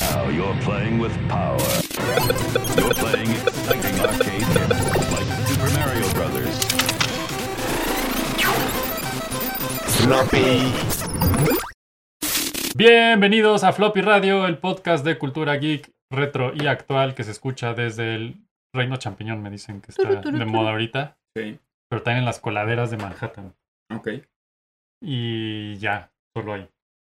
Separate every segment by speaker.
Speaker 1: Now you're playing with power. You're playing exciting arcade games like Super Mario Brothers.
Speaker 2: Floppy.
Speaker 3: Bienvenidos a Floppy Radio, el podcast de cultura geek, retro y actual que se escucha desde el Reino Champiñón, me dicen que está de moda ahorita,
Speaker 4: Sí,
Speaker 3: pero también en las coladeras de Manhattan.
Speaker 4: ok,
Speaker 3: Y ya, solo ahí.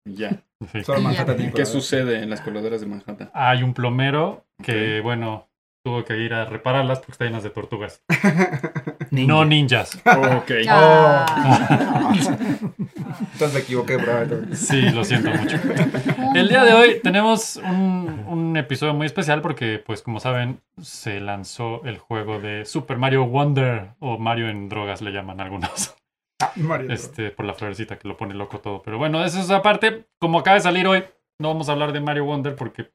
Speaker 4: ya.
Speaker 3: Sí.
Speaker 2: Solo Manhattan tiene
Speaker 4: ¿Qué
Speaker 2: colores.
Speaker 4: sucede en las coladeras de Manhattan?
Speaker 3: Hay un plomero que, bueno, tuvo que ir a repararlas porque están llenas de tortugas. No ninjas.
Speaker 4: Ok.
Speaker 5: Ah,
Speaker 2: Entonces me equivoqué, bro.
Speaker 3: Sí, lo siento mucho. El día de hoy tenemos un, un episodio muy especial porque, pues como saben, se lanzó el juego de Super Mario Wonder o Mario en drogas le llaman algunos.
Speaker 2: Mario.
Speaker 3: Este, por la florecita que lo pone loco todo. Pero bueno, eso es aparte. Como acaba de salir hoy, no vamos a hablar de Mario Wonder porque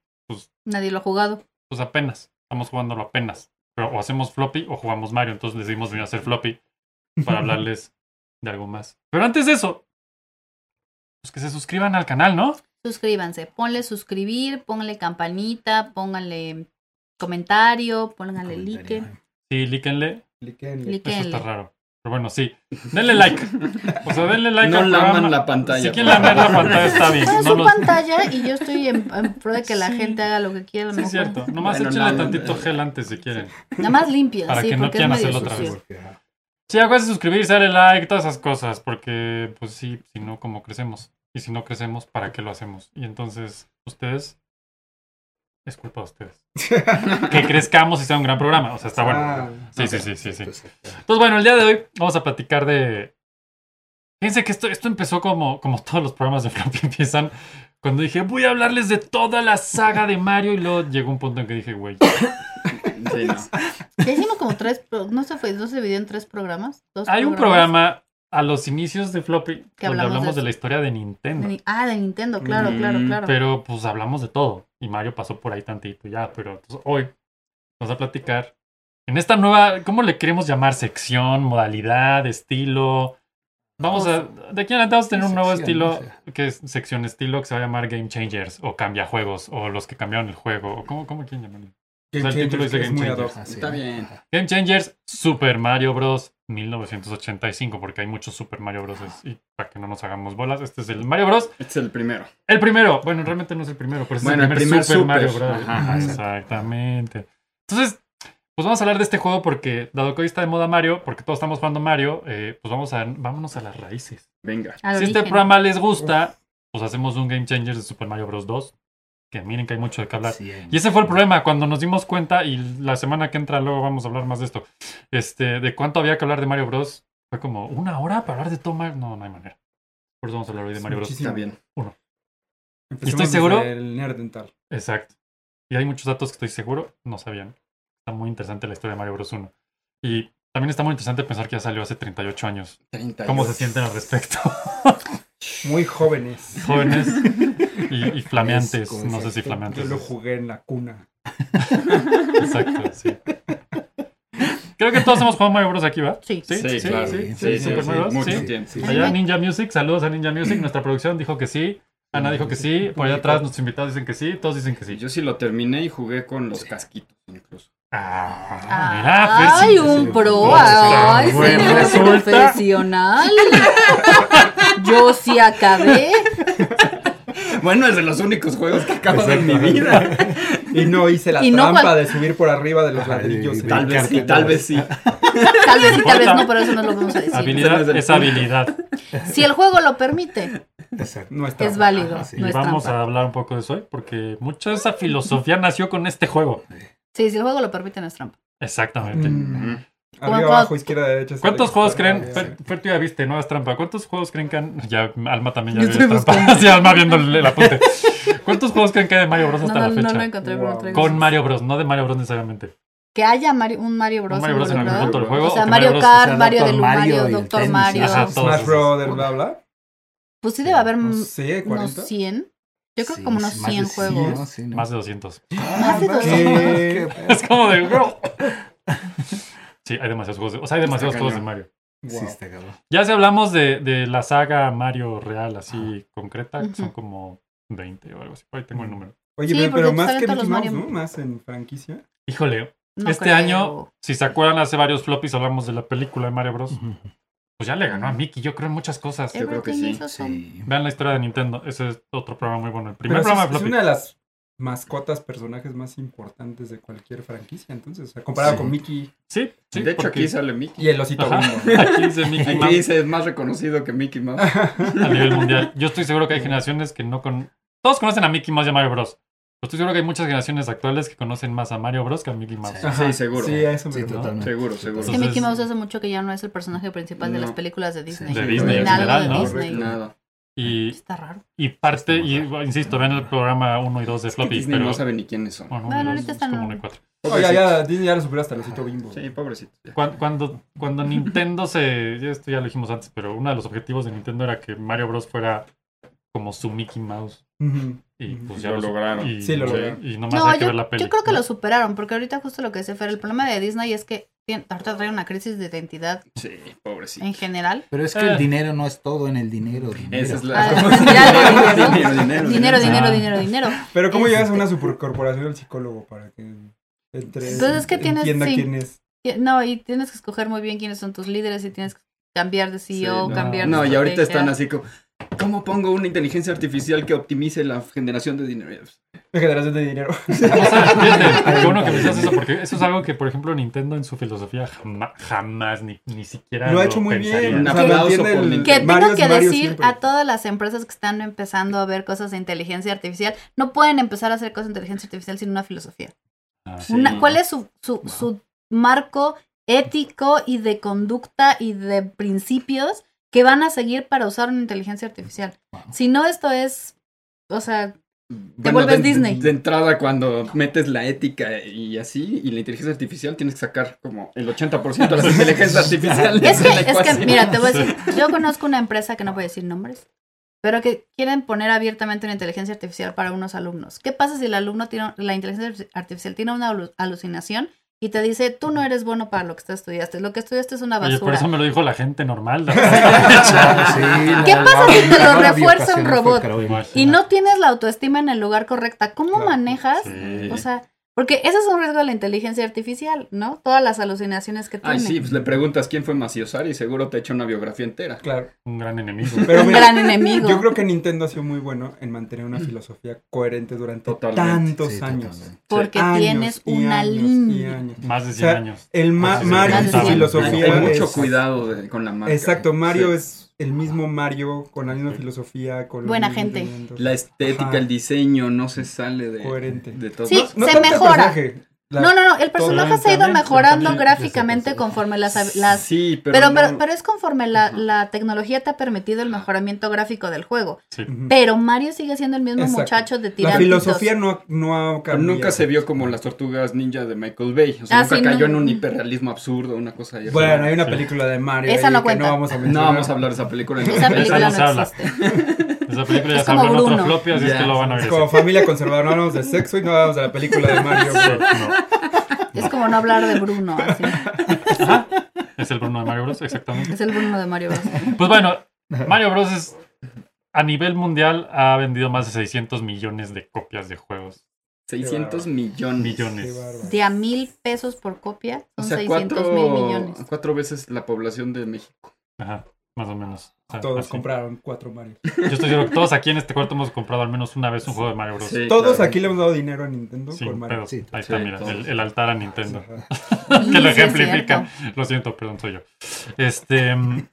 Speaker 5: Nadie lo ha jugado.
Speaker 3: pues apenas. Estamos jugándolo apenas. Pero o hacemos floppy o jugamos Mario. Entonces decidimos venir a hacer floppy Este, para hablarles de algo más. Pero antes de eso, pues que se suscriban al canal, ¿no?
Speaker 5: Suscríbanse. Ponle suscribir, pónganle campanita, pónganle comentario, pónganle like.
Speaker 3: Sí, líquenle.
Speaker 2: Liquenle.
Speaker 3: Eso pues está
Speaker 5: Líquenle.
Speaker 3: raro. Pero bueno, sí. Denle like. O sea, denle like
Speaker 4: No
Speaker 3: al programa.
Speaker 4: laman la pantalla.
Speaker 3: Si
Speaker 4: por
Speaker 3: quieren lamer la
Speaker 4: favor.
Speaker 3: pantalla está bien.
Speaker 5: Ah, Es
Speaker 3: No
Speaker 5: su
Speaker 3: los-
Speaker 5: pantalla y yo estoy en, en pro de que la gente haga lo que quiera. a lo
Speaker 3: Sí, es
Speaker 5: mejor.
Speaker 3: cierto. Nomás
Speaker 4: Bueno,
Speaker 3: échenle
Speaker 4: lamen. eh.
Speaker 3: tantito gel antes si quieren.
Speaker 5: Nada más limpia,
Speaker 3: Para
Speaker 5: sí,
Speaker 3: que no
Speaker 5: porque
Speaker 3: quieran
Speaker 5: es medio
Speaker 3: hacerlo otra
Speaker 5: sucio.
Speaker 3: vez. Sí, acuérdense de suscribirse, darle like, todas esas cosas, porque pues sí, si no, ¿cómo crecemos? Y si no crecemos, ¿para qué lo hacemos? Y entonces, ustedes, es culpa de ustedes. que crezcamos y sea un gran programa, o sea, está Ah,
Speaker 2: Ah,
Speaker 3: bueno. Sí, sí, sí, sí, sí. Entonces, bueno, el día de hoy vamos a platicar de... Fíjense que esto, esto empezó como, como todos los programas de Floppy empiezan, cuando dije, voy a hablarles de toda la saga de Mario, y luego llegó un punto en que dije, güey,
Speaker 4: Sí, no.
Speaker 5: Ya hicimos como tres, pro- no se fue, no se dividió en tres programas. dos
Speaker 3: hay un
Speaker 5: programas.
Speaker 3: programa a los inicios de Floppy,
Speaker 5: Que
Speaker 3: donde
Speaker 5: hablamos de
Speaker 3: hablamos de
Speaker 5: eso.
Speaker 3: la historia de Nintendo.
Speaker 5: De Ni- ah, de Nintendo, claro,
Speaker 4: Mm,
Speaker 5: claro, claro.
Speaker 3: Pero pues hablamos de todo. Y Mario pasó por ahí tantito ya. Pero entonces, hoy vamos a platicar en esta nueva, ¿cómo le queremos llamar? Sección, modalidad, estilo. Vamos a, de aquí en adelante vamos a tener un nuevo
Speaker 2: Sección,
Speaker 3: estilo,
Speaker 2: o sea.
Speaker 3: que es sección estilo, que se va a llamar Game Changers, o Cambia Juegos, o los que cambiaron el juego, o cómo, cómo quieren llamarlo.
Speaker 2: Game
Speaker 3: O sea, el título
Speaker 2: Changers,
Speaker 3: dice
Speaker 2: que es
Speaker 3: Game
Speaker 2: muy ad hoc.
Speaker 3: Changers.
Speaker 2: Así,
Speaker 4: Está
Speaker 2: ¿no?
Speaker 4: bien.
Speaker 2: Ajá.
Speaker 3: Game Changers, Super Mario Bros. 1985, porque hay muchos Super Mario Bros. y para que no nos hagamos bolas, este es el Mario Bros.
Speaker 4: Este es el primero.
Speaker 3: El primero. Bueno, realmente no es el primero, pero es
Speaker 4: Bueno,
Speaker 3: el
Speaker 4: el
Speaker 3: primer,
Speaker 4: primer
Speaker 3: Super,
Speaker 4: Super.
Speaker 3: Mario Bros.
Speaker 4: Ajá,
Speaker 3: Ajá,
Speaker 2: exacto.
Speaker 3: exactamente. Entonces, pues vamos a hablar de este juego porque, dado que hoy está de moda Mario, porque todos estamos jugando Mario, eh, pues vamos a, vámonos a las raíces.
Speaker 4: Venga.
Speaker 5: Al
Speaker 3: si este
Speaker 5: origen.
Speaker 3: programa les gusta, pues hacemos un Game Changer de Super Mario Bros. 2. Que miren que hay mucho de qué hablar.
Speaker 2: Sí, hay
Speaker 3: Y ese fue el problema, cuando nos dimos cuenta, y la semana que entra luego vamos a hablar más de esto, este, de cuánto había que hablar de Mario Bros. Fue como una hora para hablar de todo Mario. No, no hay manera. Por eso vamos a hablar hoy de Mario Bros.
Speaker 2: muchísimo.
Speaker 4: Está bien.
Speaker 2: Empecemos
Speaker 3: ¿Estoy seguro?
Speaker 2: desde El nerd dental.
Speaker 3: Exacto. Y hay muchos datos que estoy seguro no sabían. Está muy interesante la historia de Mario Bros. 1. Y también está muy interesante pensar que ya salió hace 38 años.
Speaker 4: 30
Speaker 3: ¿Cómo se sienten al respecto?
Speaker 2: Muy jóvenes.
Speaker 3: Jóvenes y, y flameantes.
Speaker 6: Es
Speaker 3: No sé si
Speaker 2: Yo
Speaker 3: flameantes.
Speaker 2: lo jugué en la cuna.
Speaker 3: Exacto, sí. Creo que todos hemos jugado Mario Bros. aquí, ¿va?
Speaker 5: Sí.
Speaker 3: Sí,
Speaker 4: Sí,
Speaker 3: sí,
Speaker 4: claro.
Speaker 3: sí, sí,
Speaker 4: Sí, sí,
Speaker 3: Super
Speaker 4: sí,
Speaker 3: Mario Bros.
Speaker 4: mucho
Speaker 3: sí.
Speaker 4: tiempo.
Speaker 2: Sí.
Speaker 3: Allá Ninja Music, saludos a Ninja Music. Nuestra producción dijo que sí. Ana dijo que sí. Por allá atrás nuestros invitados dicen que sí. Todos dicen que sí.
Speaker 4: Yo sí lo terminé y jugué con los casquitos incluso.
Speaker 3: Ah, mira, Fer, sí
Speaker 5: Ay, un pro,
Speaker 3: Ah,
Speaker 5: ay,
Speaker 3: bueno,
Speaker 5: señor
Speaker 3: resulta.
Speaker 5: profesional. Yo sí acabé.
Speaker 4: Bueno, es de los únicos juegos que acabo de mi
Speaker 2: Exacto.
Speaker 4: vida.
Speaker 2: Y no hice la
Speaker 5: Y no
Speaker 2: trampa
Speaker 5: cual-
Speaker 2: de subir por arriba de los
Speaker 6: Ay,
Speaker 2: ladrillos.
Speaker 4: Tal vez sí, tal vez sí.
Speaker 5: Tal vez sí, tal vez no, pero eso no lo vamos a decir.
Speaker 3: Habilidad
Speaker 4: Ese no es el
Speaker 3: es
Speaker 4: punto.
Speaker 3: habilidad.
Speaker 5: Si el juego lo permite,
Speaker 6: Exacto.
Speaker 2: No está.
Speaker 5: es válido.
Speaker 6: Ajá, sí.
Speaker 5: No
Speaker 3: este, y
Speaker 5: es
Speaker 3: vamos
Speaker 5: trampa.
Speaker 3: a hablar un poco de eso hoy, porque mucha de esa filosofía nació con este juego.
Speaker 5: Sí, si el juego lo permite, no es trampa.
Speaker 3: Exactamente.
Speaker 2: Mm.
Speaker 4: Ujú.
Speaker 2: Arriba,
Speaker 5: ¿Cuántos-
Speaker 2: abajo, izquierda, derecha.
Speaker 3: ¿Cuántos
Speaker 2: izquierda,
Speaker 3: juegos
Speaker 2: izquierda,
Speaker 3: creen?
Speaker 2: derecha.
Speaker 3: Fer, Fer, tú ya viste, no hagas trampa. ¿Cuántos juegos creen que han.? Ya, Alma también ya
Speaker 5: Yo
Speaker 3: vio
Speaker 5: estoy
Speaker 3: trampa.
Speaker 5: buscando.
Speaker 3: Sí, Alma viendo el, el apunte. ¿Cuántos juegos creen que hay de Mario Bros.
Speaker 5: No,
Speaker 3: hasta
Speaker 5: no,
Speaker 3: la
Speaker 5: no
Speaker 3: fecha?
Speaker 5: lo encontré. pero
Speaker 2: Wow.
Speaker 5: otra vez.
Speaker 3: Con Mario Bros, no de Mario Bros necesariamente.
Speaker 5: Que haya Mario- un Mario Bros.
Speaker 3: Con Mario Bros en algún
Speaker 5: involucrado.
Speaker 3: punto del juego.
Speaker 5: O sea,
Speaker 3: que
Speaker 5: Mario
Speaker 3: Bros
Speaker 6: o
Speaker 5: Kart,
Speaker 6: sea,
Speaker 5: Mario
Speaker 6: Dr.
Speaker 5: del
Speaker 6: Mario
Speaker 5: Mario,
Speaker 6: y el
Speaker 5: Doctor
Speaker 6: tenis.
Speaker 5: Mario.
Speaker 3: Ajá, todo.
Speaker 2: Smash Bros. bla, bla.
Speaker 5: Pues sí debe haber
Speaker 2: No
Speaker 5: mm,
Speaker 2: sé,
Speaker 5: unos
Speaker 2: 40.
Speaker 5: 100. Yo creo que
Speaker 6: Sí,
Speaker 5: como unos
Speaker 6: sí, más
Speaker 5: 100
Speaker 6: de
Speaker 5: juegos.
Speaker 6: ¿no? Sí, ¿no?
Speaker 3: Más de 200.
Speaker 5: Más de
Speaker 2: ¿Qué?
Speaker 5: 200.
Speaker 3: Es como de. bro. Sí, hay demasiados juegos. de- o sea, hay demasiados
Speaker 4: Está
Speaker 3: juegos de
Speaker 4: cañón.
Speaker 3: Mario.
Speaker 6: Sí,
Speaker 2: Wow.
Speaker 6: está cabrón.
Speaker 3: Ya si hablamos de, de la saga Mario real, así concreta, que son
Speaker 5: Ujú.
Speaker 3: como 20 o algo así. Por ahí tengo el número.
Speaker 2: Oye,
Speaker 5: Sí,
Speaker 2: pero,
Speaker 5: porque
Speaker 2: pero
Speaker 5: te
Speaker 2: más
Speaker 5: salen
Speaker 2: que
Speaker 5: todos los
Speaker 2: Mickey Mouse,
Speaker 5: Mario.
Speaker 2: ¿no? Más en franquicia.
Speaker 3: Híjole,
Speaker 5: No
Speaker 3: Este
Speaker 5: creo.
Speaker 3: año- si se acuerdan, hace varios floppies hablamos de la película de Mario Bros. Pues ya le ganó a Mickey, yo creo en muchas cosas.
Speaker 5: Eh.
Speaker 4: Yo creo que
Speaker 5: Everything
Speaker 4: sí.
Speaker 5: is awesome.
Speaker 4: sí.
Speaker 3: Vean la historia de Nintendo, ese es otro programa muy bueno. El primer
Speaker 2: Pero sí
Speaker 3: programa
Speaker 2: es,
Speaker 3: de
Speaker 2: es
Speaker 3: floppy.
Speaker 2: una de las mascotas, personajes más importantes de cualquier franquicia. Entonces, o sea, comparado
Speaker 4: Sí.
Speaker 2: con Mickey
Speaker 3: Sí, sí.
Speaker 4: de hecho,
Speaker 3: porque-
Speaker 4: aquí sale Mickey.
Speaker 2: y el osito
Speaker 3: Ajá.
Speaker 2: Bimbo.
Speaker 3: Aquí dice Mickey
Speaker 4: Aquí
Speaker 3: Mouse
Speaker 4: dice, es más reconocido que Mickey Mouse.
Speaker 3: a nivel mundial. Yo estoy seguro que hay generaciones que no con. Todos conocen a Mickey Mouse y a Mario Bros. Pero estoy seguro que hay muchas generaciones actuales que conocen más a Mario Bros que a Mickey Mouse.
Speaker 4: Sí. seguro.
Speaker 2: Sí, a eso me
Speaker 6: Sí,
Speaker 2: refiero.
Speaker 6: totalmente.
Speaker 4: Seguro, seguro.
Speaker 5: Es que
Speaker 3: Entonces-
Speaker 5: Mickey Mouse hace mucho que ya no es el personaje principal de
Speaker 4: No.
Speaker 5: las películas de Disney.
Speaker 3: De
Speaker 4: Sí,
Speaker 3: Disney en
Speaker 5: Ni algo
Speaker 3: general,
Speaker 5: de
Speaker 3: ¿no?
Speaker 5: Disney.
Speaker 4: Nada.
Speaker 3: Y,
Speaker 5: Está raro.
Speaker 3: y
Speaker 2: Este
Speaker 3: parte,
Speaker 6: Sí,
Speaker 3: y
Speaker 6: está muy raro.
Speaker 3: insisto, vean el programa 1 y 2 de
Speaker 4: Es que
Speaker 3: Floppy,
Speaker 4: Disney
Speaker 3: pero.
Speaker 4: no sabe ni quiénes son.
Speaker 3: Bueno, uno y
Speaker 5: Bueno,
Speaker 3: dos
Speaker 5: ahorita
Speaker 3: es
Speaker 5: están-
Speaker 3: como uno y cuatro.
Speaker 2: Oiga, ya Disney ya lo supera hasta el osito Bimbo.
Speaker 4: Sí, pobrecito.
Speaker 3: Cuan- Cuando, cuando Nintendo se. ya Esto ya lo dijimos antes, pero uno de los objetivos de Nintendo era que Mario Bros. fuera como su Mickey Mouse.
Speaker 2: Ujú.
Speaker 3: Y
Speaker 2: Ujú.
Speaker 3: pues ya
Speaker 4: Lo lograron.
Speaker 3: Y,
Speaker 2: Sí, lo
Speaker 3: no sé,
Speaker 2: lograron.
Speaker 3: Y nomás
Speaker 5: No,
Speaker 3: hay que
Speaker 5: yo,
Speaker 3: ver la peli.
Speaker 5: yo creo que lo superaron, porque ahorita justo lo que dice Fer, el problema de Disney es que tiene- ahorita trae una crisis de identidad
Speaker 4: Sí, pobrecito.
Speaker 5: en general.
Speaker 6: Pero es que
Speaker 3: Eh.
Speaker 6: el dinero no es todo en el dinero.
Speaker 4: Esa
Speaker 6: dinero.
Speaker 4: es
Speaker 5: Ah,
Speaker 4: la.
Speaker 5: dinero,
Speaker 4: Dinero,
Speaker 5: Dinero, dinero,
Speaker 3: Ah.
Speaker 5: dinero, dinero.
Speaker 2: Pero ¿cómo
Speaker 5: Este-
Speaker 2: llegas a una supercorporación del psicólogo para que entre,
Speaker 5: Entonces es que tienes-
Speaker 2: entienda
Speaker 5: sí.
Speaker 2: quién es?
Speaker 5: Y- No, y tienes que escoger muy bien quiénes son tus líderes y tienes que cambiar de CEO,
Speaker 4: Sí, no.
Speaker 5: cambiar de
Speaker 4: No, y ahorita
Speaker 5: estrategia.
Speaker 4: están así como. ¿Cómo pongo una inteligencia artificial que optimice la generación de dinero?
Speaker 2: La generación de dinero.
Speaker 3: O sea, fíjate, qué bueno que me dices eso, porque eso es algo que, por ejemplo, Nintendo en su filosofía jama- jamás, ni, ni siquiera.
Speaker 2: Lo ha hecho muy bien.
Speaker 3: pensaría.
Speaker 2: O sea,
Speaker 4: Un aplauso
Speaker 2: mantiene
Speaker 4: por
Speaker 2: el-
Speaker 4: Nintendo.
Speaker 5: Que tengo
Speaker 2: Mario es
Speaker 5: que
Speaker 2: Mario
Speaker 5: decir
Speaker 2: siempre.
Speaker 5: a todas las empresas que están empezando a ver cosas de inteligencia artificial, no pueden empezar a hacer cosas de inteligencia artificial sin una filosofía.
Speaker 3: Ah, sí.
Speaker 5: Una- ¿Cuál es su, su,
Speaker 6: Wow.
Speaker 5: su marco ético y de conducta y de principios que van a seguir para usar una inteligencia artificial?
Speaker 6: Wow.
Speaker 5: Si no, esto es, o sea,
Speaker 4: Te
Speaker 5: vuelves Disney.
Speaker 4: De entrada, cuando metes la ética y así, y la inteligencia artificial, tienes que sacar como el 80% de las inteligencias artificiales.
Speaker 5: es
Speaker 4: de
Speaker 5: que,
Speaker 4: la
Speaker 5: es que,
Speaker 4: ecuación.
Speaker 5: mira, te voy a decir, yo conozco una empresa que no voy a decir nombres, pero que quieren poner abiertamente una inteligencia artificial para unos alumnos. ¿Qué pasa si el alumno tiene, la inteligencia artificial tiene una alu- alucinación y te dice, tú no eres bueno para lo que tú estudiaste, lo que estudiaste es una
Speaker 3: Oye, por
Speaker 5: basura?
Speaker 3: eso me lo dijo la gente normal. la-
Speaker 5: ¿Qué pasa si te lo refuerza
Speaker 6: refuerza
Speaker 5: un robot?
Speaker 3: Imagínate.
Speaker 5: Y no tienes la autoestima en el lugar correcta. ¿Cómo
Speaker 2: Claro,
Speaker 5: manejas?
Speaker 3: Sí.
Speaker 5: O sea, porque ese es un riesgo de la inteligencia artificial, ¿no? Todas las alucinaciones que tiene.
Speaker 4: Ay, sí, pues le preguntas quién fue Maciosari y seguro te echa una biografía entera.
Speaker 2: Claro.
Speaker 3: un gran enemigo.
Speaker 2: Pero
Speaker 5: Un
Speaker 2: mira,
Speaker 5: gran enemigo.
Speaker 2: yo creo que Nintendo ha sido muy bueno en mantener una filosofía coherente durante
Speaker 4: Mm. Totalmente.
Speaker 2: tantos años.
Speaker 5: porque
Speaker 2: Años
Speaker 5: tienes
Speaker 2: y
Speaker 5: una
Speaker 2: años y
Speaker 5: línea.
Speaker 2: años.
Speaker 3: Más de 100
Speaker 2: O sea,
Speaker 3: años.
Speaker 2: El ma-
Speaker 3: Así se
Speaker 2: Mario y su
Speaker 5: llama.
Speaker 4: Hay,
Speaker 2: filosofía
Speaker 4: hay mucho
Speaker 2: es-
Speaker 4: cuidado de- con la marca.
Speaker 2: Exacto, Mario
Speaker 4: Sí.
Speaker 2: es el mismo Mario con la misma filosofía, con los
Speaker 5: Buena
Speaker 2: mismos
Speaker 5: gente.
Speaker 2: elementos.
Speaker 4: La estética,
Speaker 2: Ajá.
Speaker 4: el diseño, no se sale de,
Speaker 2: coherente.
Speaker 4: de todo.
Speaker 5: Sí.
Speaker 2: No
Speaker 5: Se
Speaker 2: tanto el
Speaker 5: mejora.
Speaker 2: personaje, la-
Speaker 5: No, no, no, el personaje se ha ido
Speaker 3: Totalmente,
Speaker 5: mejorando
Speaker 3: totalmente,
Speaker 5: gráficamente
Speaker 6: ese personaje.
Speaker 5: conforme las... las
Speaker 4: Sí, pero,
Speaker 5: pero,
Speaker 4: no-
Speaker 5: pero, pero es conforme la,
Speaker 4: Ajá.
Speaker 5: la tecnología te ha permitido el mejoramiento gráfico del juego.
Speaker 3: Sí.
Speaker 2: Ujú.
Speaker 5: Pero Mario sigue siendo el mismo
Speaker 2: Exacto.
Speaker 5: muchacho de
Speaker 2: La
Speaker 5: tirantitos.
Speaker 2: filosofía no, no ha
Speaker 4: pero
Speaker 2: cambiado.
Speaker 4: nunca se vio como las tortugas ninja de Michael Bay. O sea,
Speaker 5: Ah,
Speaker 4: nunca
Speaker 5: sí,
Speaker 4: cayó
Speaker 5: no.
Speaker 4: en un hiperrealismo absurdo, una cosa ahí.
Speaker 2: Bueno, hay una
Speaker 3: Sí.
Speaker 2: película de Mario.
Speaker 5: Esa
Speaker 2: ahí
Speaker 5: no
Speaker 2: que
Speaker 5: cuenta.
Speaker 2: No vamos a
Speaker 4: No
Speaker 2: mencionar.
Speaker 4: vamos a hablar de esa película.
Speaker 5: Esa
Speaker 4: entonces.
Speaker 5: película
Speaker 3: no
Speaker 5: no,
Speaker 3: se habla.
Speaker 5: existe.
Speaker 3: Esa película ya
Speaker 5: Es
Speaker 3: se
Speaker 5: como
Speaker 3: habló en otro
Speaker 5: Bruno.
Speaker 3: floppy, así es
Speaker 4: Ya,
Speaker 3: que lo van a ver.
Speaker 2: Es como familia conservadora, no hablamos de sexo y no hablamos de la película de Mario. güey.
Speaker 5: Es como no hablar de Bruno, así.
Speaker 3: Es el Bruno de Mario Bros, exactamente.
Speaker 5: Es el Bruno de Mario Bros.
Speaker 3: Pues bueno, Mario Bros es, a nivel mundial ha vendido más de 600 millones de copias de juegos.
Speaker 4: 600 millones.
Speaker 3: Millones.
Speaker 2: Qué bárbaro.
Speaker 5: De a mil pesos por copia
Speaker 4: O
Speaker 5: son
Speaker 4: sea,
Speaker 5: 600 mil
Speaker 4: cuatro,
Speaker 5: millones.
Speaker 4: cuatro veces la población de México.
Speaker 3: Ajá, más o menos. O sea,
Speaker 2: Todos
Speaker 3: así.
Speaker 2: compraron cuatro Mario.
Speaker 3: Yo estoy seguro que todos aquí en este cuarto hemos comprado al menos una vez un juego de Mario Bros.
Speaker 4: Sí,
Speaker 2: Todos
Speaker 4: claro.
Speaker 2: aquí le hemos dado dinero a Nintendo
Speaker 3: Sin
Speaker 2: por Mario.
Speaker 3: pedos.
Speaker 6: Sí,
Speaker 3: Ahí está,
Speaker 4: sí,
Speaker 3: mira,
Speaker 4: todos.
Speaker 3: el, el altar a Nintendo.
Speaker 2: Ajá.
Speaker 5: Sí,
Speaker 3: que lo
Speaker 5: sí, es cierto.
Speaker 3: ejemplifica. Lo siento, perdón, soy yo. Este. mm,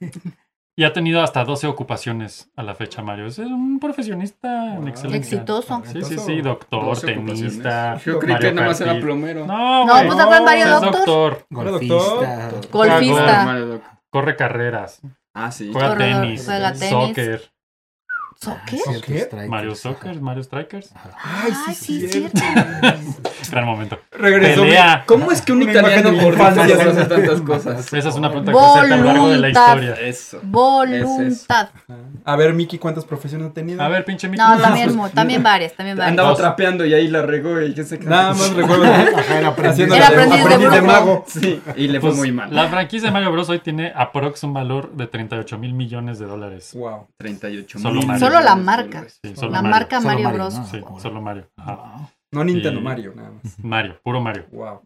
Speaker 3: Y ha tenido hasta 12 ocupaciones a la fecha, Mario. Es un profesionista en
Speaker 2: Wow.
Speaker 3: excelencia.
Speaker 5: Exitoso.
Speaker 3: Sí, sí, sí, doctor,
Speaker 4: Doce
Speaker 3: tenista.
Speaker 4: ocupaciones. Yo creí que
Speaker 3: Mario
Speaker 4: nada más era
Speaker 3: Kart.
Speaker 4: plomero.
Speaker 3: No,
Speaker 5: No,
Speaker 3: güey,
Speaker 5: pues acá Mario
Speaker 3: es
Speaker 5: Doctor.
Speaker 2: Hola,
Speaker 6: Golfista.
Speaker 2: doctor.
Speaker 4: Ah,
Speaker 5: Golfista.
Speaker 4: Mario Doc.
Speaker 3: Corre carreras,
Speaker 4: Ah, sí.
Speaker 3: juega
Speaker 5: Corredor,
Speaker 3: tenis,
Speaker 5: juega tenis.
Speaker 3: soccer,
Speaker 5: ¿So-
Speaker 6: Ah,
Speaker 5: ¿Qué?
Speaker 6: cierto,
Speaker 2: ¿Qué?
Speaker 6: Strikers,
Speaker 3: Mario
Speaker 6: ajá.
Speaker 3: Soccer, Mario Strikers.
Speaker 2: Ay, sí,
Speaker 5: Ay, sí, es
Speaker 2: sí.
Speaker 5: cierto.
Speaker 3: Gran momento.
Speaker 2: Regresó.
Speaker 3: Pelea.
Speaker 4: ¿Cómo es que un
Speaker 2: Una imagen
Speaker 4: italiano
Speaker 2: de
Speaker 4: por
Speaker 2: infancia.
Speaker 4: Dios hace tantas cosas?
Speaker 3: Esa es una pregunta que se hace a lo largo de la
Speaker 5: Voluntad.
Speaker 3: historia.
Speaker 4: Eso.
Speaker 5: Voluntad.
Speaker 2: Ajá. A ver, Mickey, ¿cuántas profesiones ha tenido?
Speaker 3: A ver, pinche Mickey.
Speaker 5: No, también, mu- también varias, también varias.
Speaker 4: Andaba
Speaker 3: Dos.
Speaker 4: trapeando y ahí la regó y quién sabe qué.
Speaker 2: Nada más recuerdo
Speaker 6: Ajá, era aprendiz.
Speaker 2: haciendo
Speaker 5: Era
Speaker 2: la de-
Speaker 5: aprendiz de
Speaker 2: de
Speaker 5: brujo.
Speaker 2: mago.
Speaker 4: Sí, y le fue
Speaker 3: Pues,
Speaker 4: muy mal.
Speaker 3: La franquicia de Mario Bros. hoy tiene aprox un valor de 38 mil millones de dólares.
Speaker 2: Wow.
Speaker 4: 38
Speaker 3: Solo
Speaker 4: mil.
Speaker 3: Mario.
Speaker 5: Solo la marca.
Speaker 3: Sí, solo
Speaker 5: La
Speaker 3: Mario.
Speaker 5: marca Ah,
Speaker 6: Solo
Speaker 5: Mario,
Speaker 6: Mario,
Speaker 5: Bros.
Speaker 6: ¿no?
Speaker 3: Sí,
Speaker 6: Ahora.
Speaker 3: solo Mario. Ajá.
Speaker 6: Wow.
Speaker 2: No Nintendo
Speaker 3: Y-
Speaker 2: Mario, nada más.
Speaker 3: Mario, puro Mario.
Speaker 2: Wow.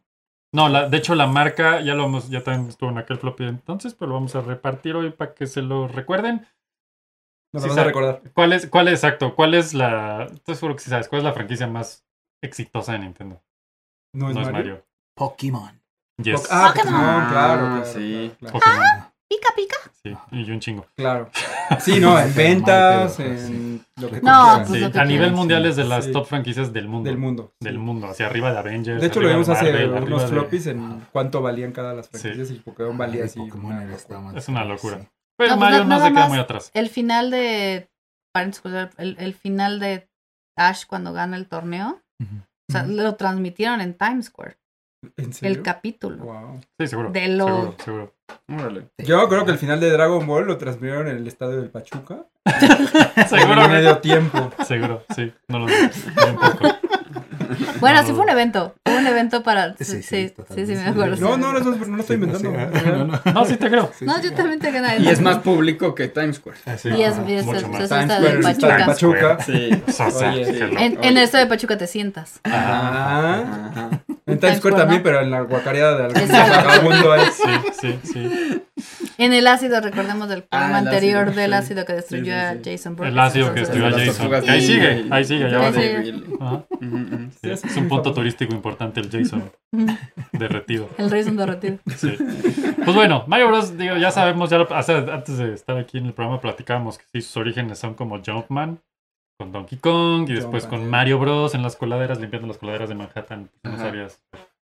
Speaker 3: No, la, de hecho la marca ya lo hemos, ya también estuvo en aquel floppy entonces, pero lo vamos a repartir hoy para que se lo recuerden.
Speaker 2: Nos
Speaker 3: Sí,
Speaker 2: vamos
Speaker 3: sabe.
Speaker 2: a recordar.
Speaker 3: ¿Cuál es, cuál es exacto? ¿Cuál es la, estoy seguro que sí sabes, cuál es la franquicia más exitosa de Nintendo?
Speaker 2: No es ¿Pues Mario.
Speaker 6: Pokémon.
Speaker 3: Yes.
Speaker 2: Ah,
Speaker 5: Pokémon.
Speaker 2: Pokémon, claro,
Speaker 4: Ah,
Speaker 2: claro,
Speaker 4: sí.
Speaker 2: claro, claro,
Speaker 3: Pokémon.
Speaker 5: Pica, pica.
Speaker 3: Sí, y un chingo.
Speaker 5: Pues
Speaker 2: claro. Sí, no, en ventas,
Speaker 6: Mario, pero,
Speaker 2: en lo que tú
Speaker 5: No, pues
Speaker 2: quieras.
Speaker 3: Sí,
Speaker 5: lo que
Speaker 3: a nivel
Speaker 5: quieras,
Speaker 3: mundial
Speaker 6: sí.
Speaker 3: es de las
Speaker 2: Sí.
Speaker 3: top franquicias del mundo.
Speaker 2: del mundo. sí.
Speaker 3: Del mundo, hacia arriba de Avengers.
Speaker 2: De hecho, lo
Speaker 3: arriba
Speaker 2: vimos hace
Speaker 3: Marvel, arriba
Speaker 2: unos
Speaker 3: de-
Speaker 2: floppies en cuánto valían cada las franquicias y Pokémon valía
Speaker 6: Ay,
Speaker 2: así.
Speaker 6: Pokémon
Speaker 2: una
Speaker 6: era esta
Speaker 2: locura.
Speaker 6: madre.
Speaker 3: Es una locura.
Speaker 6: Sí.
Speaker 3: Pero
Speaker 5: No, pues
Speaker 3: Mario
Speaker 5: na-
Speaker 3: no
Speaker 5: nada
Speaker 3: se queda
Speaker 5: más.
Speaker 3: muy atrás.
Speaker 5: El final de. paréntesis, pues, El, el final de Ash cuando gana el torneo.
Speaker 6: Ujú.
Speaker 5: O sea,
Speaker 2: Ujú.
Speaker 5: lo transmitieron en Times Square.
Speaker 2: ¿En serio?
Speaker 5: El capítulo.
Speaker 2: Wow.
Speaker 3: Sí, seguro.
Speaker 5: De lo-
Speaker 3: Seguro, seguro.
Speaker 4: Órale.
Speaker 2: Yo creo que el final de Dragon Ball lo transmitieron en el estadio del Pachuca. En
Speaker 3: Seguro,
Speaker 2: medio tiempo.
Speaker 3: seguro, sí. No lo dudo. ni un poco.
Speaker 5: Bueno,
Speaker 3: No.
Speaker 5: sí fue un evento. Fue un evento para. Sí, sí,
Speaker 6: Sí, sí,
Speaker 5: sí, sí,
Speaker 6: totalmente.
Speaker 5: me acuerdo.
Speaker 2: No, no, no, no, no lo estoy
Speaker 6: Sí,
Speaker 2: inventando.
Speaker 6: no sé, no, no.
Speaker 3: No, sí te creo.
Speaker 6: Sí,
Speaker 5: No,
Speaker 6: sí,
Speaker 5: yo también te gané.
Speaker 4: Y es más público que Times Square.
Speaker 6: Así.
Speaker 5: Y es,
Speaker 6: Ah,
Speaker 5: y es-
Speaker 3: mucho
Speaker 5: es-
Speaker 3: más.
Speaker 5: es
Speaker 4: Times
Speaker 5: esta
Speaker 4: Square
Speaker 5: de
Speaker 4: es
Speaker 5: Pachuca.
Speaker 2: en Pachuca.
Speaker 4: Sí.
Speaker 3: O sea,
Speaker 2: Oye.
Speaker 3: sí, lo-
Speaker 5: En, en
Speaker 4: Oye.
Speaker 5: esto de Pachuca te sientas.
Speaker 2: Ah,
Speaker 4: Ajá.
Speaker 2: en Times Square
Speaker 5: ¿no?
Speaker 2: también, pero en la guacareada de algún
Speaker 5: Exacto.
Speaker 2: vagabundo ahí.
Speaker 3: Sí, sí, sí.
Speaker 5: En el ácido, recordemos del programa
Speaker 4: el
Speaker 5: anterior
Speaker 4: ácido,
Speaker 5: del
Speaker 4: sí.
Speaker 5: ácido que destruyó
Speaker 4: Sí, sí,
Speaker 5: a
Speaker 4: sí.
Speaker 5: Jason Burke.
Speaker 3: El ácido que
Speaker 4: Entonces,
Speaker 3: destruyó a
Speaker 4: las
Speaker 3: Jason.
Speaker 4: tortugas
Speaker 3: Que ahí
Speaker 4: sí.
Speaker 3: sigue, ahí sigue, ya
Speaker 4: Ya
Speaker 3: va.
Speaker 5: Sí,
Speaker 3: de-
Speaker 5: sí.
Speaker 4: horrible.
Speaker 3: Ajá.
Speaker 4: Ujú, ujú.
Speaker 3: Sí, es un punto turístico importante el Jason. Derretido.
Speaker 5: El rey es un derretido.
Speaker 3: Sí. Pues bueno, Mario Bros. Digo, ya sabemos, ya lo- hace- antes de estar aquí en el programa platicábamos que sí, sus orígenes son como Jumpman con Donkey Kong y después
Speaker 2: Jumpman.
Speaker 3: con Mario Bros. en las coladeras, limpiando las coladeras de Manhattan. Pues, No
Speaker 4: Ajá.
Speaker 3: sabías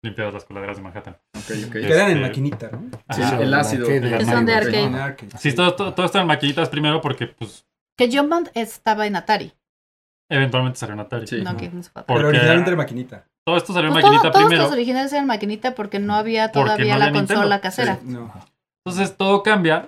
Speaker 3: limpiadas las coladeras de Manhattan.
Speaker 4: Ok, ok.
Speaker 2: Que eran en
Speaker 3: Este-
Speaker 2: maquinita, ¿no?
Speaker 4: Sí,
Speaker 3: Ajá.
Speaker 4: el ácido.
Speaker 6: Que
Speaker 5: Que son de
Speaker 6: Mario,
Speaker 5: arcade.
Speaker 2: En
Speaker 6: ¿no?
Speaker 2: arcade.
Speaker 3: Sí, todo, todo, todo está en maquinitas primero porque, pues,
Speaker 5: Que Jumpman estaba en Atari.
Speaker 3: eventualmente salió en Atari.
Speaker 4: Sí.
Speaker 5: No,
Speaker 2: Ajá.
Speaker 5: que no se puede.
Speaker 3: Porque
Speaker 2: Pero originalmente era maquinita.
Speaker 3: todo esto salió en
Speaker 5: Pues todo-
Speaker 3: maquinita
Speaker 5: todos
Speaker 3: primero.
Speaker 5: los originales eran maquinita porque no había
Speaker 3: Porque
Speaker 5: todavía
Speaker 3: no
Speaker 5: la
Speaker 3: había Nintendo.
Speaker 5: consola casera.
Speaker 2: No.
Speaker 3: Entonces todo cambia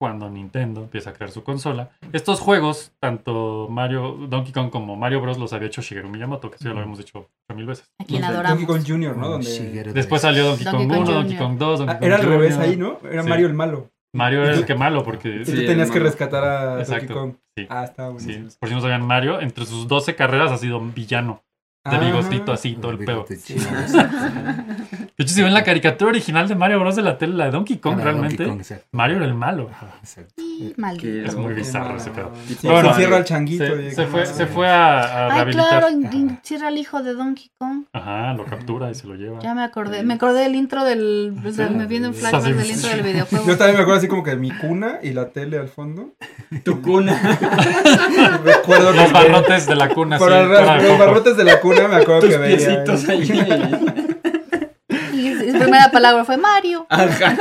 Speaker 3: cuando Nintendo empieza a crear su consola. Estos juegos, tanto Mario, Donkey Kong como Mario Bros. los había hecho Shigeru Miyamoto, que eso ya lo habíamos dicho mil veces.
Speaker 5: A quien
Speaker 2: No sé,
Speaker 5: adoramos.
Speaker 2: Donkey Kong Jr., ¿no?
Speaker 6: Con
Speaker 2: Donde-
Speaker 6: Shigeru
Speaker 3: Después
Speaker 6: Miyamoto.
Speaker 3: salió Donkey
Speaker 5: Donkey
Speaker 3: Kong
Speaker 5: Kong
Speaker 3: 1, Donkey
Speaker 5: Jr..
Speaker 3: Kong 2, Donkey
Speaker 2: Ah,
Speaker 3: Kong
Speaker 2: era al
Speaker 3: Jr..
Speaker 2: revés ahí, ¿no? Era
Speaker 3: Sí.
Speaker 2: Mario el malo.
Speaker 3: Mario era el que malo porque...
Speaker 2: Y
Speaker 4: Sí,
Speaker 2: tú
Speaker 4: el
Speaker 2: tenías que
Speaker 4: malo.
Speaker 2: rescatar a Donkey
Speaker 3: Exacto,
Speaker 2: Kong.
Speaker 3: sí.
Speaker 2: Ah, está
Speaker 3: sí,
Speaker 2: buenísimo.
Speaker 3: por si no sabían, Mario entre sus 12 carreras ha sido un villano. De
Speaker 2: Ah.
Speaker 3: bigotito así, todo el pedo.
Speaker 6: bigote chido.
Speaker 3: De hecho, si ven la caricatura original de Mario Bros. de la tele, la de Donkey Kong,
Speaker 6: Era Ah, Donkey
Speaker 3: realmente,
Speaker 6: Kong, exacto.
Speaker 3: Mario era el malo.
Speaker 6: Ajá, exacto.
Speaker 5: Y Maldito.
Speaker 4: Qué
Speaker 3: Es muy
Speaker 4: loco.
Speaker 3: bizarro ese pedo.
Speaker 2: Sí,
Speaker 4: Pero bueno,
Speaker 2: se encierra al changuito.
Speaker 3: Se,
Speaker 2: y-
Speaker 3: se fue, se
Speaker 2: Ah.
Speaker 3: fue a, a
Speaker 5: Ay,
Speaker 3: rehabilitar.
Speaker 5: claro, era el hijo de Donkey Kong.
Speaker 3: Ajá, lo captura y se lo lleva.
Speaker 5: Ya me acordé. Me acordé del intro del. o sea, me vienen flashbacks del intro del
Speaker 2: Yo
Speaker 5: videojuego.
Speaker 2: también me acuerdo así como que mi cuna y la tele al fondo.
Speaker 4: Tu cuna.
Speaker 2: Recuerdo que
Speaker 3: Los
Speaker 2: veía-
Speaker 3: barrotes de la cuna.
Speaker 2: por
Speaker 3: sí,
Speaker 2: arra-
Speaker 3: fuera de
Speaker 2: los
Speaker 3: foco.
Speaker 2: barrotes de la cuna me acuerdo
Speaker 4: Tus
Speaker 2: que veía.
Speaker 4: piecitos ahí.
Speaker 5: Y su primera palabra fue Mario.
Speaker 4: Ajá.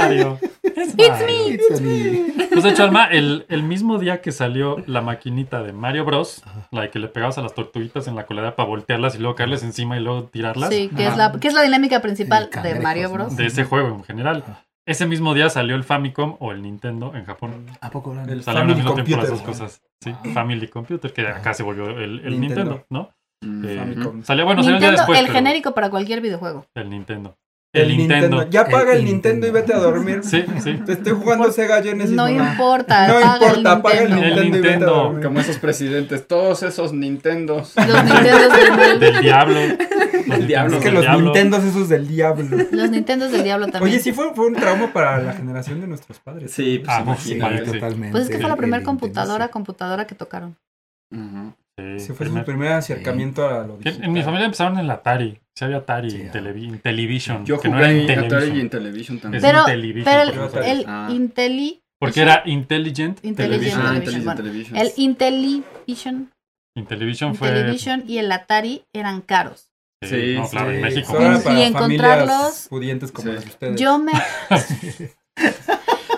Speaker 3: Mario. It's me.
Speaker 6: It's me.
Speaker 3: Pues de hecho, Alma, el, el mismo día que salió la maquinita de Mario Bros, la de que le pegabas a las tortuguitas en la colada para voltearlas y luego caerles encima y luego tirarlas,
Speaker 5: Sí, que es, la, que es la dinámica principal
Speaker 6: El
Speaker 5: de
Speaker 6: cangrejos,
Speaker 5: Mario
Speaker 6: ¿no?
Speaker 5: Bros.
Speaker 3: Ah. de ese juego en general.
Speaker 6: Ajá.
Speaker 3: Ese mismo día salió el Famicom o el Nintendo en Japón.
Speaker 6: ¿A poco eran?
Speaker 2: El
Speaker 3: Salieron al
Speaker 2: Family
Speaker 3: mismo tiempo las
Speaker 2: Computer.
Speaker 3: dos cosas. Sí, Family Computer, que acá se volvió el, el Nintendo,
Speaker 2: Nintendo.
Speaker 3: ¿no? Eh,
Speaker 4: Mm,
Speaker 2: Famicom.
Speaker 3: Salió, bueno, salió el día
Speaker 5: Nintendo,
Speaker 3: después.
Speaker 5: el
Speaker 3: pero-
Speaker 5: genérico para cualquier videojuego.
Speaker 3: El Nintendo. El, Nintendo.
Speaker 2: Ya paga el,
Speaker 6: El
Speaker 2: Nintendo y vete
Speaker 6: Nintendo.
Speaker 2: a dormir.
Speaker 3: Sí, sí.
Speaker 2: Te estoy jugando Sega Genesis.
Speaker 5: No
Speaker 2: mamá.
Speaker 5: importa,
Speaker 2: No
Speaker 5: paga
Speaker 2: importa,
Speaker 5: el
Speaker 2: apaga el
Speaker 5: Nintendo.
Speaker 2: Nintendo,
Speaker 3: El
Speaker 2: y vete a
Speaker 3: Nintendo.
Speaker 2: dormir.
Speaker 4: Como esos presidentes, todos esos Nintendos.
Speaker 5: Los Nintendos del mundo.
Speaker 3: Del diablo. Los
Speaker 4: diablo.
Speaker 2: Es que
Speaker 3: del
Speaker 2: los
Speaker 3: diablo.
Speaker 2: Nintendos esos del diablo.
Speaker 5: Los Nintendos del diablo también.
Speaker 2: Oye, sí fue, fue un trauma para la generación de nuestros padres. ¿eh?
Speaker 4: Sí, pues
Speaker 3: Ah,
Speaker 6: Sí,
Speaker 3: Vale, sí.
Speaker 6: totalmente.
Speaker 5: Pues es que fue la
Speaker 6: El
Speaker 5: primera
Speaker 6: Nintendo,
Speaker 5: computadora,
Speaker 6: sí.
Speaker 5: computadora que tocaron.
Speaker 4: Ujú.
Speaker 3: Sí,
Speaker 2: Ese fue
Speaker 3: primer-
Speaker 2: su primer acercamiento a lo
Speaker 3: Que
Speaker 2: digital.
Speaker 3: En mi familia empezaron en la Atari. Sí había Atari,
Speaker 6: Sí,
Speaker 3: en
Speaker 6: ah.
Speaker 3: Televi- en Television.
Speaker 4: Yo
Speaker 3: que
Speaker 4: jugué
Speaker 3: no era
Speaker 4: en
Speaker 3: Intellivision.
Speaker 4: Atari y en Television también.
Speaker 3: Es
Speaker 5: Pero-
Speaker 3: Intellivision,
Speaker 5: Pero
Speaker 3: por
Speaker 5: el,
Speaker 3: favor.
Speaker 5: el
Speaker 4: Ah.
Speaker 5: Intelli,
Speaker 3: Porque era Intelligent,
Speaker 5: Intelligent
Speaker 3: Television.
Speaker 4: Ah,
Speaker 5: Television, bueno,
Speaker 4: Intelligent Television.
Speaker 5: el Intellivision,
Speaker 3: Intellivision fue...
Speaker 5: Intellivision y el Atari eran caros.
Speaker 3: Sí,
Speaker 4: Sí,
Speaker 3: no, claro, en
Speaker 4: sí.
Speaker 3: México.
Speaker 2: Solo era
Speaker 5: Y
Speaker 2: para
Speaker 5: encontrarlos-
Speaker 2: familias pudientes como
Speaker 4: Sí.
Speaker 2: las de ustedes.
Speaker 5: Yo me,
Speaker 4: Mis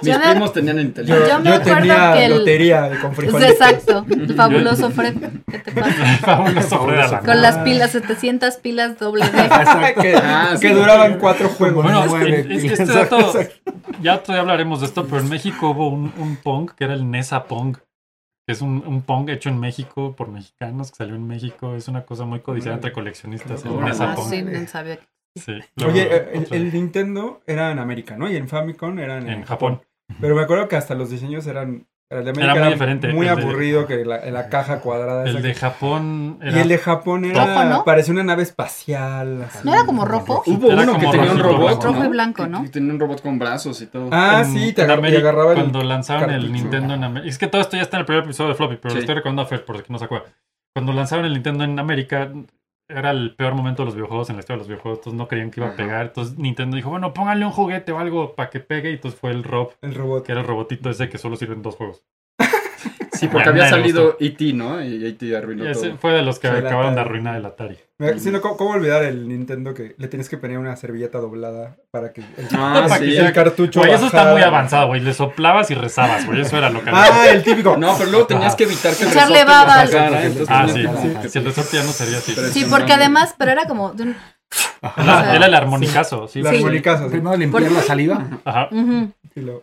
Speaker 5: yo me-
Speaker 4: primos tenían
Speaker 2: Yo-
Speaker 4: Intellivision.
Speaker 5: yo me
Speaker 2: yo
Speaker 5: acuerdo
Speaker 2: tenía
Speaker 5: que el-
Speaker 2: lotería de con
Speaker 5: es
Speaker 2: frijoles.
Speaker 5: pues, exacto, el fabuloso Fred, ¿qué te pasa?
Speaker 3: Fabuloso Fred Alan.
Speaker 5: Con las pilas, 700 pilas doble D.
Speaker 6: Exacto.
Speaker 2: que,
Speaker 4: Ah,
Speaker 2: que
Speaker 4: sí.
Speaker 2: duraban cuatro juegos.
Speaker 3: Bueno,
Speaker 6: Nueve
Speaker 3: es, es que este
Speaker 6: pilas.
Speaker 3: dato... Ya otro día hablaremos de esto, pero en México hubo un, un Pong que era el Nesa Pong. Que es un, un Pong hecho en México por mexicanos, que salió en México. Es una cosa muy codiciada entre coleccionistas. El
Speaker 4: Órale.
Speaker 3: Nesa
Speaker 5: Ah,
Speaker 3: Pong.
Speaker 5: sí, no sabía.
Speaker 3: Sí, luego-
Speaker 2: Oye, eh, el,
Speaker 3: otro-
Speaker 2: el Nintendo era en América, ¿no? Y en Famicom eran
Speaker 3: en Japón.
Speaker 2: Pero me acuerdo que hasta los diseños eran El
Speaker 3: Era
Speaker 2: de América
Speaker 3: muy diferente,
Speaker 2: Muy
Speaker 3: el de-
Speaker 2: aburrido que la, la caja cuadrada. esa
Speaker 3: El de
Speaker 2: que-
Speaker 3: Japón
Speaker 2: Ah, Y
Speaker 3: era...
Speaker 2: el de Japón era.
Speaker 5: Rojo, ¿no?
Speaker 2: Parecía una nave espacial. así.
Speaker 5: ¿No era como rojo?
Speaker 4: Hubo
Speaker 3: Era
Speaker 4: uno que
Speaker 3: como
Speaker 4: tenía un
Speaker 3: rojito,
Speaker 4: robot.
Speaker 5: rojo y
Speaker 4: ¿no?
Speaker 5: blanco,
Speaker 4: Que-
Speaker 5: ¿no?
Speaker 4: que tenía un robot con brazos y todo.
Speaker 2: Ah,
Speaker 3: en-
Speaker 2: sí, te
Speaker 3: en
Speaker 2: agar- y
Speaker 3: América,
Speaker 2: agarraba el.
Speaker 3: Cuando lanzaron el
Speaker 2: cartucho.
Speaker 3: Nintendo en América. Es que todo esto ya está en el primer episodio de Floppy, pero
Speaker 4: Sí.
Speaker 3: lo estoy recordando a Fer, por si no se acuerda. Cuando lanzaron el Nintendo en América, era el peor momento de los videojuegos en la historia de los videojuegos. Entonces no creían que iba a
Speaker 4: Ajá.
Speaker 3: pegar. Entonces Nintendo dijo, bueno, pónganle un juguete o algo para que pegue. Y entonces fue el Rob,
Speaker 2: El robot.
Speaker 3: que era el robotito ese que solo sirve en dos juegos.
Speaker 4: Sí, porque
Speaker 3: Ah,
Speaker 4: había
Speaker 3: nadie le
Speaker 4: salido E.T., ¿no? Y E.T. arruinó
Speaker 3: Ese
Speaker 4: todo.
Speaker 3: fue de los que
Speaker 2: Sí, el
Speaker 3: acabaron de
Speaker 2: Atari.
Speaker 3: arruinar el Atari.
Speaker 2: Me- sí, no, ¿cómo, cómo olvidar el Nintendo que le tienes que poner una servilleta doblada para que el,
Speaker 4: Ah,
Speaker 2: para
Speaker 4: sí.
Speaker 2: que el cartucho.
Speaker 3: Güey, eso está
Speaker 2: bajara?
Speaker 3: muy avanzado, güey. Le soplabas y rezabas, güey. Eso era lo que
Speaker 2: Ah, el típico.
Speaker 4: No, pero luego tenías que evitar que el
Speaker 5: Echarle
Speaker 4: resorte
Speaker 5: baba
Speaker 4: la
Speaker 5: al-
Speaker 4: sacara, entonces
Speaker 3: Ah, sí.
Speaker 4: tenías que-
Speaker 3: sí. Si el resorte ya no sería así.
Speaker 4: Pero-
Speaker 5: Sí, porque además, pero era como. de un-
Speaker 3: Era,
Speaker 5: o sea,
Speaker 3: era el armonicazo, sí.
Speaker 2: La
Speaker 5: Sí.
Speaker 2: armonicaza, sí.
Speaker 6: Primero limpiar la saliva.
Speaker 3: Ajá,
Speaker 5: Ujú.
Speaker 2: Y lo-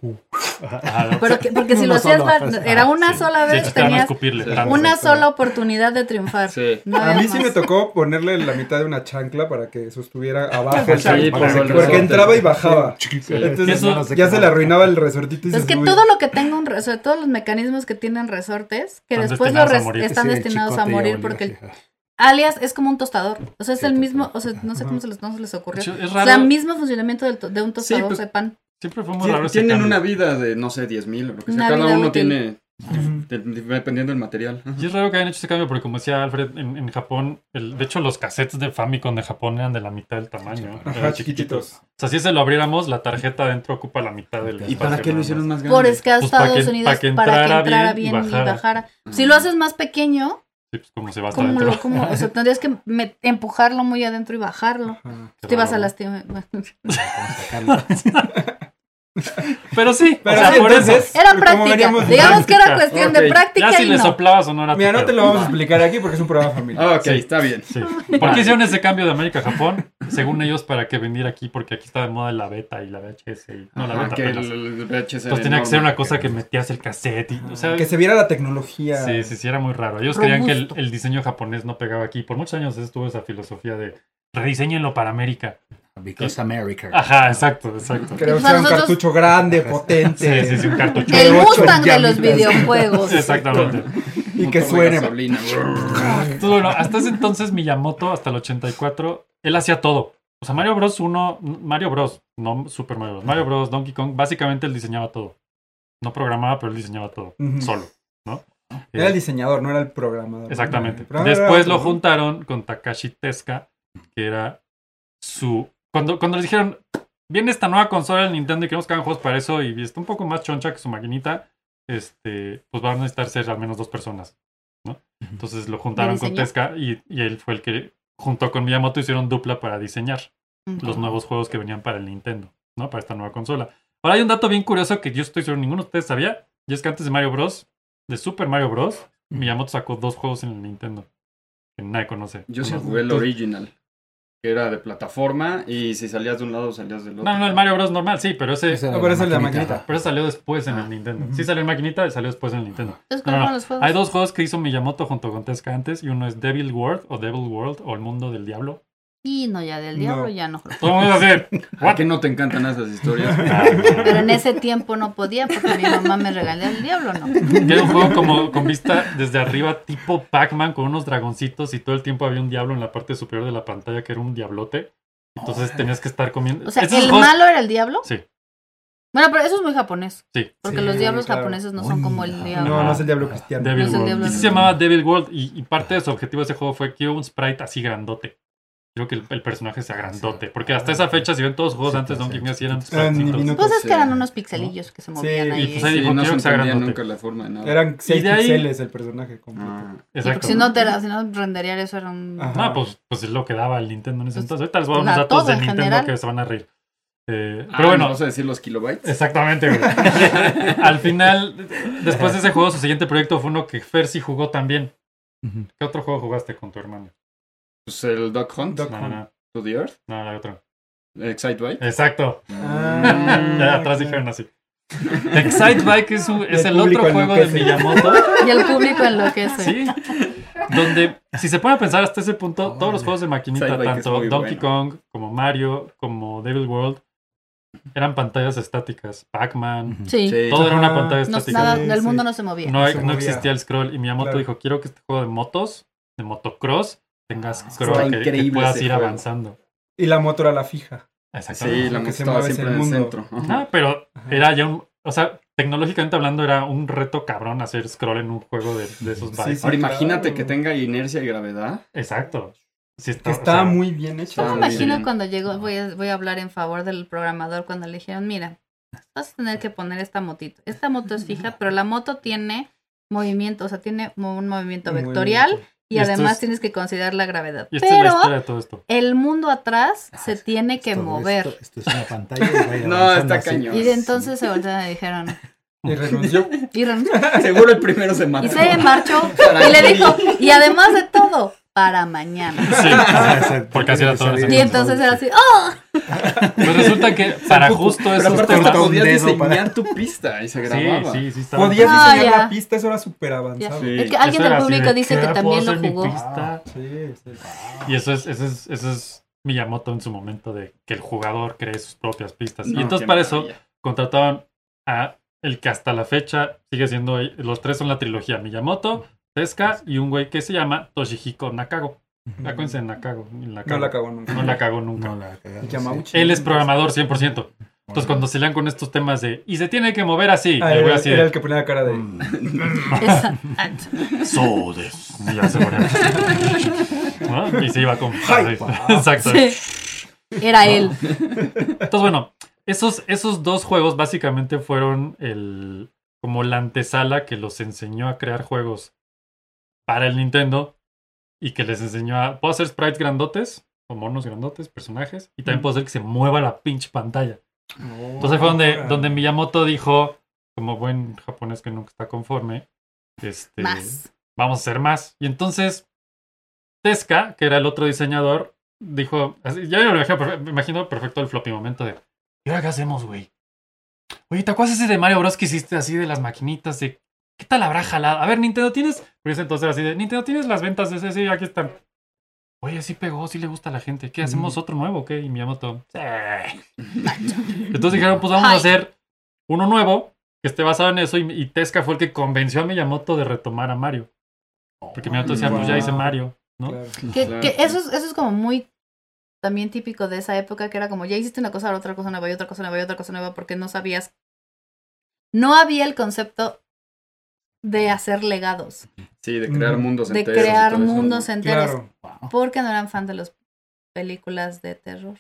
Speaker 3: ajá.
Speaker 5: Pero que- porque si
Speaker 6: Uno
Speaker 5: lo hacías,
Speaker 6: solo,
Speaker 5: va-
Speaker 6: pues,
Speaker 5: era una
Speaker 3: Sí.
Speaker 5: sola
Speaker 3: Sí,
Speaker 5: vez,
Speaker 3: chiste, era no
Speaker 5: tenías
Speaker 3: escupirle,
Speaker 4: Sí.
Speaker 3: tanto.
Speaker 5: una sola oportunidad de triunfar.
Speaker 4: Sí.
Speaker 5: No
Speaker 2: A
Speaker 5: había
Speaker 2: mí sí
Speaker 5: más.
Speaker 2: me tocó ponerle la mitad de una chancla para que sostuviera abajo el
Speaker 4: Sí,
Speaker 2: chancla,
Speaker 4: por el
Speaker 2: Porque
Speaker 4: resorte.
Speaker 2: entraba y bajaba.
Speaker 6: Sí.
Speaker 2: Entonces
Speaker 3: Eso-
Speaker 6: no sé
Speaker 2: ya
Speaker 6: qué
Speaker 2: se le
Speaker 6: más.
Speaker 2: arruinaba el resortito y
Speaker 5: Es
Speaker 2: se
Speaker 5: que
Speaker 2: subía.
Speaker 5: todo lo que tenga un resorte, todos los mecanismos que tienen resortes, que
Speaker 3: Están
Speaker 5: después los
Speaker 3: destinados a
Speaker 5: res-
Speaker 3: morir.
Speaker 5: están
Speaker 6: Sí, el
Speaker 5: destinados a
Speaker 6: chicote y
Speaker 5: morir
Speaker 6: oliva,
Speaker 5: porque el-
Speaker 6: sí, ajá.
Speaker 5: alias es como un tostador. O sea, es
Speaker 6: Sí,
Speaker 5: el
Speaker 6: tostador.
Speaker 5: mismo, o sea, no sé cómo se les, no se les ocurrió.
Speaker 3: Sí, es
Speaker 5: O sea,
Speaker 3: raro.
Speaker 5: mismo funcionamiento del to- de un tostador
Speaker 4: pues,
Speaker 5: de pan.
Speaker 3: Siempre fue muy
Speaker 4: Tien-
Speaker 3: raro ese
Speaker 4: Tienen
Speaker 3: cambio.
Speaker 4: una vida de, no sé, 10.000 o lo que sea.
Speaker 5: Una
Speaker 4: Cada
Speaker 5: vida
Speaker 4: uno
Speaker 5: útil.
Speaker 4: tiene,
Speaker 2: Ujú.
Speaker 4: de- dependiendo del material.
Speaker 3: Y es raro que hayan hecho ese cambio porque, como decía Alfred, en, en Japón, el, de hecho, los cassettes de Famicom de Japón eran de la mitad del tamaño.
Speaker 2: Ajá,
Speaker 3: eran
Speaker 2: chiquititos.
Speaker 3: O sea, si ese lo abriéramos, la tarjeta adentro ocupa la mitad del
Speaker 4: ¿Y
Speaker 3: espacio
Speaker 4: para qué lo
Speaker 3: nada
Speaker 4: hicieron
Speaker 3: más.
Speaker 4: más grande?
Speaker 5: Por escaso
Speaker 3: Pues, para
Speaker 5: Estados
Speaker 3: que-
Speaker 5: Unidos
Speaker 3: para que
Speaker 5: para que
Speaker 3: entrara
Speaker 5: entrara
Speaker 3: bien
Speaker 5: bien,
Speaker 3: y
Speaker 5: y
Speaker 3: bajara.
Speaker 5: bajara. Si lo haces más pequeño,
Speaker 3: Sí, pues como se va hasta
Speaker 5: ¿cómo
Speaker 3: adentro.
Speaker 5: lo, cómo? O sea, tendrías que me- empujarlo muy adentro y bajarlo.
Speaker 2: Ajá.
Speaker 5: Te vas a
Speaker 3: Claro.
Speaker 5: lastimar.
Speaker 6: Vamos a sacarlo.
Speaker 3: Pero sí,
Speaker 2: Pero
Speaker 3: o sea,
Speaker 2: sí,
Speaker 3: por eso.
Speaker 2: entonces-
Speaker 5: Era
Speaker 2: Como
Speaker 5: práctica.
Speaker 2: veníamos-
Speaker 5: Digamos que era
Speaker 3: Práctica.
Speaker 5: cuestión
Speaker 4: Ok,
Speaker 5: de
Speaker 4: ya
Speaker 5: práctica
Speaker 3: Ya si
Speaker 5: y
Speaker 3: le
Speaker 5: no.
Speaker 3: soplabas o no era tu
Speaker 2: Mira, no
Speaker 3: pedo.
Speaker 2: te lo vamos a explicar aquí porque es un programa familiar.
Speaker 4: Ah, ok,
Speaker 3: Sí.
Speaker 4: está bien.
Speaker 3: Sí. ¿Por qué hicieron ese cambio de América a Japón? Según ellos, para que venir aquí, porque aquí está de moda la beta y la VHS. y- no, la
Speaker 4: Ajá,
Speaker 3: beta
Speaker 4: Ah, que
Speaker 3: apenas.
Speaker 4: el- el VHS
Speaker 3: Entonces
Speaker 4: era
Speaker 3: Pues tenía que ser
Speaker 4: enorme.
Speaker 3: una cosa que metías el cassette. Y, o sea,
Speaker 2: Que se viera la tecnología.
Speaker 3: Sí, sí, sí, era muy raro. Ellos creían que el, el diseño japonés no pegaba aquí. Por muchos años estuvo esa filosofía de rediseñenlo para América.
Speaker 6: Because America.
Speaker 3: Ajá, exacto, exacto.
Speaker 2: Creo que
Speaker 5: Pues para
Speaker 2: sea un
Speaker 5: nosotros-
Speaker 2: cartucho grande,
Speaker 3: Sí,
Speaker 2: potente.
Speaker 3: sí, sí, un cartucho.
Speaker 5: El
Speaker 2: Ocho
Speaker 5: Mustang de los
Speaker 2: llamitas.
Speaker 5: videojuegos.
Speaker 3: Sí, Exactamente.
Speaker 2: Y
Speaker 4: Un
Speaker 2: que
Speaker 4: montón de
Speaker 2: suene.
Speaker 4: gasolina.
Speaker 3: Entonces, bueno, hasta ese entonces Miyamoto, hasta el 84, él hacía todo. O sea, Mario Bros. 1, Mario Bros. No Super Mario Bros. Mario Bros. Donkey Kong, básicamente él diseñaba todo. No programaba, pero él diseñaba todo.
Speaker 2: Ujú.
Speaker 3: Solo, ¿no?
Speaker 2: Era el
Speaker 3: Eh,
Speaker 2: diseñador, no era el programador.
Speaker 3: Exactamente.
Speaker 2: Pero era
Speaker 3: Después
Speaker 2: otro,
Speaker 3: lo
Speaker 2: ¿no?
Speaker 3: juntaron con Takashi Tezuka, que era su... Cuando, cuando les dijeron, viene esta nueva consola del Nintendo y queremos que hagan juegos para eso y está un poco más choncha que su maquinita, este, pues van a necesitar ser al menos dos personas. ¿no? Entonces lo juntaron con
Speaker 5: diseño?
Speaker 3: Tezuka y, y él fue el que, junto con Miyamoto, hicieron dupla para diseñar los nuevos juegos que venían para el Nintendo, ¿no? Para esta nueva consola. Ahora hay un dato bien curioso que yo estoy seguro ninguno de ustedes sabía, y es que antes de Mario Bros, de Super Mario Bros, Miyamoto sacó dos juegos en el Nintendo que nadie conoce.
Speaker 4: Yo sí
Speaker 3: No,
Speaker 4: jugué el original, que era de plataforma y si salías de un lado salías del otro.
Speaker 3: No, no, el Mario Bros normal, sí, pero ese
Speaker 2: No, pero es el de la maquinita.
Speaker 3: pero ese salió después en
Speaker 4: Ah,
Speaker 3: el Nintendo.
Speaker 2: ujú.
Speaker 3: Sí salió en maquinita y salió después en el Nintendo.
Speaker 5: Entonces,
Speaker 3: No, no,
Speaker 5: ¿cuáles fueron los juegos?
Speaker 3: Hay dos juegos que hizo Miyamoto junto con Tezuka antes y uno es Devil World o Devil World o El Mundo del Diablo.
Speaker 5: Y no, ya del
Speaker 2: No.
Speaker 5: diablo ya no.
Speaker 3: Todo el mundo hace,
Speaker 4: ¿Por qué no te encantan esas historias?
Speaker 3: "Ah, no".
Speaker 5: Pero en ese tiempo no podía porque mi mamá me regaló el diablo, ¿no?
Speaker 3: Que era un juego como con vista desde arriba, tipo Pac-Man, con unos dragoncitos y todo el tiempo había un diablo en la parte superior de la pantalla que era un diablote. Entonces tenías que estar comiendo.
Speaker 5: O sea,
Speaker 3: Esos
Speaker 5: ¿el
Speaker 3: juegos-
Speaker 5: malo era el diablo?
Speaker 3: Sí.
Speaker 5: Bueno, pero eso es muy japonés.
Speaker 3: Sí.
Speaker 5: Porque
Speaker 2: Sí,
Speaker 5: los diablos
Speaker 2: claro.
Speaker 5: japoneses no son como el
Speaker 6: Uy,
Speaker 5: diablo.
Speaker 2: No, no es el diablo cristiano.
Speaker 3: Devil
Speaker 5: No es el
Speaker 3: World.
Speaker 5: diablo,
Speaker 3: Y sí
Speaker 5: no.
Speaker 3: se llamaba Devil World y, y parte de su objetivo de ese juego fue que hubo un sprite así grandote. Quiero que el, el personaje sea grandote. Porque hasta esa fecha, si ven todos los juegos
Speaker 6: Ah, Sí, Ah,
Speaker 3: antes de Donkey Kong, así eran
Speaker 2: Eran
Speaker 3: spritecitos.
Speaker 2: diminutos.
Speaker 5: Pues es
Speaker 4: Sí.
Speaker 5: que eran unos pixelillos que se movían
Speaker 2: Sí,
Speaker 5: ahí.
Speaker 3: y pues ahí-
Speaker 5: sí,
Speaker 4: Sí,
Speaker 3: ¿por
Speaker 4: no
Speaker 3: qué
Speaker 4: se
Speaker 3: no se
Speaker 4: entendía
Speaker 3: agrandó?
Speaker 4: nunca la forma de nada.
Speaker 2: Eran seis
Speaker 3: Y de ahí-
Speaker 2: pixeles el personaje completo.
Speaker 4: Ah,
Speaker 5: porque
Speaker 3: Exacto.
Speaker 5: si no, te, si no renderías eso era un...
Speaker 2: Ajá.
Speaker 3: No, pues, pues es lo que daba el Nintendo en ese
Speaker 5: Pues,
Speaker 3: entonces. Ahorita les voy a dar
Speaker 5: la-
Speaker 3: unos datos
Speaker 5: todo
Speaker 3: de
Speaker 5: en
Speaker 3: Nintendo
Speaker 5: general.
Speaker 3: que se van a reír. Eh,
Speaker 4: Ah,
Speaker 3: pero bueno,
Speaker 4: ¿no ¿Vas a decir los kilobytes?
Speaker 3: Exactamente, güey. Al final, después de ese juego, su siguiente proyecto fue uno que Fer sí jugó también.
Speaker 6: Ujú.
Speaker 3: ¿Qué otro juego jugaste con tu hermano?
Speaker 4: Pues el Duck Hunt,
Speaker 2: Duck-
Speaker 3: No, no, no,
Speaker 4: To the Earth,
Speaker 3: no, la otra.
Speaker 4: Excite Bike.
Speaker 3: Exacto.
Speaker 2: Ah,
Speaker 3: Ya atrás
Speaker 2: claro.
Speaker 3: dijeron así. Excite Bike es, un- es
Speaker 2: El
Speaker 3: el otro
Speaker 2: público
Speaker 3: juego de
Speaker 2: enloquece.
Speaker 3: Miyamoto.
Speaker 5: Y el público enloquece.
Speaker 3: Sí. Donde, si se pone a pensar hasta ese punto, todos los juegos de maquinita,
Speaker 4: Excite Bike es
Speaker 3: tanto
Speaker 4: muy
Speaker 3: Donkey
Speaker 4: bueno.
Speaker 3: Kong como Mario, como Devil World, Eran pantallas estáticas. Pac-Man.
Speaker 6: Ujú.
Speaker 5: Sí.
Speaker 4: Sí.
Speaker 3: Todo era una
Speaker 2: Ajá.
Speaker 3: pantalla
Speaker 5: No,
Speaker 3: estática.
Speaker 5: nada,
Speaker 2: Sí,
Speaker 5: el
Speaker 2: sí.
Speaker 5: mundo no se movía.
Speaker 3: No,
Speaker 2: No se
Speaker 3: no
Speaker 2: movía.
Speaker 3: existía el scroll. Y Miyamoto
Speaker 2: Claro.
Speaker 3: dijo, quiero que este juego de motos, de motocross, tengas
Speaker 6: Ah,
Speaker 4: está
Speaker 3: scroll, que- que,
Speaker 4: increíble
Speaker 3: puedas
Speaker 4: ese
Speaker 3: ir
Speaker 4: juego.
Speaker 3: avanzando.
Speaker 2: Y la moto era la fija.
Speaker 3: Ah,
Speaker 4: Sí,
Speaker 3: Exactamente.
Speaker 4: la
Speaker 2: Como que
Speaker 4: moto
Speaker 2: se
Speaker 4: estaba
Speaker 2: mueve el
Speaker 4: siempre en el
Speaker 2: mundo. Ah,
Speaker 4: centro. Ajá.
Speaker 3: No, pero
Speaker 2: Ajá.
Speaker 3: era ya un... O sea, tecnológicamente hablando, era un reto cabrón hacer scroll en un juego de, de esos
Speaker 2: Sí,
Speaker 3: bytes.
Speaker 2: sí.
Speaker 4: Ahora imagínate
Speaker 2: claro.
Speaker 4: que tenga inercia y gravedad.
Speaker 3: Exacto. Sí, está-
Speaker 2: Que
Speaker 3: o
Speaker 2: estaba
Speaker 3: sea,
Speaker 2: muy bien hecho.
Speaker 5: Yo me
Speaker 4: Ah, muy
Speaker 5: imagino
Speaker 4: bien.
Speaker 5: cuando llegó, voy a, voy a hablar en favor del programador cuando le dijeron, mira, vas a tener que poner esta motito. Esta moto es fija, pero la moto tiene movimiento, o sea, tiene mo- un movimiento
Speaker 2: Muy
Speaker 5: vectorial
Speaker 2: bonito.
Speaker 5: y,
Speaker 3: Y esto
Speaker 5: además
Speaker 3: es-
Speaker 5: tienes que considerar la gravedad.
Speaker 3: Y esta es la
Speaker 5: Pero
Speaker 3: historia de todo esto.
Speaker 5: el mundo atrás
Speaker 6: Ah,
Speaker 5: se
Speaker 6: sí,
Speaker 5: tiene que
Speaker 6: Todo
Speaker 5: mover.
Speaker 6: Esto, esto es una pantalla. y va a ir
Speaker 4: No,
Speaker 6: avanzando
Speaker 4: está
Speaker 6: así.
Speaker 4: cañón.
Speaker 5: Y de entonces se voltearon y dijeron,
Speaker 2: Y renunció.
Speaker 5: y renunció.
Speaker 4: Seguro el primero se mató.
Speaker 5: Y se marchó
Speaker 4: Para
Speaker 5: y le
Speaker 4: mí.
Speaker 5: dijo, y además de todo, para mañana.
Speaker 3: Sí,
Speaker 6: Ah, exacto.
Speaker 3: Porque así era todo.
Speaker 5: Y entonces era así, ¡oh!
Speaker 3: Pues resulta que para justo
Speaker 4: Pero
Speaker 3: esos
Speaker 4: aparte
Speaker 6: corta
Speaker 4: hasta
Speaker 3: cortos-
Speaker 6: un
Speaker 4: podías
Speaker 6: dedo
Speaker 4: diseñar
Speaker 6: para-
Speaker 4: tu pista y se
Speaker 3: Sí,
Speaker 4: grababa.
Speaker 3: sí, sí. estaba-
Speaker 2: Podías
Speaker 5: Ah,
Speaker 2: diseñar
Speaker 5: ya.
Speaker 2: la pista, eso era súper
Speaker 5: Ya.
Speaker 2: avanzado.
Speaker 4: Sí.
Speaker 5: Es que
Speaker 3: Eso
Speaker 5: alguien
Speaker 3: era
Speaker 5: del
Speaker 3: así de,
Speaker 5: público dice
Speaker 3: ¿qué
Speaker 5: que
Speaker 3: puedo
Speaker 5: también lo
Speaker 3: hacer mi
Speaker 5: jugó.
Speaker 3: pista?
Speaker 2: Sí, sí.
Speaker 3: Y eso es, eso es, eso es Miyamoto en su momento de que el jugador cree sus propias pistas.
Speaker 4: No,
Speaker 3: y entonces
Speaker 4: qué
Speaker 3: para eso
Speaker 4: maravilla.
Speaker 3: contrataban a el que hasta la fecha sigue siendo ahí- los tres son la trilogía Miyamoto, Tezuka y un güey que se llama Toshihiko Nakago. Acuérdense de Nakago.
Speaker 2: Mm. No la acabó nunca.
Speaker 3: No la cagó nunca.
Speaker 6: No la cagaron,
Speaker 2: Y Yamauchi.
Speaker 3: Él es programador 100%. Entonces cuando se lean con estos temas de y se tiene que mover así,
Speaker 2: Ah,
Speaker 3: el güey
Speaker 2: era,
Speaker 3: así
Speaker 2: era
Speaker 3: de,
Speaker 2: el que ponía la cara
Speaker 3: Mm.
Speaker 2: de.
Speaker 5: Exacto.
Speaker 3: "So des-" y ya se ponía. ¿No? Y se iba con
Speaker 6: Ay, pa.
Speaker 3: Exacto.
Speaker 5: Sí. Era él.
Speaker 3: Entonces, bueno, esos, esos dos juegos básicamente fueron el, como la antesala que los enseñó a crear juegos para el Nintendo y que les enseñó a... Puedo hacer sprites grandotes, o monos grandotes, personajes, y también puedo hacer que se mueva la pinche pantalla. Entonces ahí fue donde,
Speaker 2: Ahora.
Speaker 3: donde Miyamoto dijo, como buen japonés que nunca está conforme, este,
Speaker 5: Más.
Speaker 3: vamos a hacer más. Y entonces, Tesca, que era el otro diseñador, dijo, así, ya yo lo dejé perfe- me imagino perfecto el floppy momento de, ¿y ahora qué hacemos, güey? Oye, ¿te acuerdas ese de Mario Bros que hiciste así de las maquinitas de, ¿qué tal habrá jalado? A ver, Nintendo, ¿tienes? Porque ese entonces era así de, Nintendo, ¿tienes las ventas de ese? Sí, aquí están. Oye, sí pegó, sí le gusta a la gente. ¿Qué hacemos? ¿Otro nuevo o qué? Y Miyamoto, sí. Entonces dijeron, pues vamos a
Speaker 5: Ay.
Speaker 3: hacer uno nuevo que esté basado en eso. Y, y Tesca fue el que convenció a Miyamoto de retomar a Mario. Porque Miyamoto decía, pues ya hice
Speaker 2: Wow.
Speaker 3: Mario, ¿no?
Speaker 2: Claro.
Speaker 5: Que,
Speaker 4: Claro.
Speaker 5: que eso, es, eso es como muy también típico de esa época, que era como ya hiciste una cosa, ahora otra cosa nueva y otra cosa nueva y otra cosa nueva, porque no sabías. No había el concepto de hacer legados,
Speaker 4: Sí, de crear
Speaker 2: Mm.
Speaker 4: mundos
Speaker 5: de
Speaker 4: enteros. y
Speaker 5: crear
Speaker 4: todo eso.
Speaker 5: mundos enteros,
Speaker 2: Claro.
Speaker 5: porque no eran fan de las películas de terror.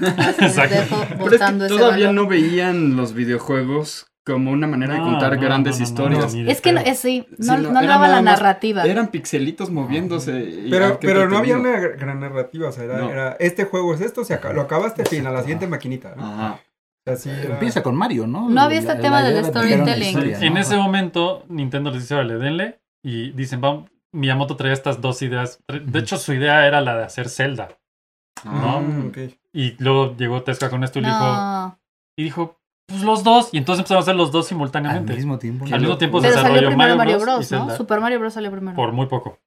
Speaker 5: Les
Speaker 3: Exacto.
Speaker 5: dejo
Speaker 4: Pero es que
Speaker 5: botando ese
Speaker 4: todavía
Speaker 5: balón.
Speaker 4: no veían los videojuegos como una manera de
Speaker 3: No,
Speaker 4: contar
Speaker 3: no,
Speaker 4: grandes
Speaker 3: no, no, no,
Speaker 4: historias.
Speaker 3: ni de
Speaker 5: Es que no,
Speaker 3: pedo.
Speaker 5: es, sí, no,
Speaker 4: Sí,
Speaker 5: no,
Speaker 4: no, era
Speaker 5: hablaba la
Speaker 4: nada más-
Speaker 5: narrativa.
Speaker 4: Eran pixelitos moviéndose. y-
Speaker 2: Pero,
Speaker 4: ah, qué
Speaker 2: pero no había
Speaker 4: entretenido.
Speaker 2: una gr- gran narrativa, o sea, era,
Speaker 4: No.
Speaker 2: era, este juego es esto, se aca- lo acabaste, fin, a la siguiente maquinita, ¿no?
Speaker 4: Ajá.
Speaker 2: O sea, sí, era-
Speaker 6: Empieza con Mario, ¿no?
Speaker 5: No había este tema
Speaker 6: idea
Speaker 5: del
Speaker 6: de contar una
Speaker 5: storytelling.
Speaker 6: historia,
Speaker 3: En
Speaker 6: ¿no?
Speaker 3: ese momento, Nintendo les dice, vale, denle. Y dicen, vamos, Miyamoto traía estas dos ideas. De hecho, su idea era la de hacer Zelda.
Speaker 4: Ah.
Speaker 2: Mm, ok.
Speaker 3: Y luego llegó Tesca con esto y le dijo,
Speaker 5: No,
Speaker 3: y dijo, pues los dos. Y entonces empezaron a hacer los dos
Speaker 6: Al
Speaker 3: simultáneamente.
Speaker 6: mismo tiempo.
Speaker 3: Al mismo tiempo
Speaker 5: pero salió
Speaker 3: desarrolló Mario
Speaker 5: primero Mario,
Speaker 3: Bros y
Speaker 5: Bros, ¿no?
Speaker 3: Zelda.
Speaker 5: Super Mario Bros salió primero.
Speaker 3: Por muy poco.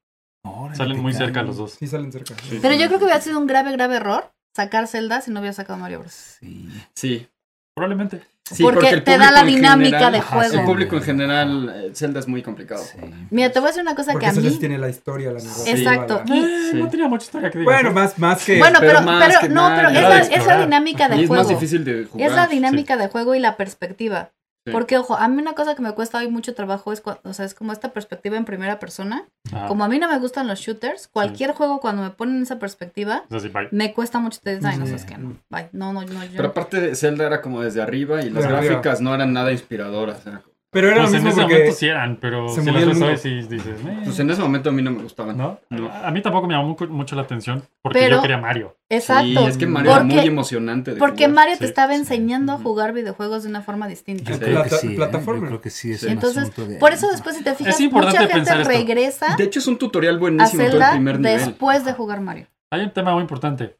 Speaker 3: Salen muy cerca los dos.
Speaker 2: Sí salen cerca.
Speaker 4: Sí.
Speaker 5: Pero yo creo que hubiera sido un grave, grave error sacar Zelda si no hubiera sacado Mario Bros.
Speaker 6: Sí.
Speaker 4: Sí.
Speaker 3: Probablemente.
Speaker 4: Sí,
Speaker 5: Porque
Speaker 4: el
Speaker 5: te da
Speaker 4: público
Speaker 5: la
Speaker 4: en
Speaker 5: dinámica
Speaker 4: general-
Speaker 5: de
Speaker 4: Ajá,
Speaker 5: juego.
Speaker 4: El público en general, eh, Zelda es muy complicado.
Speaker 6: Sí.
Speaker 5: Mira, te voy a decir una cosa
Speaker 2: Porque
Speaker 5: que a
Speaker 2: eso sí
Speaker 5: mí.
Speaker 2: tiene la historia, la narrativa.
Speaker 5: Exacto.
Speaker 2: la-
Speaker 3: Eh,
Speaker 4: Sí.
Speaker 3: No tenía mucha historia que digas.
Speaker 2: Bueno, más, más que...
Speaker 5: Bueno,
Speaker 4: pero
Speaker 5: pero,
Speaker 4: más
Speaker 5: pero
Speaker 4: que
Speaker 5: no,
Speaker 4: nada,
Speaker 5: pero
Speaker 4: era
Speaker 5: es
Speaker 3: de
Speaker 5: la, es la
Speaker 3: explorar.
Speaker 5: dinámica
Speaker 4: Y
Speaker 5: de
Speaker 4: es más
Speaker 5: juego.
Speaker 4: difícil de jugar.
Speaker 5: Es la dinámica de juego y la perspectiva.
Speaker 4: Sí.
Speaker 5: Porque, ojo, a mí una cosa que me cuesta hoy mucho trabajo es, cua- o sea, es como esta perspectiva en primera persona.
Speaker 3: Ah,
Speaker 5: Como a mí no me gustan los shooters, cualquier juego cuando me ponen esa perspectiva,
Speaker 3: es así, bye.
Speaker 5: me cuesta mucho te decir, "Ay, no
Speaker 2: Sí.
Speaker 5: sabes qué, no. Bye. No, no, no, yo
Speaker 4: Pero
Speaker 5: no".
Speaker 4: aparte, Zelda era como desde arriba y las
Speaker 2: Desde arriba.
Speaker 4: gráficas no eran nada inspiradoras. era como-
Speaker 2: Pero era
Speaker 3: Pues
Speaker 2: lo
Speaker 3: en
Speaker 2: mismo
Speaker 3: ese
Speaker 2: porque...
Speaker 3: momento sí eran, pero
Speaker 2: se
Speaker 3: si
Speaker 2: movía
Speaker 3: las
Speaker 2: el
Speaker 3: ves hoy
Speaker 2: mundo.
Speaker 3: sí dices, eh,
Speaker 4: Pues en ese momento a mí no me gustaban.
Speaker 3: ¿no?
Speaker 4: No.
Speaker 3: A mí tampoco me llamó mucho- mucho la atención porque
Speaker 5: Pero-
Speaker 3: yo quería Mario.
Speaker 4: Y
Speaker 5: Exacto.
Speaker 4: es que Mario era
Speaker 5: Porque-
Speaker 4: muy emocionante. de
Speaker 5: Porque
Speaker 4: jugar.
Speaker 5: Mario
Speaker 3: Sí,
Speaker 5: te estaba
Speaker 6: sí.
Speaker 5: enseñando a
Speaker 4: Ujú.
Speaker 5: jugar videojuegos de una forma distinta.
Speaker 6: Yo
Speaker 4: Sí.
Speaker 6: creo que
Speaker 2: Plata-
Speaker 6: sí. ¿eh?
Speaker 2: plataforma.
Speaker 6: Yo creo que sí es
Speaker 4: Sí.
Speaker 6: un
Speaker 5: Entonces,
Speaker 6: asunto de...
Speaker 5: Por eso después, si te fijas,
Speaker 3: importante
Speaker 5: mucha gente
Speaker 3: pensar esto.
Speaker 5: regresa
Speaker 4: De hecho, es un tutorial
Speaker 5: a
Speaker 4: buenísimo todo el
Speaker 5: Zelda
Speaker 4: primer nivel.
Speaker 5: después de jugar Mario.
Speaker 3: Hay un tema muy importante.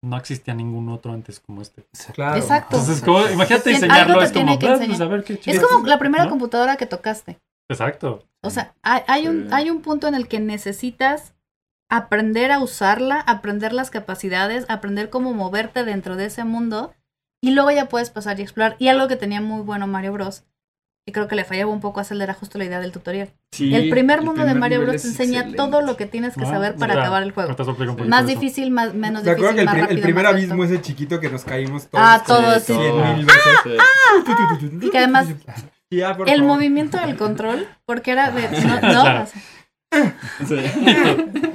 Speaker 3: No existía ningún otro antes como este.
Speaker 2: Claro.
Speaker 5: Exacto.
Speaker 3: Entonces, como, imagínate
Speaker 5: Tien-
Speaker 3: enseñarlo,
Speaker 5: algo te
Speaker 3: es como,
Speaker 5: tiene Pues, que
Speaker 3: "Ah,
Speaker 5: enseñar".
Speaker 3: pues, a ver qué
Speaker 5: Es
Speaker 3: chido".
Speaker 5: como la primera
Speaker 3: ¿No?
Speaker 5: computadora que tocaste.
Speaker 3: Exacto.
Speaker 5: O sea, hay, hay un,
Speaker 4: Sí.
Speaker 5: hay un punto en el que necesitas aprender a usarla, aprender las capacidades, aprender cómo moverte dentro de ese mundo. Y luego ya puedes pasar y explorar. Y algo que tenía muy bueno Mario Bros. Y creo que le fallaba un poco a Zelda era justo la idea del tutorial.
Speaker 4: Sí,
Speaker 5: el primer mundo de
Speaker 4: primer
Speaker 5: Mario
Speaker 4: nivel
Speaker 5: Bros. te
Speaker 4: es
Speaker 5: enseña
Speaker 4: excelente.
Speaker 5: todo lo que tienes que
Speaker 3: Ah,
Speaker 5: saber para
Speaker 3: mira,
Speaker 5: acabar el juego.
Speaker 3: ahorita suplico un poquito
Speaker 5: Más
Speaker 3: de eso.
Speaker 5: difícil, más, menos
Speaker 2: ¿Te acuerdas
Speaker 5: difícil,
Speaker 2: que el,
Speaker 5: más
Speaker 2: pri- el
Speaker 5: rápido.
Speaker 2: primer
Speaker 5: más
Speaker 2: abismo
Speaker 5: lento.
Speaker 2: ese chiquito que nos caímos todos?
Speaker 5: Ah, todos, sí. Ah.
Speaker 4: Sí,
Speaker 2: Cien
Speaker 4: todo. Ah.
Speaker 2: mil veces.
Speaker 4: Sí.
Speaker 5: Y que además-
Speaker 2: Ya, por
Speaker 5: El
Speaker 2: favor.
Speaker 5: movimiento del control, porque era de. No, no,
Speaker 3: Claro.
Speaker 5: o sea,
Speaker 4: Sí.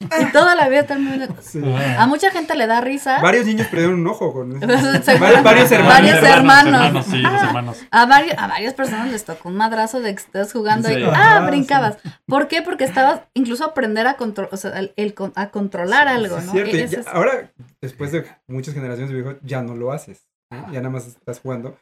Speaker 5: y toda la vida está el movimiento.
Speaker 2: Sí.
Speaker 5: A mucha gente le da risa.
Speaker 2: Varios niños perdieron un ojo con eso.
Speaker 5: Seguramente.
Speaker 2: Varios- varios hermanos.
Speaker 5: Varios hermanos.
Speaker 3: hermanos, sí, los
Speaker 5: Ah.
Speaker 3: hermanos.
Speaker 5: A, varios, a varias personas les tocó un madrazo de que estás jugando
Speaker 4: Sí.
Speaker 5: y ah,
Speaker 2: Ajá,
Speaker 5: brincabas. ¿Por qué? Porque estabas incluso aprender a, contro- o sea, el- el con- a controlar algo,
Speaker 2: Es
Speaker 5: ¿no? E-,
Speaker 2: cierto, y
Speaker 5: Ese
Speaker 2: ya- ah,
Speaker 5: es-
Speaker 2: ahora, después de muchas generaciones de videojuegos, ya no lo haces. ¿no? Ya nada más estás jugando.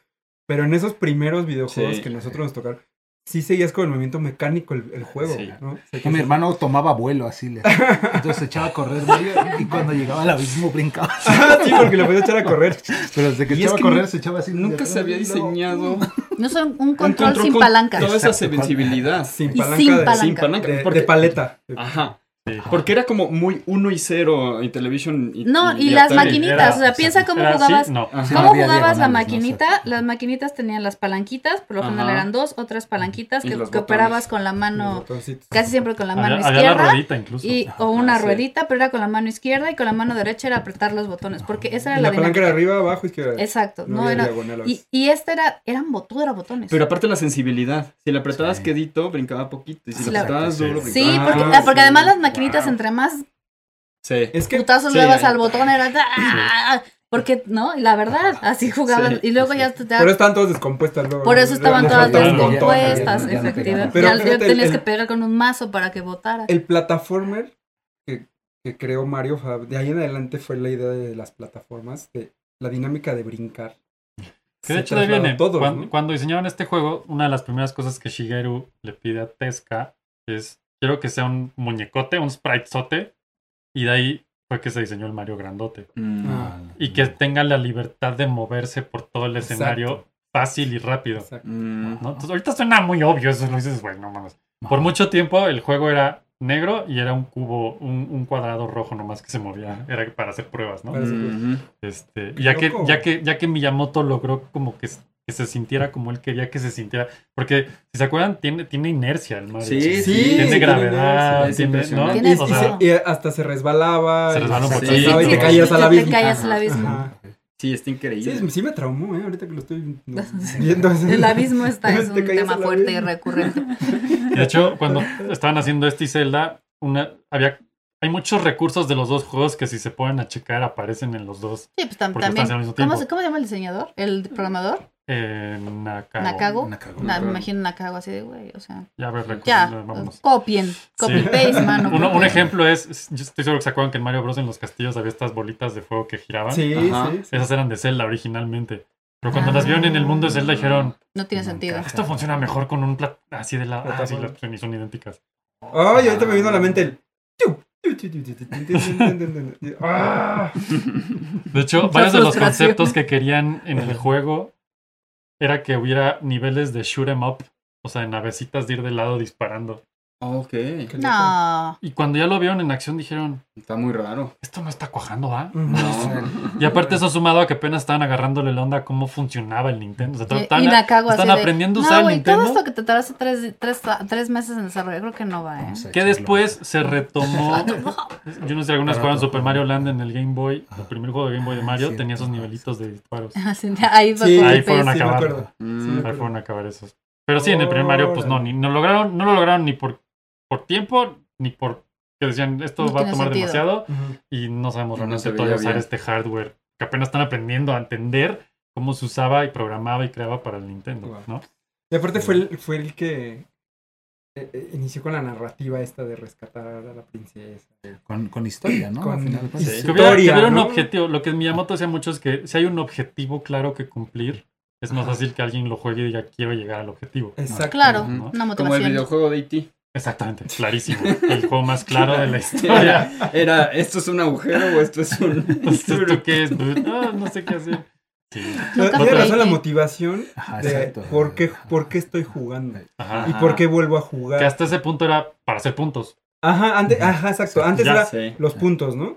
Speaker 2: Pero en esos primeros videojuegos
Speaker 4: Sí.
Speaker 2: que nosotros nos tocaron, sí seguías con el movimiento mecánico el, el juego.
Speaker 4: Sí.
Speaker 2: ¿no? O sea,
Speaker 6: Que mi hermano tomaba vuelo así. le- Entonces se echaba a correr Mario y cuando llegaba al abismo brincaba.
Speaker 2: Ah, sí, porque lo puedes echar a correr.
Speaker 6: Pero desde que
Speaker 4: Y es
Speaker 6: echaba a
Speaker 4: que
Speaker 6: correr
Speaker 4: nu-
Speaker 6: se echaba así.
Speaker 4: Nunca se había
Speaker 6: Y luego-
Speaker 4: diseñado
Speaker 5: No son un
Speaker 4: un
Speaker 5: control, sin
Speaker 4: con
Speaker 5: palanca.
Speaker 4: Toda esa
Speaker 6: Exacto, pal-
Speaker 4: sensibilidad.
Speaker 2: Sin
Speaker 5: Y
Speaker 2: palanca.
Speaker 5: sin
Speaker 2: de,
Speaker 5: palanca.
Speaker 4: Sin palanca.
Speaker 2: de- de
Speaker 4: porque-
Speaker 2: paleta.
Speaker 4: Ajá.
Speaker 3: Sí.
Speaker 4: Porque era como muy uno y cero en televisión.
Speaker 5: No, y
Speaker 4: y
Speaker 5: las
Speaker 4: Atari.
Speaker 5: maquinitas,
Speaker 3: era-
Speaker 5: o sea, piensa cómo
Speaker 3: ¿Era así?
Speaker 5: jugabas.
Speaker 3: No.
Speaker 4: Ajá.
Speaker 5: ¿Cómo
Speaker 6: había
Speaker 5: jugabas la
Speaker 6: diagonales, ¿no?
Speaker 5: maquinita?
Speaker 6: Exacto.
Speaker 5: Las maquinitas tenían las palanquitas, por lo
Speaker 4: Ajá.
Speaker 5: general eran dos o tres palanquitas
Speaker 4: Y
Speaker 5: que,
Speaker 4: los
Speaker 5: que
Speaker 4: botones.
Speaker 5: operabas con la
Speaker 2: Los
Speaker 5: mano,
Speaker 2: botoncitos.
Speaker 5: casi siempre con la mano
Speaker 3: Había, había la
Speaker 5: izquierda.
Speaker 3: ruedita incluso.
Speaker 5: Y, o una
Speaker 4: Ah, sí.
Speaker 5: ruedita, pero era con la mano izquierda y con la mano derecha era apretar los botones, porque esa
Speaker 2: Y
Speaker 5: era la,
Speaker 2: la palanca era
Speaker 5: dinámica.
Speaker 2: arriba, abajo, izquierda.
Speaker 5: Exacto, no,
Speaker 2: había
Speaker 5: era.
Speaker 2: diagonal a
Speaker 5: Y,
Speaker 2: veces.
Speaker 5: y este era, eran bot- todo era botones.
Speaker 4: Pero aparte la sensibilidad. Si la apretabas
Speaker 6: Sí.
Speaker 4: quedito, brincaba poquito. Y si
Speaker 5: La-
Speaker 4: la apretabas
Speaker 6: Sí.
Speaker 4: duro, brincaba.
Speaker 5: sí,
Speaker 2: Ah,
Speaker 5: porque,
Speaker 2: sí.
Speaker 5: porque además las maquinitas,
Speaker 4: Wow.
Speaker 5: entre más
Speaker 4: Sí.
Speaker 2: Es que
Speaker 5: putazos
Speaker 4: sí,
Speaker 5: le dabas
Speaker 4: ahí-
Speaker 5: al botón, era. ¡ah! Porque, ¿no? Y La verdad, así jugaban.
Speaker 4: Sí,
Speaker 5: y luego
Speaker 4: sí.
Speaker 5: ya te, te-
Speaker 2: por eso estaban todas descompuestas luego.
Speaker 5: Por eso
Speaker 2: Le-
Speaker 5: estaban
Speaker 2: le
Speaker 5: todas
Speaker 2: faltaba un
Speaker 3: las
Speaker 2: botón.
Speaker 5: descompuestas,
Speaker 6: ya no pegaba.
Speaker 5: efectivamente.
Speaker 2: Pero
Speaker 5: Ya, ya
Speaker 2: fíjate, el-
Speaker 5: tenías que
Speaker 2: el-
Speaker 5: pegar con un mazo para que votara.
Speaker 2: El plataformer que, que creó Mario, Fab- de ahí en adelante fue la idea de las plataformas, de la dinámica de brincar.
Speaker 3: Que
Speaker 2: Se
Speaker 3: de hecho de ahí viene.
Speaker 2: trasladó a todos,
Speaker 3: cuando,
Speaker 2: ¿no?
Speaker 3: cuando diseñaron este juego, una de las primeras cosas que Shigeru le pide a Tesca es quiero que sea un muñecote, un sprite sote, y de ahí fue que se diseñó el Mario grandote.
Speaker 4: Mm.
Speaker 2: Ah,
Speaker 3: Y que tenga la libertad de moverse por todo el
Speaker 2: Exacto.
Speaker 3: escenario fácil y rápido.
Speaker 2: Exacto.
Speaker 4: Mm.
Speaker 3: ¿no? Entonces, ahorita suena muy obvio eso, lo dices, güey, no mames. Por mucho tiempo el juego era negro y era un cubo, un, un cuadrado rojo nomás que se movía, era para hacer pruebas, ¿no?
Speaker 2: Para-
Speaker 4: Ujú.
Speaker 3: Este,
Speaker 2: Qué
Speaker 3: ya que,
Speaker 2: loco.
Speaker 3: ya que, ya que Miyamoto logró como que, s- que se sintiera como él quería que se sintiera. Porque, si se acuerdan, tiene, tiene inercia el Mario.
Speaker 4: Sí,
Speaker 3: O sea,
Speaker 4: sí,
Speaker 3: Tiene
Speaker 4: tiene
Speaker 3: gravedad,
Speaker 4: inercia.
Speaker 3: tiene,
Speaker 4: Es
Speaker 3: ¿no?
Speaker 5: impresionante. Tiene
Speaker 3: O
Speaker 2: Y
Speaker 3: sea,
Speaker 5: sentido.
Speaker 2: se- y hasta se resbalaba.
Speaker 3: Se
Speaker 2: y-
Speaker 3: resbalaba un
Speaker 2: Sí,
Speaker 3: poquito.
Speaker 2: Y te
Speaker 5: Y
Speaker 2: caías al
Speaker 5: te
Speaker 2: abismo.
Speaker 5: caías al abismo.
Speaker 2: Ajá.
Speaker 4: Sí, está increíble.
Speaker 2: Sí, sí me traumó, ¿eh? Ahorita que lo estoy viendo.
Speaker 5: El abismo está, es
Speaker 2: Te
Speaker 5: un
Speaker 2: caías
Speaker 5: tema
Speaker 2: al
Speaker 5: fuerte y
Speaker 2: abismo.
Speaker 5: recurrente.
Speaker 3: De hecho, cuando estaban haciendo este y Zelda, una, había, hay muchos recursos de los dos juegos que si se ponen a checar aparecen en los dos.
Speaker 5: Sí, pues tam-
Speaker 3: Porque
Speaker 5: también.
Speaker 3: estás al mismo
Speaker 5: ¿Cómo
Speaker 3: tiempo.
Speaker 5: se, cómo se llama el diseñador? ¿El programador?
Speaker 3: Eh, Nakago.
Speaker 5: ¿Nakago? Na-
Speaker 4: Nakago.
Speaker 5: me imagino Nakago así de güey, o sea.
Speaker 3: Ya, a ver, recursos,
Speaker 5: Ya, pues,
Speaker 3: vámonos.
Speaker 5: copien. Copy
Speaker 3: Pues, Sí.
Speaker 5: paste, mano.
Speaker 3: Uno- un
Speaker 5: copy.
Speaker 3: ejemplo es, es- yo estoy seguro que se acuerdan que en Mario Bros. en los castillos había estas bolitas de fuego que giraban.
Speaker 2: Sí,
Speaker 4: Ajá.
Speaker 2: sí, sí.
Speaker 3: Esas eran de Zelda originalmente. Pero cuando las
Speaker 5: Ah.
Speaker 3: vieron en el mundo de Zelda dijeron,
Speaker 5: No tiene
Speaker 6: Nunca.
Speaker 5: sentido.
Speaker 3: esto funciona mejor con un plat así de la... Ah, sí,
Speaker 2: Plataforma.
Speaker 3: la- y son idénticas.
Speaker 2: Ay, ahorita me vino a la mente el. Ah.
Speaker 3: De hecho,
Speaker 5: Mucha
Speaker 3: varios de los
Speaker 5: frustración.
Speaker 3: conceptos que querían en el juego era que hubiera niveles de shoot 'em up, o sea, en navecitas de ir de lado disparando.
Speaker 4: Ok.
Speaker 5: No.
Speaker 3: Y cuando ya lo vieron en acción dijeron,
Speaker 4: Está muy raro.
Speaker 3: esto no está cuajando, ¿va?
Speaker 2: Mm.
Speaker 4: No.
Speaker 3: Y aparte eso sumado a que apenas estaban agarrándole la onda a cómo funcionaba el Nintendo. O sea, estaban-
Speaker 5: y Nakago así
Speaker 3: están
Speaker 5: de,
Speaker 3: aprendiendo a usar
Speaker 5: No,
Speaker 3: el
Speaker 5: güey, todo
Speaker 3: Nintendo.
Speaker 5: esto que te tardaste tres, tres, tres meses en desarrollar, creo que no va, ¿eh?
Speaker 3: Que después se retomó. Yo no sé si algunas
Speaker 6: Para
Speaker 3: jugaban
Speaker 6: otro
Speaker 3: Super Mario
Speaker 6: juego.
Speaker 3: Land en el Game Boy.
Speaker 6: Ajá.
Speaker 3: El primer juego de Game Boy de
Speaker 6: Ah,
Speaker 3: Mario
Speaker 6: sí,
Speaker 3: tenía esos
Speaker 6: ajá,
Speaker 3: nivelos de disparos.
Speaker 5: Así de, Ahí fue
Speaker 2: Sí,
Speaker 5: copy
Speaker 3: Ahí
Speaker 5: paste.
Speaker 3: fueron
Speaker 2: sí, me
Speaker 3: acabar.
Speaker 2: acuerdo.
Speaker 4: Mm.
Speaker 2: Ajá.
Speaker 3: Ahí fueron a acabar esos. Pero sí, en el primer Mario, pues no, ni no lograron, no lo lograron ni por, por tiempo, ni por que decían esto
Speaker 5: No
Speaker 3: va a
Speaker 5: tiene
Speaker 3: tomar
Speaker 5: sentido.
Speaker 3: demasiado
Speaker 2: Ujú.
Speaker 3: y no sabemos
Speaker 4: No
Speaker 3: realmente
Speaker 4: se veía
Speaker 3: todavía usar
Speaker 4: bien.
Speaker 3: este hardware que apenas están aprendiendo a entender cómo se usaba y programaba y creaba para el Nintendo,
Speaker 2: Guau.
Speaker 3: ¿no?
Speaker 2: Y aparte fue el, fue el que eh, eh, inició con la narrativa esta de rescatar a la princesa.
Speaker 6: Con, con historia, ¿no?
Speaker 2: Con-
Speaker 6: Al final, pues,
Speaker 2: y
Speaker 4: sí.
Speaker 3: Que hubiera, que
Speaker 2: Historia,
Speaker 3: hubiera un
Speaker 2: ¿no?
Speaker 3: objetivo. Lo que Miyamoto hacía mucho es que si hay un objetivo claro que cumplir, es más fácil que alguien lo juegue y diga quiero llegar al objetivo.
Speaker 2: Exacto.
Speaker 5: Claro, Mm.
Speaker 4: Ujú.
Speaker 5: una
Speaker 4: Como el
Speaker 5: motivación.
Speaker 4: videojuego de E E.T.
Speaker 3: Exactamente, clarísimo. El juego más claro de la historia.
Speaker 4: Era, ¿esto es un agujero o esto es un.?
Speaker 3: Entonces, ¿esto qué es? Ah, no sé qué hacer. Sí.
Speaker 5: Nunca
Speaker 2: Tiene
Speaker 3: Otra.
Speaker 2: razón la
Speaker 5: creí
Speaker 2: motivación
Speaker 6: Ajá,
Speaker 2: de
Speaker 6: exacto.
Speaker 2: por qué, por qué estoy jugando
Speaker 3: Ajá.
Speaker 2: y por qué vuelvo a jugar.
Speaker 3: Que hasta ese punto era para hacer puntos.
Speaker 2: Ajá, antes, ajá, exacto. Antes
Speaker 3: Ya
Speaker 2: era
Speaker 4: sé.
Speaker 2: los puntos, ¿no?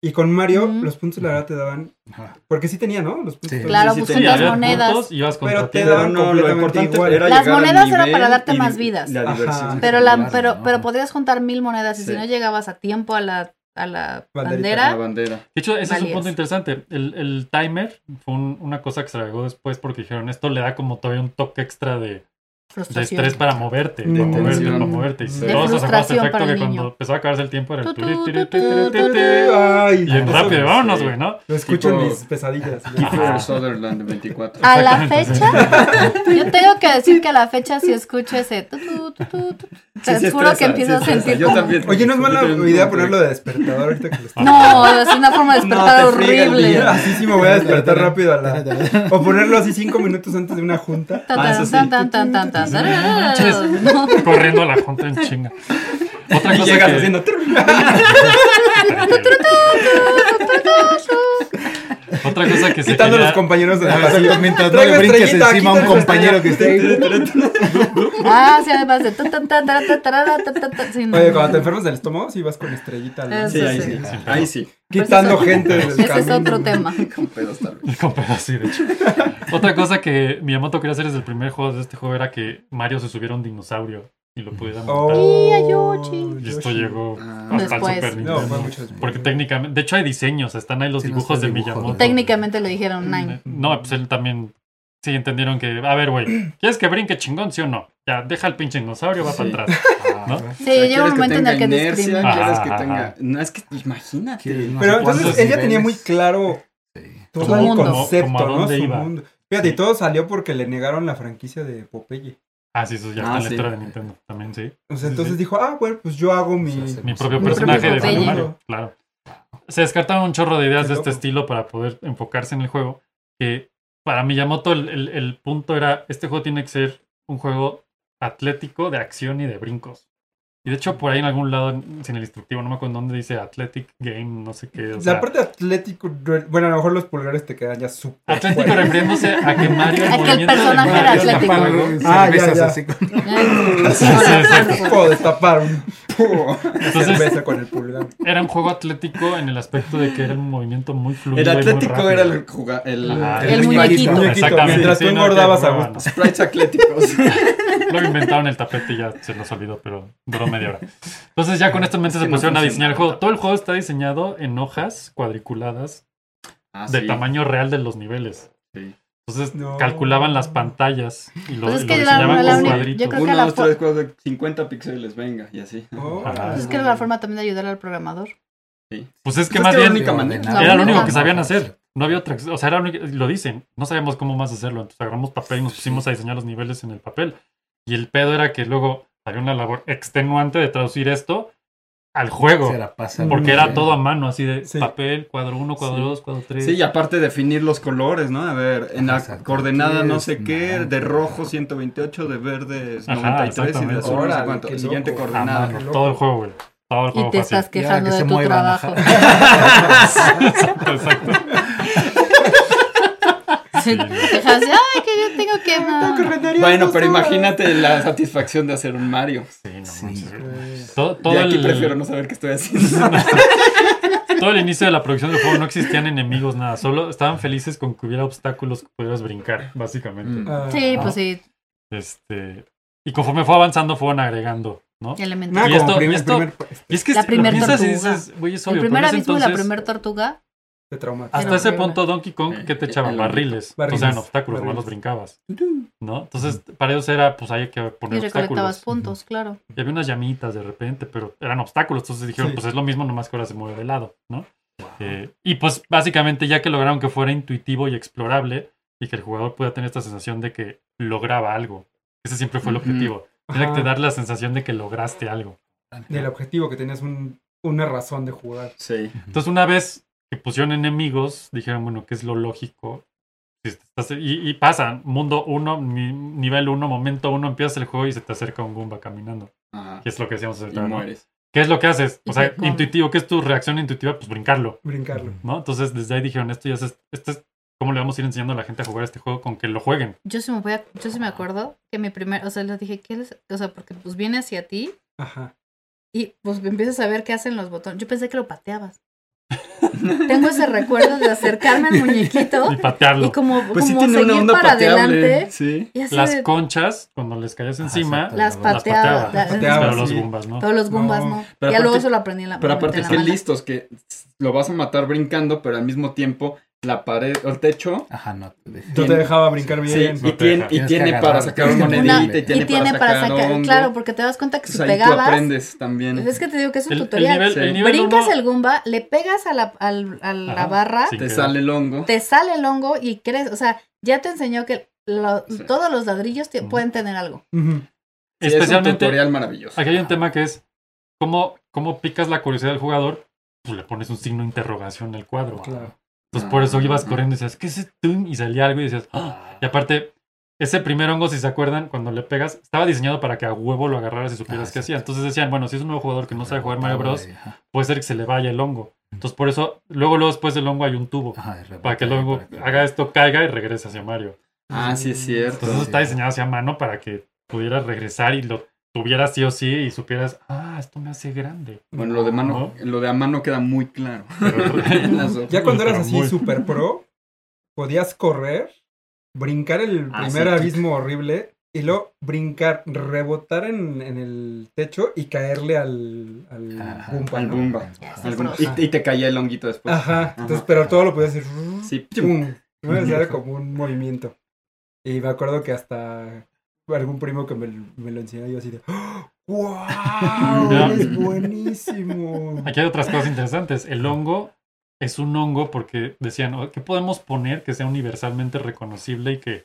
Speaker 2: Y con Mario,
Speaker 5: Ujú.
Speaker 2: los puntos la verdad te daban.
Speaker 6: Ajá.
Speaker 2: Porque sí tenía, ¿no? Los puntos.
Speaker 6: Sí.
Speaker 5: Claro,
Speaker 4: sí
Speaker 5: pues son
Speaker 4: tenía
Speaker 5: las
Speaker 3: Había
Speaker 5: monedas.
Speaker 3: puntos y ibas con
Speaker 2: Pero te
Speaker 3: platillo.
Speaker 2: daban completamente igual.
Speaker 5: Las
Speaker 4: llegar al
Speaker 5: monedas era
Speaker 4: nivel
Speaker 5: para darte
Speaker 4: y
Speaker 5: más vidas.
Speaker 4: La
Speaker 2: Ajá.
Speaker 4: diversión.
Speaker 5: Pero, la,
Speaker 6: Claro,
Speaker 5: pero,
Speaker 6: ¿no?
Speaker 5: pero pues podrías juntar mil monedas y
Speaker 4: Sí.
Speaker 5: si no llegabas a tiempo a la, a la
Speaker 4: La
Speaker 5: bandera,
Speaker 4: bandera.
Speaker 3: De hecho, ese es un
Speaker 5: Valías.
Speaker 3: punto interesante. El, el timer fue un- una cosa que se agregó después porque dijeron esto le da como todavía un toque extra de, de
Speaker 5: frustración.
Speaker 3: estrés para moverte,
Speaker 2: Mm.
Speaker 3: para moverte,
Speaker 4: Tensión.
Speaker 3: para moverte. Y
Speaker 4: Sí.
Speaker 3: todos esos efectos
Speaker 5: frustración para
Speaker 3: efecto
Speaker 5: el
Speaker 3: que
Speaker 5: niño.
Speaker 3: cuando empezó a acabarse el tiempo era el
Speaker 5: Tu,
Speaker 3: turi,
Speaker 5: tu,
Speaker 3: tiri,
Speaker 5: tu,
Speaker 3: tiri,
Speaker 5: tu,
Speaker 3: tiri,
Speaker 5: tu,
Speaker 3: tiri.
Speaker 2: Ay,
Speaker 3: Y en
Speaker 2: eso
Speaker 3: rápido,
Speaker 4: sí.
Speaker 3: vámonos, güey, ¿no?
Speaker 2: Lo escucho en
Speaker 4: Tipo-
Speaker 2: mis pesadillas.
Speaker 4: Kiefer Sutherland, 24.
Speaker 5: A la
Speaker 3: Exactamente,
Speaker 5: fecha, yo tengo que decir que a la fecha si escucho ese tu, tu, tu, tu, tu, te
Speaker 4: Sí, sí
Speaker 5: juro
Speaker 4: estresa,
Speaker 5: que empiezo
Speaker 4: sí
Speaker 5: a
Speaker 4: estresa.
Speaker 5: sentir
Speaker 4: Yo
Speaker 5: como-
Speaker 4: también.
Speaker 2: Oye, no es mala
Speaker 4: Yo también
Speaker 2: idea
Speaker 4: como-
Speaker 2: ponerlo de despertador ahorita que lo estoy-
Speaker 5: No, es una forma de despertar
Speaker 4: No, te friega el
Speaker 5: horrible.
Speaker 4: día.
Speaker 2: Así sí me voy a despertar rápido a la... O ponerlo así cinco minutos antes de una junta.
Speaker 5: Tan,
Speaker 4: Ah, eso sí.
Speaker 5: tan, tan, tan, tan, tan, tan.
Speaker 3: Manches.
Speaker 5: No.
Speaker 3: Corriendo a la junta en chinga. Otra
Speaker 4: Y
Speaker 3: cosa
Speaker 4: llegas
Speaker 3: que-
Speaker 4: haciendo.
Speaker 3: Otra cosa que se
Speaker 2: Quitando a los
Speaker 3: quería...
Speaker 2: compañeros de la
Speaker 6: Así,
Speaker 2: clase.
Speaker 6: mientras no
Speaker 2: Traigo
Speaker 6: le brinques
Speaker 2: estrellita,
Speaker 6: encima a un
Speaker 2: quita la
Speaker 6: compañero que esté ahí.
Speaker 5: Ah, sí, además de tan, tan, tan, tan, tan, tan, tan, tan, tan. Sí, no.
Speaker 2: Oye, cuando te enfermas del estómago, sí vas con estrellita. al-
Speaker 5: Eso
Speaker 4: Ah, Sí, ahí
Speaker 5: sí.
Speaker 4: sí. Pues Ahí sí.
Speaker 2: Quitando
Speaker 5: Pues eso-
Speaker 2: gente del
Speaker 5: Ese es
Speaker 2: camino.
Speaker 5: otro tema.
Speaker 4: Con pedos tal vez.
Speaker 3: El compa- sí, de hecho. Otra cosa que Miyamoto quería hacer desde el primer juego de este juego era que Mario se subiera a un dinosaurio y lo pudiera montar.
Speaker 2: Oh,
Speaker 5: Y a Yoshi.
Speaker 3: y esto
Speaker 2: Yoshi.
Speaker 3: llegó
Speaker 4: Ah.
Speaker 3: hasta el
Speaker 5: Después.
Speaker 3: Super
Speaker 2: No,
Speaker 3: Nintendo.
Speaker 2: fue mucho después.
Speaker 3: porque técnicamente, de hecho hay diseños, están ahí los
Speaker 6: Sí, no
Speaker 3: dibujos de
Speaker 6: está el dibujo,
Speaker 3: Miyamoto.
Speaker 6: ¿no?
Speaker 5: Técnicamente le dijeron nine.
Speaker 3: No, pues él también. Sí, entendieron que, a ver, güey, ¿quieres que brinque chingón, sí o no? Ya, deja el pinche dinosaurio, va
Speaker 4: Sí.
Speaker 3: para atrás.
Speaker 6: Ah,
Speaker 3: ¿no?
Speaker 5: Sí,
Speaker 4: O sea,
Speaker 5: llega un
Speaker 4: ¿quieres
Speaker 5: momento en el
Speaker 4: tenga
Speaker 5: que
Speaker 4: inercia?
Speaker 5: discriminan.
Speaker 4: ¿Quieres
Speaker 3: Ajá.
Speaker 4: que tenga.? No, es que imagínate.
Speaker 6: Quieres no sé
Speaker 2: Pero
Speaker 6: cuántos
Speaker 2: entonces ella tenía
Speaker 6: niveles.
Speaker 2: muy claro
Speaker 6: Sí.
Speaker 2: todo
Speaker 5: Su
Speaker 2: el
Speaker 5: mundo.
Speaker 2: concepto,
Speaker 3: Como a
Speaker 2: ¿no?
Speaker 3: dónde
Speaker 2: Su
Speaker 3: iba.
Speaker 2: mundo. Fíjate, y
Speaker 3: Sí.
Speaker 2: todo salió porque le negaron la franquicia de Popeye.
Speaker 3: Ah, sí, eso ya
Speaker 4: Ah,
Speaker 3: está en la
Speaker 4: sí.
Speaker 3: historia de Nintendo también, sí.
Speaker 2: O sea,
Speaker 3: Sí,
Speaker 2: entonces
Speaker 3: sí.
Speaker 2: dijo, ah, bueno, pues yo hago mi...
Speaker 6: O sea, se-
Speaker 3: Mi propio
Speaker 6: Mi
Speaker 3: personaje
Speaker 5: propio
Speaker 3: de Super
Speaker 5: Popeye.
Speaker 3: Mario, claro. Se descartaron un chorro de ideas
Speaker 2: Qué
Speaker 3: de este
Speaker 2: loco.
Speaker 3: estilo para poder enfocarse en el juego. Que para Miyamoto el, el- el punto era, este juego tiene que ser un juego atlético de acción y de brincos. Y de hecho por ahí en algún lado, sin el instructivo, no me acuerdo dónde dice Athletic Game, no sé qué. o sea,
Speaker 2: la parte atlético, bueno, a lo mejor los pulgares te quedan ya súper
Speaker 3: atlético
Speaker 2: fuera.
Speaker 3: refiriéndose a que Mario...
Speaker 5: A que el
Speaker 3: movimiento de
Speaker 5: personaje era
Speaker 3: Mario-
Speaker 5: atlético.
Speaker 2: Ah, ya,
Speaker 6: Cervezas
Speaker 2: ya.
Speaker 6: así con-
Speaker 3: Sí,
Speaker 5: Ahora,
Speaker 3: sí, sí.
Speaker 2: Puedo destapar un
Speaker 3: Entonces-
Speaker 2: cerveza con el pulgar.
Speaker 3: Era un juego atlético en el aspecto de que era un movimiento muy fluido.
Speaker 4: El
Speaker 3: y muy
Speaker 4: atlético
Speaker 3: rápido.
Speaker 4: era el juga- el,
Speaker 3: Ajá.
Speaker 5: El muñequito.
Speaker 3: Exactamente.
Speaker 2: Mientras
Speaker 3: Sí,
Speaker 2: tú
Speaker 3: no, qué
Speaker 2: engordabas a
Speaker 3: hueva,
Speaker 2: gusto.
Speaker 3: ¿no?
Speaker 4: Sprites atléticos.
Speaker 3: Luego inventaron el tapete y ya se nos olvidó, pero duró media hora. Entonces ya con esto en mente
Speaker 4: Es
Speaker 3: se
Speaker 4: que no
Speaker 3: pusieron a
Speaker 4: funciona.
Speaker 3: diseñar el juego. Todo el juego está diseñado en hojas cuadriculadas
Speaker 4: Ah,
Speaker 3: de
Speaker 4: sí.
Speaker 3: tamaño real de los niveles.
Speaker 4: Sí.
Speaker 3: Entonces
Speaker 2: No.
Speaker 3: calculaban las pantallas y lo,
Speaker 5: Pues
Speaker 3: y
Speaker 5: es
Speaker 3: lo
Speaker 5: que era
Speaker 3: diseñaban
Speaker 4: la
Speaker 3: con
Speaker 4: única-
Speaker 3: cuadritos.
Speaker 5: yo creo que
Speaker 4: Uno,
Speaker 5: la
Speaker 4: dos,
Speaker 5: fo-
Speaker 4: tres, cuatro, 50 píxeles, venga, y así.
Speaker 2: Oh,
Speaker 3: Ajá.
Speaker 5: Es que era la forma también de ayudar al programador.
Speaker 3: Pues es que
Speaker 4: Pues
Speaker 3: más
Speaker 4: que la
Speaker 3: bien
Speaker 4: única manera.
Speaker 6: Ordenado.
Speaker 3: era lo
Speaker 5: única.
Speaker 3: único que sabían hacer. No había otra. O sea, era lo único- lo dicen. No sabíamos cómo más hacerlo. Entonces agarramos papel y nos pusimos a diseñar los niveles en el papel. Y el pedo era que luego había una labor extenuante de traducir esto al juego.
Speaker 6: Se la pasa
Speaker 3: Porque
Speaker 6: muy
Speaker 3: era
Speaker 6: bien.
Speaker 3: todo a mano, así de
Speaker 2: Sí.
Speaker 3: papel, cuadro 1, cuadro
Speaker 4: Sí.
Speaker 3: 2, cuadro 3.
Speaker 4: Sí, y aparte definir los colores, ¿no? A ver, en la
Speaker 6: Exacto.
Speaker 4: coordenada no sé
Speaker 6: Sí,
Speaker 4: qué,
Speaker 6: no.
Speaker 4: de rojo 128, de verde es
Speaker 3: Ajá,
Speaker 4: 93 y de
Speaker 3: exactamente.
Speaker 4: azul no sé
Speaker 2: Órale,
Speaker 4: cuánto.
Speaker 2: qué
Speaker 4: Siguiente
Speaker 2: loco.
Speaker 3: a
Speaker 4: coordenada.
Speaker 3: mano. Todo el juego, güey. Todo el
Speaker 5: Y
Speaker 3: juego
Speaker 5: te
Speaker 3: fácil.
Speaker 5: estás quejando
Speaker 6: que
Speaker 5: de
Speaker 6: se
Speaker 5: tu
Speaker 6: muevan, ajá.
Speaker 5: trabajo.
Speaker 3: Exacto.
Speaker 5: Sí, quejas de, ay, que yo tengo que. no".
Speaker 4: Bueno, pero imagínate la satisfacción de hacer un Mario.
Speaker 3: Sí, no
Speaker 6: Sí.
Speaker 3: manches, güey.
Speaker 2: Eh,
Speaker 3: Todo, todo
Speaker 4: Yo aquí
Speaker 3: el,
Speaker 4: prefiero no saber qué estoy haciendo.
Speaker 3: todo el inicio de la producción del juego no existían enemigos, nada. Solo estaban felices con que hubiera obstáculos que pudieras brincar, básicamente.
Speaker 4: Mm.
Speaker 2: ah,
Speaker 5: Sí,
Speaker 3: Ajá.
Speaker 5: pues sí,
Speaker 3: Este, y conforme fue avanzando, fueron agregando, ¿no?
Speaker 5: elementos.
Speaker 2: Nada,
Speaker 3: Y
Speaker 2: como
Speaker 3: esto-
Speaker 2: primer-
Speaker 3: y esto-
Speaker 2: primer-
Speaker 3: Y es que
Speaker 5: La
Speaker 3: si lo
Speaker 5: primer
Speaker 3: piensas y
Speaker 5: tortuga.
Speaker 3: dices, güey, es
Speaker 5: El
Speaker 3: obvio,
Speaker 5: primer
Speaker 3: pero en ese
Speaker 5: abismo y la
Speaker 3: entonces-
Speaker 5: primera tortuga.
Speaker 2: te traumatiza.
Speaker 3: Hasta ese
Speaker 5: horrible.
Speaker 3: punto Donkey Kong, ¿qué te
Speaker 4: Eh,
Speaker 3: echaban?
Speaker 4: el-
Speaker 3: Barriles. O
Speaker 2: Barriles.
Speaker 3: sea, en obstáculos,
Speaker 2: Barriles.
Speaker 3: nomás los brincabas. ¿No? Entonces, para ellos era, pues hay que
Speaker 5: Y
Speaker 3: poner
Speaker 5: recolectabas
Speaker 3: obstáculos.
Speaker 5: puntos, claro.
Speaker 3: Y había unas llamitas de repente, pero eran obstáculos. Entonces dijeron,
Speaker 2: Sí.
Speaker 3: pues es lo mismo, nomás que ahora se mueve de lado, ¿no? Eh, y pues básicamente ya que lograron que fuera intuitivo y explorable y que el jugador pudiera tener esta sensación de que lograba algo. Ese siempre fue el
Speaker 4: Ujú.
Speaker 3: objetivo. Era que
Speaker 2: Ajá.
Speaker 3: te dar la sensación de que lograste algo.
Speaker 2: Del objetivo que tenías un- una razón de jugar.
Speaker 4: Sí.
Speaker 3: Entonces, una vez que pusieron enemigos, dijeron, bueno, ¿qué es lo lógico? Si te estás- Y, y pasa, mundo 1, nivel 1, momento 1, empiezas el juego y se te acerca un Goomba caminando.
Speaker 4: Ajá.
Speaker 3: Que es lo que decíamos
Speaker 4: Y
Speaker 3: ahorita, ¿no?
Speaker 4: mueres.
Speaker 3: ¿Qué es lo que haces?
Speaker 5: Y
Speaker 3: O sea,
Speaker 5: te come.
Speaker 3: intuitivo, ¿qué es tu reacción intuitiva? Pues brincarlo,
Speaker 2: Brincarlo.
Speaker 3: ¿no? Entonces, desde ahí dijeron, esto ya es, esto es cómo le vamos a ir enseñando a la gente a jugar este juego con que lo jueguen.
Speaker 5: Yo sí me voy a- yo sí me acuerdo que mi primer, o sea, les dije, ¿qué les- O sea, porque pues viene hacia ti
Speaker 2: Ajá.
Speaker 5: y pues empiezas a ver qué hacen los botones. Yo pensé que lo pateabas. tengo ese recuerdo de acercarme al muñequito
Speaker 3: Y patearlo.
Speaker 5: y como,
Speaker 4: Pues sí
Speaker 5: como
Speaker 4: tiene una
Speaker 5: seguir
Speaker 4: onda
Speaker 5: para
Speaker 4: pateable.
Speaker 5: adelante.
Speaker 4: Sí.
Speaker 5: Y así
Speaker 3: Las
Speaker 5: de-
Speaker 3: conchas, cuando les caías encima, pues,
Speaker 6: exacto.
Speaker 5: las
Speaker 6: las
Speaker 5: pateaba.
Speaker 3: pateaba.
Speaker 5: las-
Speaker 2: Pateaba.
Speaker 3: pero
Speaker 2: sí.
Speaker 3: los gumbas, ¿no?
Speaker 5: Todos los gumbas,
Speaker 2: No.
Speaker 5: ¿no?
Speaker 4: Pero
Speaker 5: ya luego
Speaker 4: aparte-
Speaker 5: eso lo aprendí en la
Speaker 4: Pero
Speaker 5: me lo
Speaker 4: aparte,
Speaker 5: metí
Speaker 4: qué
Speaker 5: en la mano.
Speaker 4: listos, que lo vas a matar brincando, pero al mismo tiempo la pared o el techo.
Speaker 6: Ajá, no te dejes.
Speaker 2: No te dejaba brincar
Speaker 4: Sí,
Speaker 2: bien.
Speaker 4: y
Speaker 3: No te
Speaker 4: tiene,
Speaker 3: deja.
Speaker 4: y
Speaker 6: Tienes que
Speaker 4: tiene
Speaker 6: agarrar,
Speaker 4: para sacar
Speaker 6: tienes
Speaker 4: una
Speaker 6: que
Speaker 4: monedita,
Speaker 6: ponerle.
Speaker 4: y tiene,
Speaker 5: y tiene para sacar,
Speaker 4: hongo.
Speaker 5: claro, porque te das cuenta que si
Speaker 4: Pues ahí tú
Speaker 5: pegabas,
Speaker 4: aprendes también.
Speaker 5: es que te digo que es un
Speaker 3: El, el
Speaker 5: tutorial.
Speaker 3: nivel, el
Speaker 4: Sí.
Speaker 3: nivel
Speaker 5: Brincas
Speaker 3: uno-
Speaker 5: el Goomba, le pegas a la, al- a la
Speaker 3: Ajá,
Speaker 5: barra,
Speaker 3: sí.
Speaker 4: Te
Speaker 3: que-
Speaker 4: sale el hongo.
Speaker 5: te sale el hongo y crees, o sea, ya te enseñó que lo-
Speaker 4: Sí.
Speaker 5: todos los ladrillos te-
Speaker 3: Ujú.
Speaker 5: pueden tener algo.
Speaker 2: Ujú.
Speaker 4: Sí, es un
Speaker 3: Especialmente,
Speaker 4: tutorial maravilloso.
Speaker 3: aquí hay un tema que es cómo, cómo picas la curiosidad del jugador, pues le pones un signo de interrogación al cuadro.
Speaker 2: Claro.
Speaker 3: Entonces por eso ibas
Speaker 4: Ah.
Speaker 3: corriendo y decías, ¿qué es esto? Y salía algo y decías, ¡ah! Y aparte, ese primer hongo, si se acuerdan, cuando le pegas, estaba diseñado para que a huevo lo agarraras y supieras
Speaker 6: Ah,
Speaker 3: qué
Speaker 6: exacto.
Speaker 3: hacía. Entonces decían, bueno, si es un nuevo jugador que no sabe jugar Mario Bros,
Speaker 6: Ah, Ajá,
Speaker 3: puede ser que se le vaya el hongo. Entonces por eso, luego, luego después del hongo hay un tubo.
Speaker 6: ajá, de rebote,
Speaker 3: Para que el hongo
Speaker 6: para que-
Speaker 3: haga esto, caiga y regrese hacia Mario.
Speaker 4: Ah, sí, es cierto.
Speaker 3: Entonces
Speaker 6: Sí.
Speaker 3: está diseñado hacia mano para que pudieras regresar y lo tuvieras sí o sí y supieras, ah, esto me hace grande.
Speaker 4: Bueno, lo de mano, lo de a mano queda muy claro. En las hojas.
Speaker 2: Ya cuando eras
Speaker 3: Pero
Speaker 2: así
Speaker 3: muy-
Speaker 2: super pro, podías correr, brincar el
Speaker 4: Ah,
Speaker 2: primer
Speaker 4: sí, kick.
Speaker 2: abismo horrible y luego brincar, rebotar en, en el techo y caerle al, al
Speaker 6: Ajá.
Speaker 2: Goomba,
Speaker 4: Al
Speaker 2: ¿no?
Speaker 4: Goomba.
Speaker 6: Ajá.
Speaker 4: Algún- y, y te caía el honguito
Speaker 3: Pues,
Speaker 4: después.
Speaker 2: Ajá, entonces, pero todo lo podías hacer.
Speaker 4: Sí.
Speaker 2: ¡pum! ¿no? O sea, era como un movimiento. Y me acuerdo que hasta algún primo que me, me lo enseñó, yo así de ¡Wow!
Speaker 3: Ya.
Speaker 2: ¡Es buenísimo!
Speaker 3: Aquí hay otras cosas interesantes. El hongo es un hongo porque decían, "Oh, ¿qué podemos poner que sea universalmente reconocible y que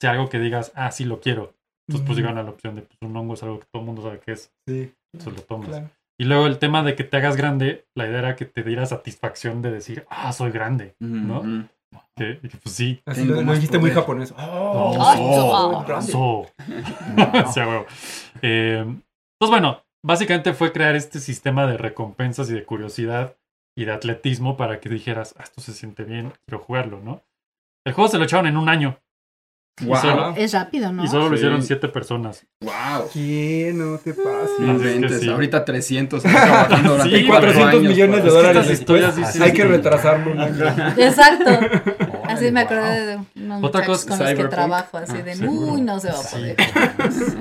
Speaker 3: sea algo que digas, ah, sí lo quiero? Entonces pues
Speaker 2: Mm,
Speaker 3: llegaron a la opción de, pues un hongo es algo que todo el mundo sabe que es,
Speaker 2: Sí,
Speaker 3: entonces lo tomas.
Speaker 2: claro.
Speaker 3: Y luego el tema de que te hagas grande, la idea era que te diera satisfacción de decir, ah, soy grande.
Speaker 4: ¿No?
Speaker 3: Que, y que, pues sí,
Speaker 2: Así
Speaker 4: Tengo
Speaker 2: lo, lo
Speaker 4: más
Speaker 2: dijiste muy
Speaker 4: poder.
Speaker 2: japonés.
Speaker 3: No,
Speaker 2: ¡Oh!
Speaker 3: so,
Speaker 2: soy grande!
Speaker 3: so. Sí, a huevo. Eh, entonces, bueno, básicamente fue crear este sistema de recompensas y de curiosidad y de atletismo para que dijeras, ah, esto se siente bien, quiero jugarlo, ¿no? El juego se lo echaron en un año
Speaker 4: Wow.
Speaker 3: solo-
Speaker 5: Es rápido, ¿no?
Speaker 3: y solo lo
Speaker 4: Sí.
Speaker 3: hicieron siete personas.
Speaker 4: Wow.
Speaker 2: ¿Qué? No te
Speaker 5: Mm.
Speaker 4: No
Speaker 3: Así
Speaker 2: pases.
Speaker 3: es que
Speaker 4: inventes,
Speaker 3: sí.
Speaker 4: Ahorita 300. están trabajando durante
Speaker 3: Sí,
Speaker 4: cuatro
Speaker 2: 400
Speaker 4: años pues.
Speaker 2: millones
Speaker 4: para-
Speaker 3: Es
Speaker 2: de
Speaker 3: que
Speaker 2: dólares
Speaker 3: estas
Speaker 2: después,
Speaker 3: historias dicen-
Speaker 2: Hay que retrasarlo un año.
Speaker 5: Exacto. Así
Speaker 6: Órale,
Speaker 5: me
Speaker 6: guau.
Speaker 5: acordé de unos
Speaker 3: Otra
Speaker 5: muchachos
Speaker 3: cosa-
Speaker 5: con los que
Speaker 4: Cyberpunk.
Speaker 5: trabajo, así
Speaker 6: Ah,
Speaker 5: de,
Speaker 3: seguro.
Speaker 5: uy, no se va a
Speaker 6: Sí.
Speaker 5: poder.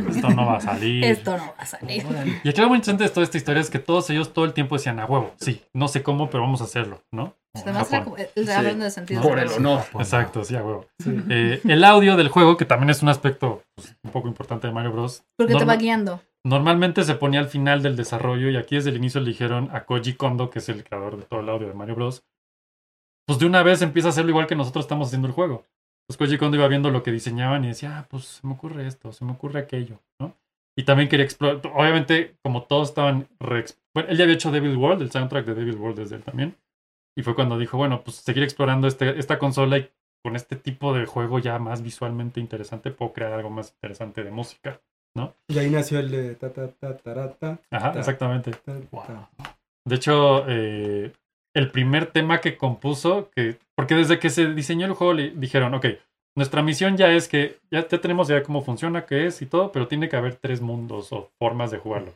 Speaker 3: Esto no va a salir.
Speaker 5: Esto no va a salir.
Speaker 6: Órale.
Speaker 3: Y aquí algo muy interesante de toda esta historia es que todos ellos todo el tiempo decían, a huevo, sí, no sé cómo, pero vamos a hacerlo, ¿no?
Speaker 5: Además, era como- era hablando de sentido.
Speaker 4: Por el
Speaker 5: común.
Speaker 4: honor.
Speaker 6: pues
Speaker 3: Exacto, sí, a huevo.
Speaker 2: Sí.
Speaker 3: Eh, el audio del juego, que también es un aspecto pues, un poco importante de Mario Bros.
Speaker 5: Porque te
Speaker 3: Norma-
Speaker 5: va guiando.
Speaker 3: Normalmente se ponía al final del desarrollo y aquí desde el inicio le dijeron a Koji Kondo, que es el creador de todo el audio de Mario Bros. Pues de una vez empieza a hacerlo igual que nosotros estamos haciendo el juego. Pues Koji Kondo iba viendo lo que diseñaban y decía, ah, pues se me ocurre esto, se me ocurre aquello, ¿no? Y también quería explorar, obviamente como todos estaban, re- bueno, él ya había hecho Devil World, el soundtrack de Devil World desde él también. Y fue cuando dijo, bueno, pues seguir explorando este, esta consola y con este tipo de juego ya más visualmente interesante puedo crear algo más interesante de música.
Speaker 2: Y ahí nació el de ta ta ta tarata,
Speaker 3: Ajá,
Speaker 2: Ta.
Speaker 3: exactamente.
Speaker 2: ta, ta.
Speaker 6: Guau.
Speaker 3: De hecho, eh, el primer tema que compuso, que, porque desde que se diseñó el juego le dijeron, ok, nuestra misión ya es que ya, ya tenemos idea de cómo funciona, qué es y todo, pero tiene que haber tres mundos o formas de jugarlo.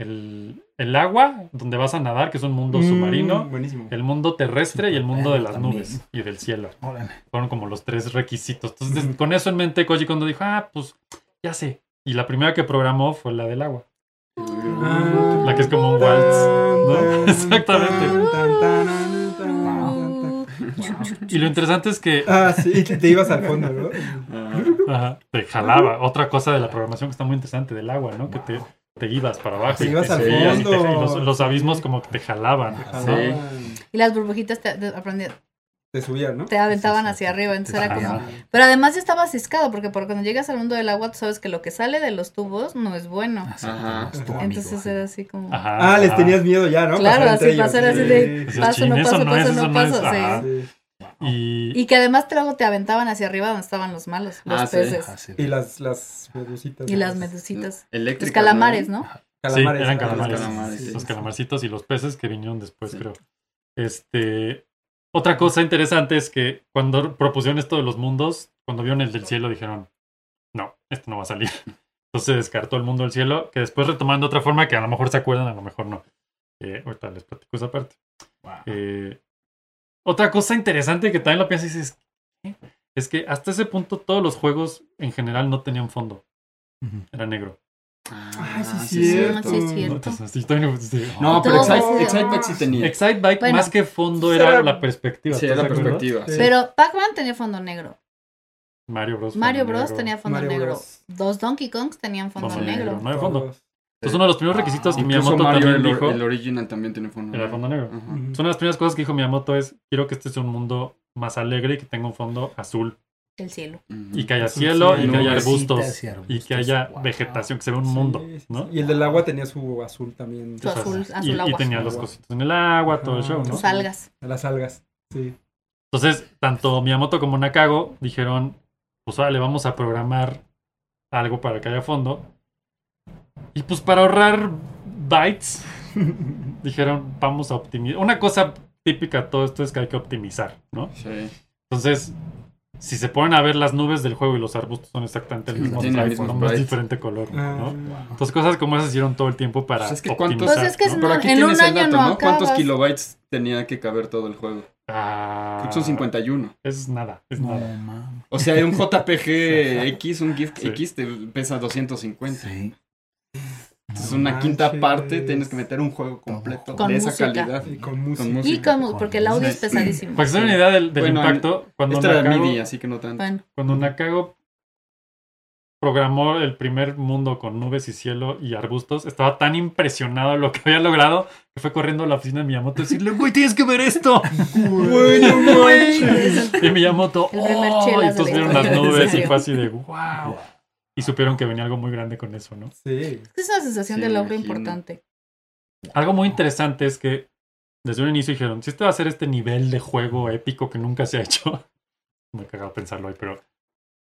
Speaker 3: El, el agua, donde vas a nadar, que es un mundo
Speaker 2: Mm,
Speaker 3: submarino,
Speaker 2: Buenísimo.
Speaker 3: el mundo terrestre y el mundo de las
Speaker 6: También.
Speaker 3: nubes y del cielo.
Speaker 6: Órale.
Speaker 3: Fueron como los tres requisitos. Entonces,
Speaker 2: Ujú.
Speaker 3: con eso en mente, Koji Kondo dijo, ah, pues ya sé. Y la primera que programó fue la del agua,
Speaker 2: Ah.
Speaker 3: la que es como un waltz. ¿no? Exactamente.
Speaker 5: Uh,
Speaker 3: Y lo interesante es que
Speaker 2: Ah, sí, y te ibas al fondo, ¿no?
Speaker 4: Ah,
Speaker 3: Ajá, te jalaba. Otra cosa de la programación que está muy interesante del agua, ¿no? Que te, te ibas para abajo.
Speaker 2: Te
Speaker 3: y
Speaker 2: ibas
Speaker 3: te
Speaker 2: al
Speaker 3: seguías y te-
Speaker 2: fondo.
Speaker 3: y los, los abismos como que te jalaban.
Speaker 2: Ah,
Speaker 3: ¿no?
Speaker 4: Sí.
Speaker 5: Y las burbujitas te, te aprendían-
Speaker 2: Te subían, ¿no?
Speaker 5: te aventaban
Speaker 6: Sí, sí,
Speaker 5: hacia
Speaker 6: sí.
Speaker 5: arriba. Entonces era
Speaker 3: Ajá.
Speaker 5: como. Pero además ya estaba ciscado, porque por cuando llegas al mundo del agua, tú sabes que lo que sale de los tubos no es bueno.
Speaker 4: Ajá.
Speaker 5: Entonces era así como.
Speaker 3: Ajá,
Speaker 2: Ah, les
Speaker 3: ajá.
Speaker 2: tenías miedo ya, ¿no?
Speaker 5: Claro,
Speaker 2: Pasar entre
Speaker 5: así, pasar
Speaker 2: ellos.
Speaker 4: así
Speaker 5: de-
Speaker 3: Decías,
Speaker 5: Paso, no
Speaker 3: "Chin, eso
Speaker 5: paso,
Speaker 3: no es,
Speaker 5: paso,
Speaker 3: eso
Speaker 5: no
Speaker 3: no es".
Speaker 5: paso, sí.
Speaker 3: Ajá.
Speaker 2: Sí.
Speaker 3: Y,
Speaker 5: Y que además luego te aventaban hacia arriba donde estaban los malos, los
Speaker 4: Ah, sí.
Speaker 5: peces
Speaker 2: Y las, las medusitas.
Speaker 5: y
Speaker 2: ¿no?
Speaker 5: las medusitas.
Speaker 4: Eléctrica.
Speaker 5: Los calamares, ¿no?
Speaker 2: Calamares.
Speaker 3: Sí, eran
Speaker 2: ah, los
Speaker 3: calamares.
Speaker 4: Sí,
Speaker 3: los
Speaker 4: sí.
Speaker 3: calamarcitos y los peces que vinieron después,
Speaker 4: Sí.
Speaker 3: creo. Este, otra cosa interesante es que cuando propusieron esto de los mundos, cuando vieron el del cielo dijeron, no, esto no va a salir. Entonces se descartó el mundo del cielo, que después retomando otra forma que a lo mejor se acuerdan, a lo mejor no. Eh, ahorita les platico esa parte. Eh, Otra cosa interesante que también lo piensas y dices, "¿Qué?", es que hasta ese punto todos los juegos en general no tenían fondo.
Speaker 6: Ujú.
Speaker 3: Era negro.
Speaker 2: Ah, sí,
Speaker 5: Mm,
Speaker 2: cierto.
Speaker 5: sí, es cierto.
Speaker 3: Entonces, sí, estoy- sí,
Speaker 4: No, pues,
Speaker 3: oh.
Speaker 4: pero
Speaker 5: Todo
Speaker 4: Excite,
Speaker 5: vacío.
Speaker 4: Excite Bike sí tenía.
Speaker 3: Excite Bike
Speaker 5: Bueno.
Speaker 3: más que fondo
Speaker 2: Era-
Speaker 3: era la perspectiva.
Speaker 4: Sí,
Speaker 3: ¿estás
Speaker 4: era
Speaker 3: de
Speaker 4: la
Speaker 3: acuerdo?
Speaker 4: perspectiva.
Speaker 2: Sí.
Speaker 5: Pero Pac-Man tenía fondo negro.
Speaker 3: Mario Bros.
Speaker 5: Mario
Speaker 3: fondo
Speaker 5: Bros
Speaker 3: negro.
Speaker 5: tenía fondo
Speaker 2: Mario
Speaker 5: negro.
Speaker 2: Bros.
Speaker 5: Dos Donkey Kongs tenían fondo
Speaker 3: Fondo
Speaker 5: negro.
Speaker 3: negro. No hay fondo.
Speaker 2: Todos.
Speaker 3: Es uno de los
Speaker 5: Ah.
Speaker 3: primeros requisitos que
Speaker 4: Incluso
Speaker 3: Miyamoto
Speaker 4: Mario,
Speaker 3: también
Speaker 4: el, or-
Speaker 3: dijo.
Speaker 4: el Original también tiene fondo.
Speaker 3: Era fondo negro.
Speaker 4: Ajá.
Speaker 2: Ujú.
Speaker 3: Es una de las primeras cosas que dijo Miyamoto es, quiero que este sea un mundo más alegre y que tenga un fondo azul.
Speaker 5: El cielo.
Speaker 4: Ujú.
Speaker 3: Y que haya cielo y que haya
Speaker 4: nubes.
Speaker 3: arbustos.
Speaker 6: Citas y
Speaker 3: Y
Speaker 6: arbustos,
Speaker 3: que haya
Speaker 6: guau.
Speaker 3: vegetación, que se vea un mundo,
Speaker 2: Sí, sí,
Speaker 3: ¿no?
Speaker 2: sí. Y el del agua tenía su azul también.
Speaker 5: Su azul,
Speaker 3: Entonces,
Speaker 5: azul
Speaker 3: y, y
Speaker 5: agua.
Speaker 3: tenía los cositos en el agua, todo el
Speaker 2: Ajá.
Speaker 3: show, ¿no?
Speaker 5: Tus algas.
Speaker 2: Las algas. Sí.
Speaker 3: Entonces, tanto Miyamoto como Nakago dijeron, pues vale, vamos a programar algo para que haya fondo. Y pues para ahorrar bytes, dijeron, vamos a optimizar. Una cosa típica de todo esto es que hay que optimizar, ¿no?
Speaker 4: Sí.
Speaker 3: Entonces, si se ponen a ver las nubes del juego y los arbustos son exactamente el
Speaker 4: Sí,
Speaker 3: mismo
Speaker 4: tienen el
Speaker 3: type,
Speaker 4: mismo
Speaker 3: nomás
Speaker 4: sprite.
Speaker 3: diferente color, ¿no?
Speaker 2: Ah,
Speaker 3: Entonces, cosas como esas hicieron todo el tiempo para
Speaker 4: Pues es que cuántos-
Speaker 3: optimizar.
Speaker 5: Pues es que es
Speaker 3: ¿no?
Speaker 5: No,
Speaker 4: Pero aquí
Speaker 5: en
Speaker 4: tienes
Speaker 5: un
Speaker 4: el
Speaker 5: año
Speaker 4: dato,
Speaker 5: no
Speaker 4: ¿no? ¿Cuántos
Speaker 5: acabas.
Speaker 4: kilobytes tenía que caber todo el juego?
Speaker 3: Ah,
Speaker 4: Creo que Son 51.
Speaker 3: Es nada, es
Speaker 6: No
Speaker 3: nada.
Speaker 6: mames.
Speaker 4: O sea, un JPG X, un GIF
Speaker 3: Sí.
Speaker 4: X te pesa 250.
Speaker 6: Sí.
Speaker 4: Es
Speaker 2: No
Speaker 4: una quinta
Speaker 2: manches.
Speaker 4: parte, tienes que meter un juego completo
Speaker 5: Con
Speaker 4: de esa
Speaker 5: música.
Speaker 4: calidad.
Speaker 2: Ah, Y con música.
Speaker 4: Con
Speaker 5: Y
Speaker 4: música.
Speaker 5: como, porque el audio es pesadísimo.
Speaker 3: Para que se den una idea del, del
Speaker 4: Bueno,
Speaker 3: impacto, cuando
Speaker 4: Esta era
Speaker 3: Nakago-
Speaker 4: MIDI, así que no tanto.
Speaker 5: Bueno,
Speaker 3: Cuando Nakago programó el primer mundo con nubes y cielo y arbustos, estaba tan impresionado de lo que había logrado que fue corriendo a la oficina de Miyamoto y decirle, güey, tienes que ver esto.
Speaker 2: Bueno, manches.
Speaker 3: Y Miyamoto,
Speaker 5: El primer
Speaker 3: "Oh",
Speaker 5: chelas
Speaker 3: y
Speaker 5: de
Speaker 3: entonces
Speaker 5: la
Speaker 3: vieron las
Speaker 5: historia, en
Speaker 3: nubes y
Speaker 5: serio.
Speaker 3: fue así de, wow. Y supieron que venía algo muy grande con eso, ¿no?
Speaker 2: Sí.
Speaker 5: es una sensación
Speaker 4: Sí,
Speaker 5: de logro
Speaker 4: imagino.
Speaker 5: importante.
Speaker 3: Algo muy interesante es que desde un inicio dijeron, si este va a ser este nivel de juego épico que nunca se ha hecho, me he cagado pensarlo hoy, pero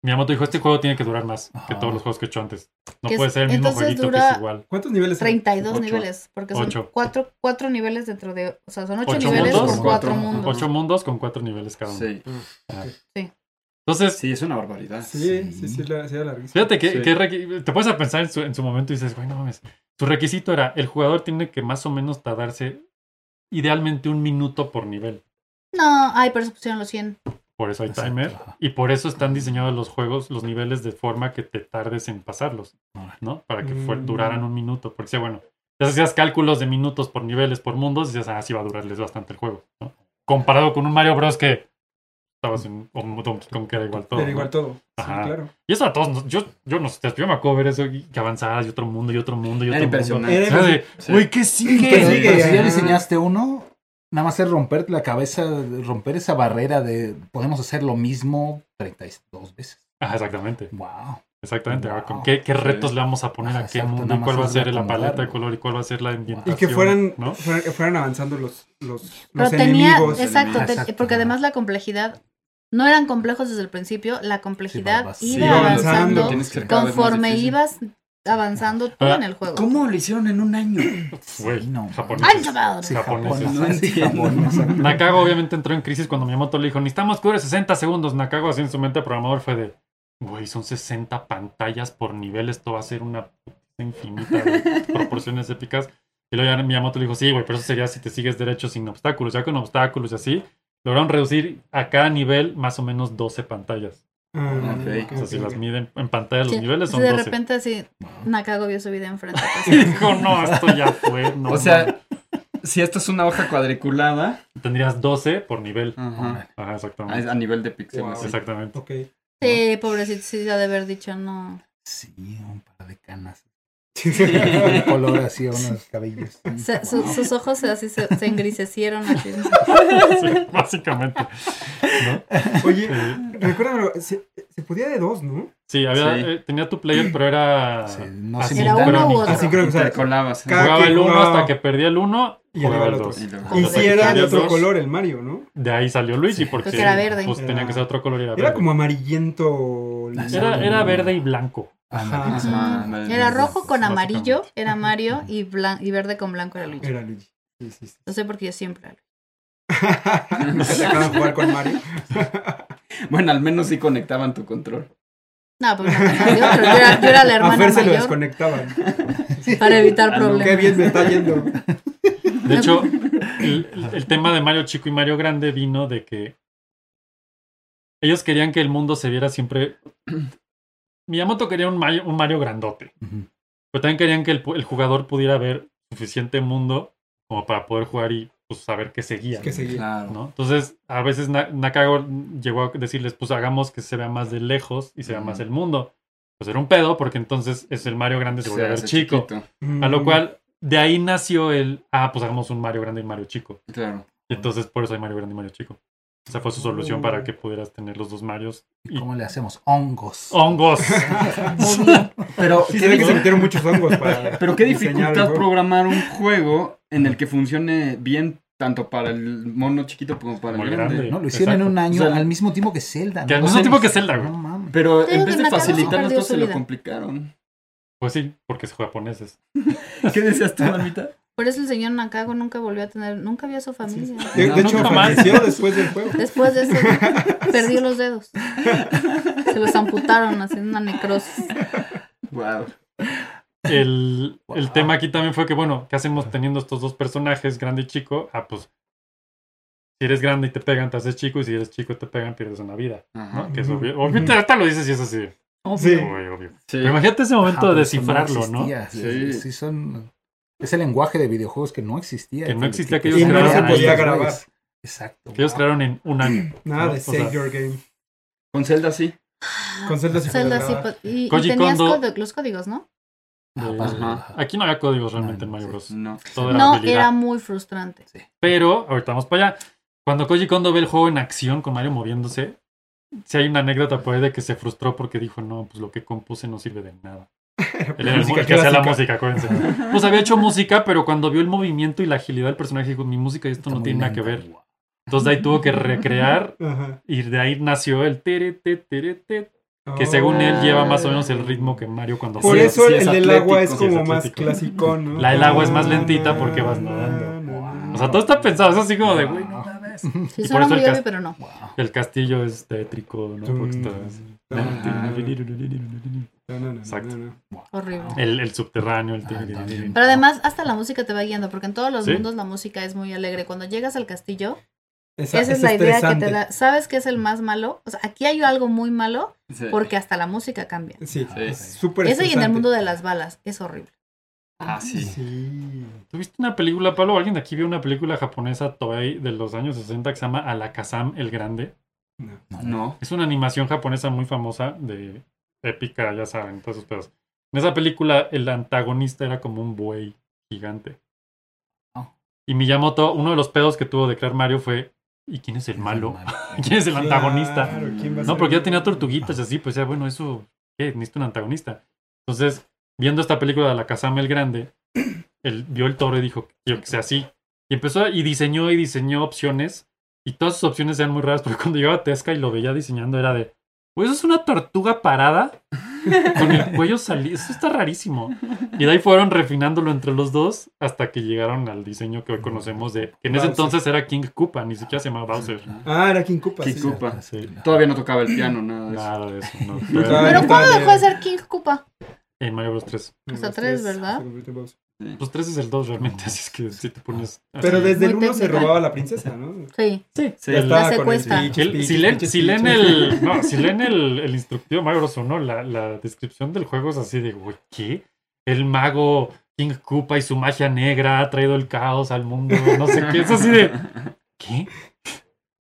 Speaker 3: Miyamoto dijo, este juego tiene que durar más que
Speaker 6: Ajá.
Speaker 4: Ah.
Speaker 3: todos los juegos que he hecho antes. No
Speaker 5: Que
Speaker 3: puede
Speaker 5: es-
Speaker 3: ser el mismo
Speaker 5: entonces
Speaker 3: jueguito que
Speaker 5: dura-
Speaker 3: es igual.
Speaker 2: ¿Cuántos niveles? hay?
Speaker 5: 32
Speaker 4: Ocho.
Speaker 5: niveles, porque son
Speaker 3: Ocho.
Speaker 5: cuatro, cuatro niveles dentro de... O sea, son ocho,
Speaker 3: Ocho
Speaker 5: niveles
Speaker 3: mundos.
Speaker 5: por cuatro
Speaker 4: Cuatro.
Speaker 5: mundos.
Speaker 3: Ocho mundos con cuatro niveles cada uno.
Speaker 4: Sí.
Speaker 3: Entonces,
Speaker 4: sí, es una barbaridad.
Speaker 2: Sí, sí, sí, la, sí, era larguísimo.
Speaker 3: fíjate que,
Speaker 4: Sí.
Speaker 3: que requi- te puedes a pensar en su, en su momento y dices, güey, no mames. Tu requisito era, el jugador tiene que más o menos tardarse idealmente un minuto por nivel.
Speaker 5: No, ay, pero se pusieron los 100.
Speaker 3: Por eso hay
Speaker 6: Exacto,
Speaker 3: timer.
Speaker 6: ajá.
Speaker 3: Y por eso están diseñados los juegos, los niveles de forma que te tardes en pasarlos,
Speaker 6: Órale.
Speaker 3: ¿no? Para que fue-
Speaker 2: Mm.
Speaker 3: duraran un minuto. Porque, bueno, ya hacías cálculos de minutos por niveles, por mundos, y dices, ah, sí va a durarles bastante el juego, ¿no? Comparado con un Mario Bros. que estabas en un Donkey Kong que era igual todo.
Speaker 2: Pero
Speaker 3: ¿no?
Speaker 2: igual todo.
Speaker 3: Ajá.
Speaker 2: Sí, claro.
Speaker 3: Y eso a todos, nos- yo, yo no sé, yo me acuerdo ver eso, y que avanzabas y otro mundo y otro mundo y
Speaker 4: Era
Speaker 3: otro mundo.
Speaker 4: impresionante.
Speaker 3: Era de,
Speaker 4: Sí.
Speaker 3: Güey, ¿qué sigue?
Speaker 6: Pero,
Speaker 2: sigue?
Speaker 6: pero si pues ya
Speaker 2: Ajá.
Speaker 6: diseñaste uno, nada más es romper la cabeza, romper esa barrera de podemos hacer lo mismo 32 veces.
Speaker 3: Ajá, exacamente,
Speaker 6: Wow.
Speaker 3: exactamente. Ahora, ¿con
Speaker 6: Wow.
Speaker 3: ¿Qué, qué
Speaker 4: Sí.
Speaker 3: retos le vamos a poner a qué
Speaker 6: Exacto,
Speaker 3: mundo?
Speaker 6: nada
Speaker 3: ¿Y cuál
Speaker 6: más
Speaker 3: va a
Speaker 6: es
Speaker 3: ser la paleta de
Speaker 6: acomodarlo.
Speaker 3: color? ¿Y cuál va a ser la
Speaker 2: Y
Speaker 3: ambientación?
Speaker 2: que fueran,
Speaker 3: ¿no?
Speaker 2: fueran- que fueran avanzando los, los,
Speaker 5: Pero
Speaker 2: los
Speaker 5: tenía,
Speaker 2: enemigos.
Speaker 5: exacto,
Speaker 6: enemigos.
Speaker 5: te-
Speaker 6: Exacto.
Speaker 5: porque además la complejidad, no eran complejos desde el principio, la
Speaker 6: Sí,
Speaker 5: complejidad
Speaker 6: vas-
Speaker 5: iba
Speaker 2: sí, vas avanzando.
Speaker 5: avanzando
Speaker 4: Tienes que ser cada vez más
Speaker 5: conforme
Speaker 4: difícil.
Speaker 5: ibas avanzando tú
Speaker 3: Ah,
Speaker 5: en el juego.
Speaker 4: ¿Cómo lo hicieron en un año?
Speaker 3: Pues, Güey,
Speaker 6: Sí, no.
Speaker 3: japonés.
Speaker 5: ¡Ay, chaval!
Speaker 3: Sí, japoneses.
Speaker 6: japonés,
Speaker 4: No
Speaker 6: sí,
Speaker 4: entiendo.
Speaker 6: japonés.
Speaker 3: Nakago obviamente entró en crisis cuando Miyamoto le dijo, necesitamos que dure 60 segundos. Nakago así en su mente de programador fue de, güey, son 60 pantallas por nivel, esto va a ser una puta infinita de proporciones épicas. Y luego ya Miyamoto le dijo, sí, güey, pero eso sería si te sigues derecho sin obstáculos. Ya con obstáculos y así, lograron reducir a cada nivel más o menos 12 pantallas.
Speaker 2: Ah,
Speaker 4: Ok,
Speaker 3: O sea, si
Speaker 2: ok,
Speaker 3: las
Speaker 2: ok.
Speaker 3: miden en pantalla, los
Speaker 5: Sí,
Speaker 3: niveles
Speaker 5: sí,
Speaker 3: son
Speaker 5: de
Speaker 3: 12.
Speaker 5: repente así, Nakago vio su vida enfrente.
Speaker 3: Dijo, no, esto ya fue. No,
Speaker 4: o sea, si esta es una hoja cuadriculada
Speaker 3: no". tendrías 12 por nivel.
Speaker 4: ajá,
Speaker 3: Ajá,
Speaker 4: a,
Speaker 3: exactamente.
Speaker 4: a nivel de píxeles.
Speaker 2: Wow.
Speaker 4: sí.
Speaker 3: Exactamente.
Speaker 2: Ok.
Speaker 5: Sí, pobrecito, sí, ha de haber dicho no.
Speaker 6: Sí, un par de canas. Un color así a unos cabellos.
Speaker 5: Se- su- sus ojos se- así se, se engristecieron. así.
Speaker 3: Sí, básicamente. ¿no?
Speaker 2: Oye,
Speaker 3: Eh,
Speaker 2: recuérdame, algo, se, se podía de dos, ¿no?
Speaker 3: Sí, había,
Speaker 4: Sí.
Speaker 3: eh, tenía tu player, pero era.
Speaker 6: Sí, no
Speaker 3: así,
Speaker 5: Era uno
Speaker 3: pero-
Speaker 5: u otro.
Speaker 2: Así creo que o sea,
Speaker 4: Intercolabas.
Speaker 2: Cada-
Speaker 3: Jugaba
Speaker 2: que
Speaker 3: el 1
Speaker 2: jugaba.
Speaker 3: hasta que perdía el 1
Speaker 2: Y
Speaker 3: jugaba
Speaker 2: arriba
Speaker 3: el
Speaker 2: el
Speaker 3: 2.
Speaker 2: otro.
Speaker 4: Y luego-
Speaker 2: Y
Speaker 3: Hasta
Speaker 2: si
Speaker 3: que
Speaker 2: era de
Speaker 3: tenías
Speaker 2: otro
Speaker 3: dos.
Speaker 2: color el Mario, ¿no?
Speaker 3: De ahí salió Luigi, porque.
Speaker 5: Porque era verde.
Speaker 3: Pues tenía que ser otro color y era verde.
Speaker 2: Era como amarillento.
Speaker 3: Era,
Speaker 2: limón.
Speaker 3: era verde y blanco.
Speaker 2: Ajá.
Speaker 4: Ajá,
Speaker 5: Ujú.
Speaker 4: ándale.
Speaker 5: Era rojo con amarillo,
Speaker 3: Básicamente.
Speaker 5: era Mario, y, blan- y verde con blanco era Luigi.
Speaker 2: Era Luigi. Sí, sí, sí.
Speaker 5: No sé por qué yo siempre.
Speaker 2: ¿No te dejaban jugar con Mario?
Speaker 4: Bueno, al menos sí conectaban tu control.
Speaker 5: No, pues no, no, yo, yo era, yo era la
Speaker 2: A
Speaker 5: hermana
Speaker 2: Fer se lo
Speaker 5: mayor
Speaker 2: desconectaban.
Speaker 5: para evitar
Speaker 4: Ah, no,
Speaker 5: problemas.
Speaker 2: Qué bien me está yendo.
Speaker 3: De hecho, el, el- el tema de Mario Chico y Mario Grande vino de que ellos querían que el mundo se viera siempre. Miyamoto quería un Mario, un Mario grandote,
Speaker 6: Ujú.
Speaker 3: pero también querían que el, pu- el jugador pudiera ver suficiente mundo como para poder jugar y pues, saber qué seguía.
Speaker 2: que seguir.
Speaker 6: Claro.
Speaker 3: ¿no? Entonces, a veces Na- Nakago llegó a decirles, pues hagamos que se vea más de lejos y se vea
Speaker 4: Ujú.
Speaker 3: más el mundo. Pues era un pedo, porque entonces es el Mario grande se volvió a ver
Speaker 4: hace
Speaker 3: chico.
Speaker 4: chiquito,
Speaker 3: A
Speaker 2: Mm.
Speaker 3: lo cual, de ahí nació el, ah, pues hagamos un Mario grande y Mario chico.
Speaker 4: Claro.
Speaker 3: Y entonces por eso hay Mario grande y Mario chico. Esa fue su solución
Speaker 4: Mm.
Speaker 3: para que pudieras tener los dos Marios.
Speaker 6: ¿Y ¿Cómo le hacemos? Hongos.
Speaker 3: ¡Hongos!
Speaker 4: Pero,
Speaker 2: Sí, se ve que se metieron muchos hongos para.
Speaker 4: Pero qué
Speaker 2: diseñar el
Speaker 4: dificultad
Speaker 2: juego.
Speaker 4: programar un juego en el que funcione bien tanto para el mono chiquito como para
Speaker 3: Como
Speaker 4: el
Speaker 3: el
Speaker 4: grande.
Speaker 3: grande.
Speaker 6: ¿no? Lo hicieron
Speaker 3: Exacto.
Speaker 6: en un año
Speaker 4: O sea,
Speaker 6: al mismo tiempo que Zelda.
Speaker 3: que al
Speaker 6: O
Speaker 3: mismo
Speaker 6: sea,
Speaker 3: tiempo que Zelda, güey.
Speaker 6: No mames.
Speaker 4: Pero
Speaker 5: Te digo
Speaker 4: en vez
Speaker 5: que
Speaker 4: de
Speaker 5: Nakago sí
Speaker 4: facilitarnos
Speaker 5: perdió
Speaker 4: todo,
Speaker 5: su
Speaker 4: se lo
Speaker 5: vida.
Speaker 4: complicaron.
Speaker 3: Pues sí, porque es japoneses.
Speaker 4: ¿Qué decías tú, mamita?
Speaker 5: Por eso el señor Nakago nunca volvió a tener, nunca vio a su familia.
Speaker 2: De,
Speaker 4: No,
Speaker 2: de
Speaker 4: no,
Speaker 2: hecho,
Speaker 3: jamás.
Speaker 2: falleció después del juego.
Speaker 5: Después de eso, perdió los dedos. Se los amputaron haciendo una necrosis.
Speaker 4: Wow.
Speaker 3: El, el
Speaker 6: Wow.
Speaker 3: tema aquí también fue que, bueno, ¿qué hacemos teniendo estos dos personajes, grande y chico? Ah, pues, si eres grande y te pegan, te haces chico, y si eres chico y te pegan, pierdes una vida, ¿no? Que es
Speaker 2: Ujú.
Speaker 3: obvio. Obvio,
Speaker 2: Ujú.
Speaker 3: hasta lo dices y es así.
Speaker 2: Sí.
Speaker 3: Güey, obvio.
Speaker 4: Sí.
Speaker 3: Pero imagínate ese momento de
Speaker 6: Japón, eso
Speaker 3: descifrarlo, ¿no?
Speaker 6: pues, existía.
Speaker 4: Sí.
Speaker 6: Sí. sí son... Es el lenguaje de videojuegos que no existía.
Speaker 3: Que no existía, que
Speaker 6: que
Speaker 3: ellos
Speaker 6: se
Speaker 3: crearon
Speaker 6: crearon
Speaker 3: ahí.
Speaker 6: estos
Speaker 2: Grabar.
Speaker 6: güeyes. Exacto.
Speaker 3: Que ellos
Speaker 6: wow.
Speaker 3: crearon en un año.
Speaker 2: Nada
Speaker 3: ¿no?
Speaker 2: de
Speaker 3: O
Speaker 2: Save
Speaker 3: sea,
Speaker 2: Your Game.
Speaker 4: Con Zelda sí.
Speaker 2: Con Zelda sí
Speaker 5: Zelda sí,
Speaker 2: jugaba.
Speaker 5: pues, y, y
Speaker 3: Koji
Speaker 5: tenías
Speaker 3: Kondo.
Speaker 5: código- los códigos, ¿no?
Speaker 3: eh,
Speaker 6: Ajá.
Speaker 3: Aquí no había códigos realmente
Speaker 6: No,
Speaker 3: en Mario
Speaker 6: sí.
Speaker 3: Bros.
Speaker 4: No.
Speaker 3: Todo era
Speaker 5: No,
Speaker 3: habilidad.
Speaker 5: era muy frustrante.
Speaker 3: Pero, ahorita vamos para allá. Cuando Koji Kondo ve el juego en acción con Mario moviéndose, si hay una anécdota por ahí de que se frustró porque dijo, no, pues lo que compuse no sirve de nada. Él era el
Speaker 2: Música
Speaker 3: mu- el que hacía la
Speaker 2: clásica.
Speaker 3: música, acuérdense. Pues había hecho música, pero cuando vio el movimiento y la agilidad del personaje, dijo, mi música y esto
Speaker 6: Está
Speaker 3: no
Speaker 6: muy
Speaker 3: tiene nada que
Speaker 6: lento,
Speaker 3: ver.
Speaker 6: wow.
Speaker 3: Entonces de ahí tuvo que recrear
Speaker 2: Ajá.
Speaker 3: y de ahí nació el terete, terete, que
Speaker 2: Oh.
Speaker 3: según él lleva más o menos el ritmo que Mario cuando
Speaker 2: Por
Speaker 4: Sí,
Speaker 3: juega.
Speaker 2: eso
Speaker 4: sí
Speaker 2: el
Speaker 4: es
Speaker 2: del agua es
Speaker 4: atlético,
Speaker 3: sí es
Speaker 2: como más
Speaker 3: atlético.
Speaker 2: clásico, ¿no?
Speaker 3: La del agua es más lentita porque vas nadando. O sea, todo está pensado, es así como de, güey,
Speaker 6: Ah.
Speaker 3: no mames.
Speaker 5: Sí,
Speaker 3: por
Speaker 5: suena
Speaker 3: eso el
Speaker 5: muy obvio,
Speaker 3: cast-
Speaker 5: pero no.
Speaker 3: El castillo es tétrico, ¿no? Porque está-
Speaker 6: Ah.
Speaker 3: Exacto.
Speaker 2: Exacto.
Speaker 5: Horrible.
Speaker 3: El, el subterráneo, el
Speaker 6: Ah, también.
Speaker 5: Pero además, hasta la música te va guiando, porque en todos los
Speaker 3: Sí.
Speaker 5: mundos la música es muy alegre. Cuando llegas al castillo,
Speaker 2: Esa,
Speaker 5: esa, es, la idea que te
Speaker 2: estresante.
Speaker 5: da. ¿Sabes qué es el más malo? O sea, aquí hay algo muy malo
Speaker 4: Sí.
Speaker 5: porque hasta la música cambia.
Speaker 2: Sí,
Speaker 6: Ah,
Speaker 4: Sí.
Speaker 2: es súper
Speaker 5: Eso y en el
Speaker 2: estresante.
Speaker 5: mundo de las balas, es horrible.
Speaker 4: Ah, sí.
Speaker 2: Sí.
Speaker 3: ¿Tuviste una película, Pablo? ¿Alguien de aquí vio una película japonesa Toei de los años 60 que se llama Alakazam el Grande?
Speaker 4: No.
Speaker 3: Es una animación japonesa muy famosa, de épica, ya saben, todos esos pedos. En esa película el antagonista era como un buey gigante. Ah.
Speaker 6: Oh.
Speaker 3: Y Miyamoto, uno de los pedos que tuvo de crear Mario fue, ¿y quién es el malo? ¿Quién es el antagonista?
Speaker 2: Claro, ¿quién va a
Speaker 3: No,
Speaker 2: ser?
Speaker 3: porque ya tenía tortuguitas y así, pues ya, bueno, eso, ¿qué? Necesito un antagonista. Entonces, viendo esta película de la Kazama el Grande, él vio el toro y dijo, quiero que sea así. Y empezó y diseñó y diseñó opciones. Y todas sus opciones eran muy raras, porque cuando llegaba a Tesca y lo veía diseñando, era de, pues eso es una tortuga parada con el cuello salido. Eso está rarísimo. Y de ahí fueron refinándolo entre los dos hasta que llegaron al diseño que hoy conocemos de, que en ese
Speaker 2: Bowser.
Speaker 3: entonces era King Koopa, ni siquiera se llamaba Bowser.
Speaker 2: Ah, era King Koopa.
Speaker 4: King
Speaker 2: sí.
Speaker 4: Koopa.
Speaker 3: Sí.
Speaker 4: Todavía no tocaba el piano, nada de eso.
Speaker 3: Nada de eso, no.
Speaker 2: Ah,
Speaker 5: Pero
Speaker 2: no
Speaker 5: ¿cuándo
Speaker 2: está
Speaker 5: dejó de
Speaker 2: bien.
Speaker 5: ser King Koopa?
Speaker 3: En Mario Bros 3.
Speaker 5: Hasta
Speaker 2: Los
Speaker 5: tres, ¿verdad?
Speaker 2: se convirtió en Bowser.
Speaker 3: Pues 3 es el 2 realmente, así es que si te pones... así-
Speaker 2: Pero desde el
Speaker 5: Muy
Speaker 2: 1 se
Speaker 5: técnica.
Speaker 2: robaba la princesa, ¿no?
Speaker 5: Sí.
Speaker 3: Sí,
Speaker 2: Ya
Speaker 3: el-
Speaker 2: estaba
Speaker 5: La
Speaker 2: con el
Speaker 5: secuestra.
Speaker 2: pinche
Speaker 3: el-
Speaker 2: speech,
Speaker 3: si leen,
Speaker 2: pinche
Speaker 3: si leen
Speaker 2: speech.
Speaker 3: el, no, si leen el, el instructivo Mario Bros 1, la, la descripción del juego es así de, güey, ¿qué? El mago King Koopa y su magia negra ha traído el caos al mundo, no sé qué, es así de, ¿qué?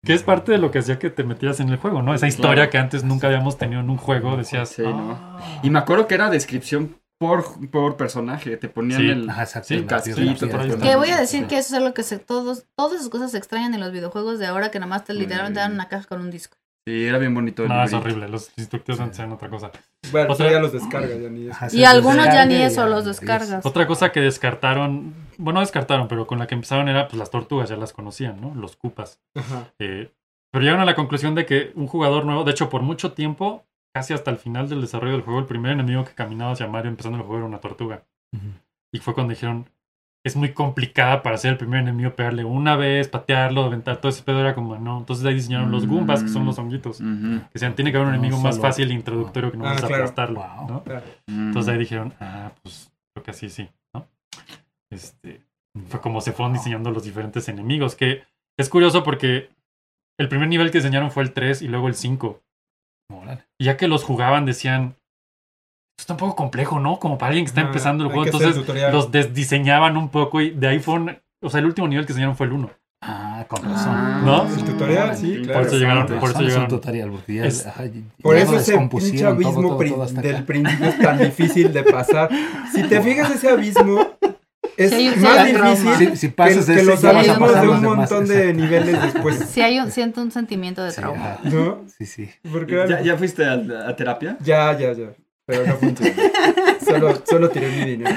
Speaker 3: Que es parte de lo que hacía que te metieras en el juego, ¿no? Esa historia
Speaker 4: Claro.
Speaker 3: que antes nunca habíamos tenido en un juego, decías, "Ah,
Speaker 4: Sí, ¿no?
Speaker 5: Ah.
Speaker 4: Y me acuerdo que era descripción por, por personaje. Te ponían
Speaker 3: Sí.
Speaker 4: el.
Speaker 6: exacto.
Speaker 3: Sí,
Speaker 6: la
Speaker 4: castillo,
Speaker 6: biografía,
Speaker 4: todo
Speaker 6: todo.
Speaker 4: esto.
Speaker 5: Que voy a decir que eso es algo que se, todos, todas esas cosas se extrañan en los videojuegos de ahora que nomás te
Speaker 4: Mm.
Speaker 5: literalmente dan una caja con un disco.
Speaker 4: Sí, era bien bonito. el
Speaker 3: no, es
Speaker 4: librito.
Speaker 3: horrible, los instructivos antes eran otra cosa.
Speaker 2: Bueno,
Speaker 3: Otra-
Speaker 2: ya los descarga, ya ni eso.
Speaker 6: Ajá,
Speaker 5: Y
Speaker 6: sí, sí,
Speaker 5: algunos ya
Speaker 6: descarga
Speaker 5: ni
Speaker 6: y
Speaker 5: eso, los
Speaker 6: adiós.
Speaker 5: descargas.
Speaker 3: Otra cosa que descartaron, bueno, no descartaron, pero con la que empezaron era pues las tortugas, ya las conocían, ¿no? Los cupas.
Speaker 2: Ajá.
Speaker 3: pero llegaron a la conclusión de que un jugador nuevo, de hecho, por mucho tiempo, casi hasta el final del desarrollo del juego, el primer enemigo que caminaba hacia Mario empezando el juego era una tortuga.
Speaker 6: Ujú.
Speaker 3: Y fue cuando dijeron, es muy complicada para ser el primer enemigo, pegarle una vez, patearlo, aventar, todo ese pedo era como, no. Entonces ahí diseñaron los Goombas, que son los honguitos.
Speaker 4: Ujú,
Speaker 3: Que sean, tiene que haber un
Speaker 6: Mm, No,
Speaker 3: enemigo más
Speaker 6: solo-
Speaker 3: fácil e introductorio que no
Speaker 2: Ah,
Speaker 3: vas a
Speaker 2: claro.
Speaker 3: aplastarlo,
Speaker 6: Wow.
Speaker 3: ¿no?
Speaker 4: ujú.
Speaker 3: Entonces ahí dijeron, ah, pues creo que así sí, ¿no? Este, fue como se fueron diseñando los diferentes enemigos. Que es curioso porque el primer nivel que diseñaron fue el 3 y luego el 5.
Speaker 6: Órale.
Speaker 3: Y ya que los jugaban, decían. Esto está un poco complejo, ¿no? Como para alguien que está
Speaker 2: Ah,
Speaker 3: empezando el
Speaker 2: hay
Speaker 3: juego.
Speaker 2: que hacer
Speaker 3: Entonces
Speaker 2: tutorial.
Speaker 3: los desdiseñaban un poco y de ahí fueron. O sea, el último nivel que diseñaron fue el 1.
Speaker 6: Ah, con
Speaker 5: Ah.
Speaker 6: razón.
Speaker 3: ¿No?
Speaker 2: El tutorial, sí, claro.
Speaker 3: Por eso llegaron,
Speaker 6: Con
Speaker 3: por eso
Speaker 6: razón es un
Speaker 3: llegaron.
Speaker 6: tutorial, porque ya-
Speaker 3: Es-
Speaker 6: ajá, ya-
Speaker 2: Por
Speaker 6: ya
Speaker 2: eso
Speaker 6: lo
Speaker 2: ese pinche
Speaker 6: descompusieron todo,
Speaker 2: abismo
Speaker 6: todo,
Speaker 2: pri-
Speaker 6: todo hasta acá.
Speaker 2: del principio es tan difícil de pasar. Si te fijas, ese abismo es
Speaker 5: Sí, sí,
Speaker 2: más
Speaker 5: hay un
Speaker 2: difícil
Speaker 5: trauma.
Speaker 6: Si, si pasas
Speaker 2: que, que
Speaker 6: ese,
Speaker 2: los
Speaker 6: ya vas a
Speaker 5: abismos
Speaker 2: abismos
Speaker 6: pasar
Speaker 2: de
Speaker 6: los
Speaker 2: un
Speaker 6: demás,
Speaker 2: montón de
Speaker 6: exacto.
Speaker 2: niveles después.
Speaker 5: Sí, hay un, siento un sentimiento de
Speaker 6: Sí,
Speaker 5: trauma.
Speaker 6: ajá.
Speaker 2: ¿No?
Speaker 6: Sí, sí.
Speaker 2: Porque
Speaker 4: ¿Ya, ya fuiste a, a terapia?
Speaker 2: ya, ya, ya. Pero no funcionó. Solo, solo tiré mi dinero.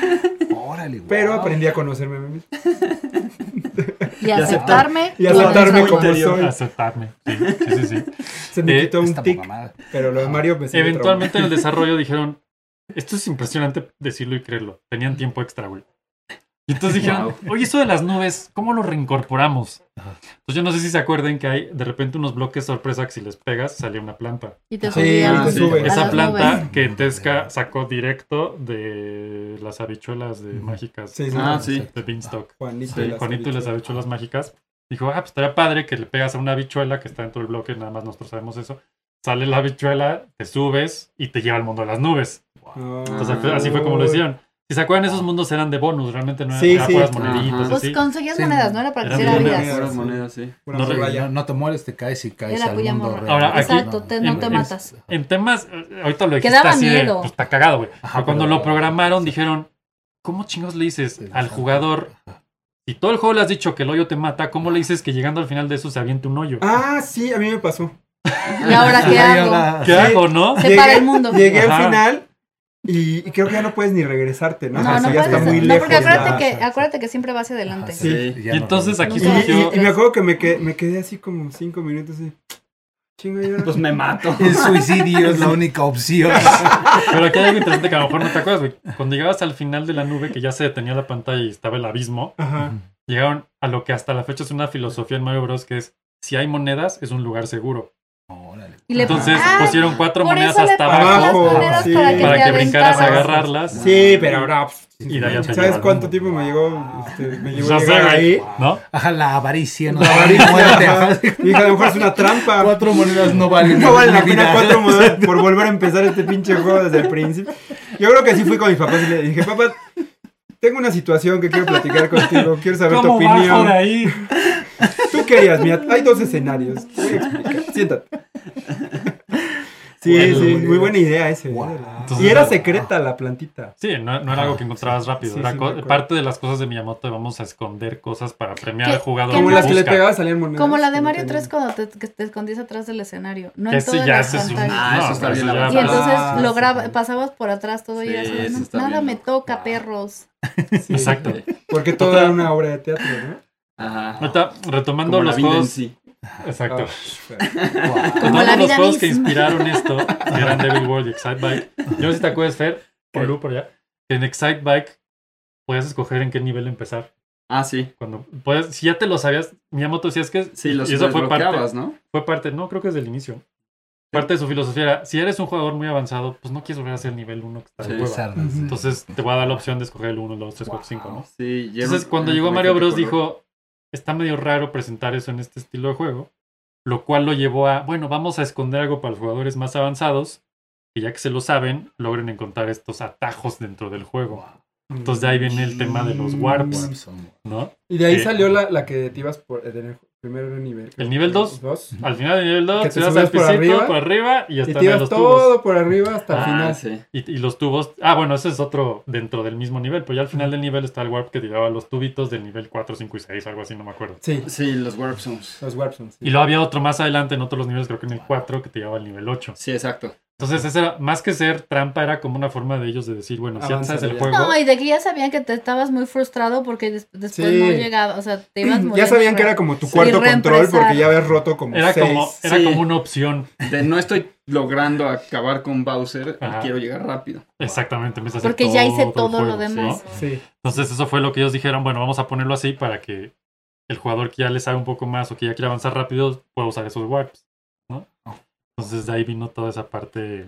Speaker 6: Órale, güey.
Speaker 2: Pero aprendí a conocerme a mí mismo.
Speaker 5: Y aceptarme.
Speaker 2: Y
Speaker 5: con
Speaker 2: aceptarme
Speaker 5: esa
Speaker 2: como
Speaker 5: voz.
Speaker 2: soy.
Speaker 3: Aceptarme. Sí, sí, sí. sí.
Speaker 2: Se me
Speaker 3: Ah, Eh,
Speaker 2: quitó un
Speaker 6: Esta
Speaker 2: tic,
Speaker 6: mamada.
Speaker 2: pero lo de Mario me sigue
Speaker 3: Eventualmente en el desarrollo dijeron, esto es impresionante decirlo y creerlo. Tenían tiempo extra, güey. Y entonces dijeron, oye, eso de las nubes, ¿cómo lo reincorporamos? Entonces yo no sé si se acuerden que hay de repente unos bloques sorpresa que si les pegas sale una planta.
Speaker 5: Y te
Speaker 2: Sí,
Speaker 5: subí al-
Speaker 2: te
Speaker 4: sí.
Speaker 2: sube.
Speaker 5: A
Speaker 3: Esa
Speaker 5: las
Speaker 3: planta
Speaker 6: nubes.
Speaker 3: que Tesca sacó directo de las habichuelas de mágicas
Speaker 2: Sí, sí,
Speaker 4: Ah,
Speaker 2: sí.
Speaker 4: sí.
Speaker 3: de Beanstalk.
Speaker 2: Juanito,
Speaker 3: Sí,
Speaker 2: y las
Speaker 3: Juanito y las
Speaker 2: habichuelas.
Speaker 3: habichuelas mágicas. Dijo, ah, pues estaría padre que le pegas a una habichuela que está dentro del bloque, nada más nosotros sabemos eso. Sale la habichuela, te subes y te lleva al mundo de las nubes. Entonces,
Speaker 4: Ah.
Speaker 3: así fue como lo hicieron. Si se acuerdan, esos mundos eran de bonus, realmente no eran
Speaker 2: Sí,
Speaker 3: eran
Speaker 2: sí.
Speaker 3: puras
Speaker 4: Ajá.
Speaker 3: moneditas,
Speaker 5: Pues
Speaker 3: así.
Speaker 5: conseguías
Speaker 6: Sí.
Speaker 5: monedas, ¿no? Era para que
Speaker 3: Era
Speaker 5: hiciera
Speaker 2: bien,
Speaker 5: vidas.
Speaker 2: era-
Speaker 4: Puras monedas, sí.
Speaker 2: Una
Speaker 3: No,
Speaker 2: raya.
Speaker 6: No, no te mueres, te caes y caes
Speaker 5: Era
Speaker 6: al
Speaker 5: cuya
Speaker 6: mundo
Speaker 5: morra.
Speaker 6: real.
Speaker 3: Ahora,
Speaker 5: Exacto, te- no
Speaker 3: en-
Speaker 5: te
Speaker 3: en-
Speaker 5: matas.
Speaker 3: En temas, eh, ahorita lo dijiste
Speaker 5: daba
Speaker 3: así de,
Speaker 5: miedo.
Speaker 3: pues está cagado, güey.
Speaker 6: Ajá,
Speaker 3: Pero cuando
Speaker 6: pero-
Speaker 3: lo programaron, dijeron, ¿cómo chingos le dices al jugador? Si todo el juego le has dicho que el hoyo te mata, ¿cómo le dices que llegando al final de eso se aviente un hoyo?
Speaker 2: Ah, sí, a mí me pasó.
Speaker 5: Y ahora
Speaker 6: Y
Speaker 5: qué hago.
Speaker 6: ahora-
Speaker 3: ¿Qué
Speaker 2: sí.
Speaker 3: hago, no?
Speaker 5: Se para el mundo.
Speaker 2: Llegué
Speaker 3: Ajá.
Speaker 2: al final y, y creo que ya no puedes ni regresarte, ¿no?
Speaker 5: No,
Speaker 2: Así
Speaker 5: no
Speaker 2: ya
Speaker 5: puedes.
Speaker 2: está
Speaker 5: hacer-
Speaker 2: muy
Speaker 5: no,
Speaker 2: lejos.
Speaker 5: porque acuérdate
Speaker 2: ya.
Speaker 5: que, acuérdate que siempre va hacia adelante.
Speaker 6: Ajá, sí,
Speaker 4: Sí.
Speaker 6: ya
Speaker 3: Y
Speaker 6: no
Speaker 3: entonces
Speaker 6: regresas.
Speaker 3: aquí
Speaker 2: Y,
Speaker 5: No,
Speaker 2: y-
Speaker 5: no,
Speaker 2: y me acuerdo que me, que- me quedé así como cinco minutos así. Chingo, yo.
Speaker 4: Pues me mato.
Speaker 6: El suicidio es la única opción.
Speaker 3: Pero aquí hay algo interesante que a lo mejor no te acuerdas, güey. Cuando llegabas al final de la nube, que ya se detenía la pantalla y estaba el abismo,
Speaker 2: Ajá.
Speaker 3: llegaron a lo que hasta la fecha es una filosofía en Mario Bros. que es, si hay monedas, es un lugar seguro.
Speaker 6: Órale.
Speaker 5: Y le
Speaker 3: Entonces pues,
Speaker 5: Ah,
Speaker 3: pusieron cuatro
Speaker 5: Por
Speaker 3: monedas
Speaker 5: eso le
Speaker 3: hasta
Speaker 5: ponen las
Speaker 2: abajo,
Speaker 5: monedas
Speaker 2: sí.
Speaker 5: para que,
Speaker 3: para
Speaker 5: te
Speaker 3: que brincaras a
Speaker 5: aventaras.
Speaker 3: agarrarlas.
Speaker 2: Sí, pero ahora. pff,
Speaker 3: Y de ahí hasta
Speaker 2: ¿Sabes
Speaker 3: llegar.
Speaker 2: cuánto tiempo me llegó? este, me llegó
Speaker 3: Ya
Speaker 2: a llegar
Speaker 3: sé,
Speaker 2: ahí.
Speaker 3: ¿No?
Speaker 6: Ajá, la avaricia. ¿no?
Speaker 2: La varita,
Speaker 6: Muerte,
Speaker 2: ajá.
Speaker 6: ajá.
Speaker 2: Dije, a lo mejor es una trampa.
Speaker 6: Cuatro monedas no valen.
Speaker 2: No vale la pena
Speaker 6: vida.
Speaker 2: cuatro monedas por volver a empezar este pinche juego desde el principio. Yo creo que sí fui con mis papás y le dije, papá, tengo una situación que quiero platicar contigo, quiero saber tu
Speaker 3: ¿Cómo bajo
Speaker 2: opinión.
Speaker 3: de ahí?
Speaker 2: ¿Tú qué harías? Mira, hay dos escenarios. Te voy a explicar. Siéntate. Sí,
Speaker 3: Bueno,
Speaker 2: sí,
Speaker 6: bueno.
Speaker 2: muy buena idea ese. ¿eh?
Speaker 6: Wow.
Speaker 2: Y era secreta la plantita.
Speaker 3: Sí, no, no era algo que encontrabas rápido.
Speaker 2: Ah, Sí,
Speaker 3: era
Speaker 2: sí,
Speaker 3: co-
Speaker 2: me acuerdo.
Speaker 3: parte de las cosas de Miyamoto, vamos a esconder cosas para premiar
Speaker 5: Que-
Speaker 3: al jugador.
Speaker 5: que
Speaker 2: Como
Speaker 5: no-
Speaker 2: las que le
Speaker 3: busca.
Speaker 2: pegabas salían monedas.
Speaker 5: Como la de
Speaker 2: que no
Speaker 5: Mario
Speaker 2: tenían.
Speaker 5: 3 cuando te, que te escondías atrás del escenario. No
Speaker 3: Que
Speaker 5: en
Speaker 3: sí,
Speaker 5: todas
Speaker 3: ya
Speaker 5: las
Speaker 3: ese es un...
Speaker 5: pantallas.
Speaker 4: Ah, eso está
Speaker 3: pero
Speaker 4: bien
Speaker 3: ya
Speaker 4: avanzado.
Speaker 5: Y entonces
Speaker 2: Ah, sí.
Speaker 5: lograba- pasabas por atrás todo y
Speaker 4: Sí,
Speaker 5: era así,
Speaker 4: eso
Speaker 5: "No,
Speaker 4: está
Speaker 5: nada
Speaker 4: bien
Speaker 5: me
Speaker 4: loco.
Speaker 5: toca,
Speaker 6: Wow.
Speaker 5: perros.
Speaker 2: Sí,
Speaker 3: Exacto.
Speaker 2: Porque todo
Speaker 3: Otra-
Speaker 2: era una obra de teatro, ¿no?
Speaker 4: Ajá.
Speaker 3: Ahorita, retomando
Speaker 4: Como la
Speaker 3: los
Speaker 4: vida en
Speaker 3: juegos...
Speaker 4: sí.
Speaker 3: Exacto.
Speaker 2: Ah,
Speaker 5: Como
Speaker 3: Todos los
Speaker 5: la vida
Speaker 3: juegos que
Speaker 5: misma.
Speaker 3: inspiraron esto, que eran Devil World y Excite Bike. Yo no sé si te acuerdas, Fer, por Lu, por allá, que en Excite Bike podías escoger en qué nivel empezar.
Speaker 4: Ah, sí.
Speaker 3: Cuando puedes, si ya te lo sabías, Miyamoto decía es que
Speaker 4: Sí, los
Speaker 3: y eso fue parte,
Speaker 4: desbloqueabas, ¿no?
Speaker 3: fue parte, no creo que desde el inicio. Parte de su filosofía era, si eres un jugador muy avanzado, pues no quieres volver a ser el nivel 1 que está de
Speaker 4: Sí,
Speaker 3: hueva.
Speaker 6: Sardas, sí.
Speaker 3: Entonces te voy a dar la opción de escoger el 1, 2, 3, 4, 5, ¿no?
Speaker 4: Sí, y era
Speaker 3: Entonces
Speaker 4: un-
Speaker 3: cuando
Speaker 4: era
Speaker 3: llegó
Speaker 4: un
Speaker 3: Mario Bros
Speaker 4: color.
Speaker 3: dijo, está medio raro presentar eso en este estilo de juego, lo cual lo llevó a, bueno, vamos a esconder algo para los jugadores más avanzados, que ya que se lo saben, logren encontrar estos atajos dentro del juego, Entonces, de ahí viene el tema de los warps. ¿no?
Speaker 2: Y de ahí
Speaker 3: Sí.
Speaker 2: salió la, la que te ibas por en el primer nivel.
Speaker 3: El nivel dos. Al final del nivel 2,
Speaker 2: Que
Speaker 3: te
Speaker 2: te
Speaker 3: das al
Speaker 2: subías por
Speaker 3: pisito,
Speaker 2: arriba,
Speaker 3: por arriba y
Speaker 2: Y
Speaker 3: hasta
Speaker 2: te
Speaker 3: de
Speaker 2: ibas
Speaker 3: los tubos.
Speaker 2: todo por arriba hasta el
Speaker 4: Ah,
Speaker 2: final.
Speaker 4: sí.
Speaker 3: Y, y los tubos, ah, bueno, ese es otro dentro del mismo nivel, pero ya al final del nivel está el warp que tiraba los tubitos del nivel 4, 5 y 6, algo así, no me acuerdo.
Speaker 2: Sí,
Speaker 4: Sí, los Warp Zones.
Speaker 2: los warps. son, sí.
Speaker 3: Y luego había otro más adelante en otros niveles, creo que en el 4, que te llevaba al nivel 8.
Speaker 4: Sí, exacto.
Speaker 3: Entonces, esa era, más que ser trampa, era como una forma de ellos de decir, bueno, si
Speaker 2: Avanza
Speaker 3: antes el
Speaker 2: ya.
Speaker 3: juego.
Speaker 5: No, y de que ya sabían que te estabas muy frustrado porque des- después
Speaker 2: Sí.
Speaker 5: no llegaba, o sea, te ibas muriendo.
Speaker 2: Ya sabían que era como tu
Speaker 4: Sí,
Speaker 2: cuarto control
Speaker 5: reemplazar.
Speaker 2: porque ya habías roto como
Speaker 3: Era
Speaker 2: seis.
Speaker 3: como, era
Speaker 4: sí.
Speaker 3: como una opción.
Speaker 4: De no estoy logrando acabar con Bowser,
Speaker 3: Ajá.
Speaker 4: quiero llegar rápido.
Speaker 3: Exactamente, empiezas a hacer
Speaker 5: Porque ya hice
Speaker 3: el
Speaker 5: todo lo
Speaker 3: juego, ¿sí,
Speaker 5: demás.
Speaker 3: no?
Speaker 2: Sí.
Speaker 3: Entonces, eso fue lo que ellos dijeron, bueno, vamos a ponerlo así para que el jugador que ya le sabe un poco más o que ya quiere avanzar rápido pueda usar esos warps, ¿no? Entonces, de ahí vino toda esa parte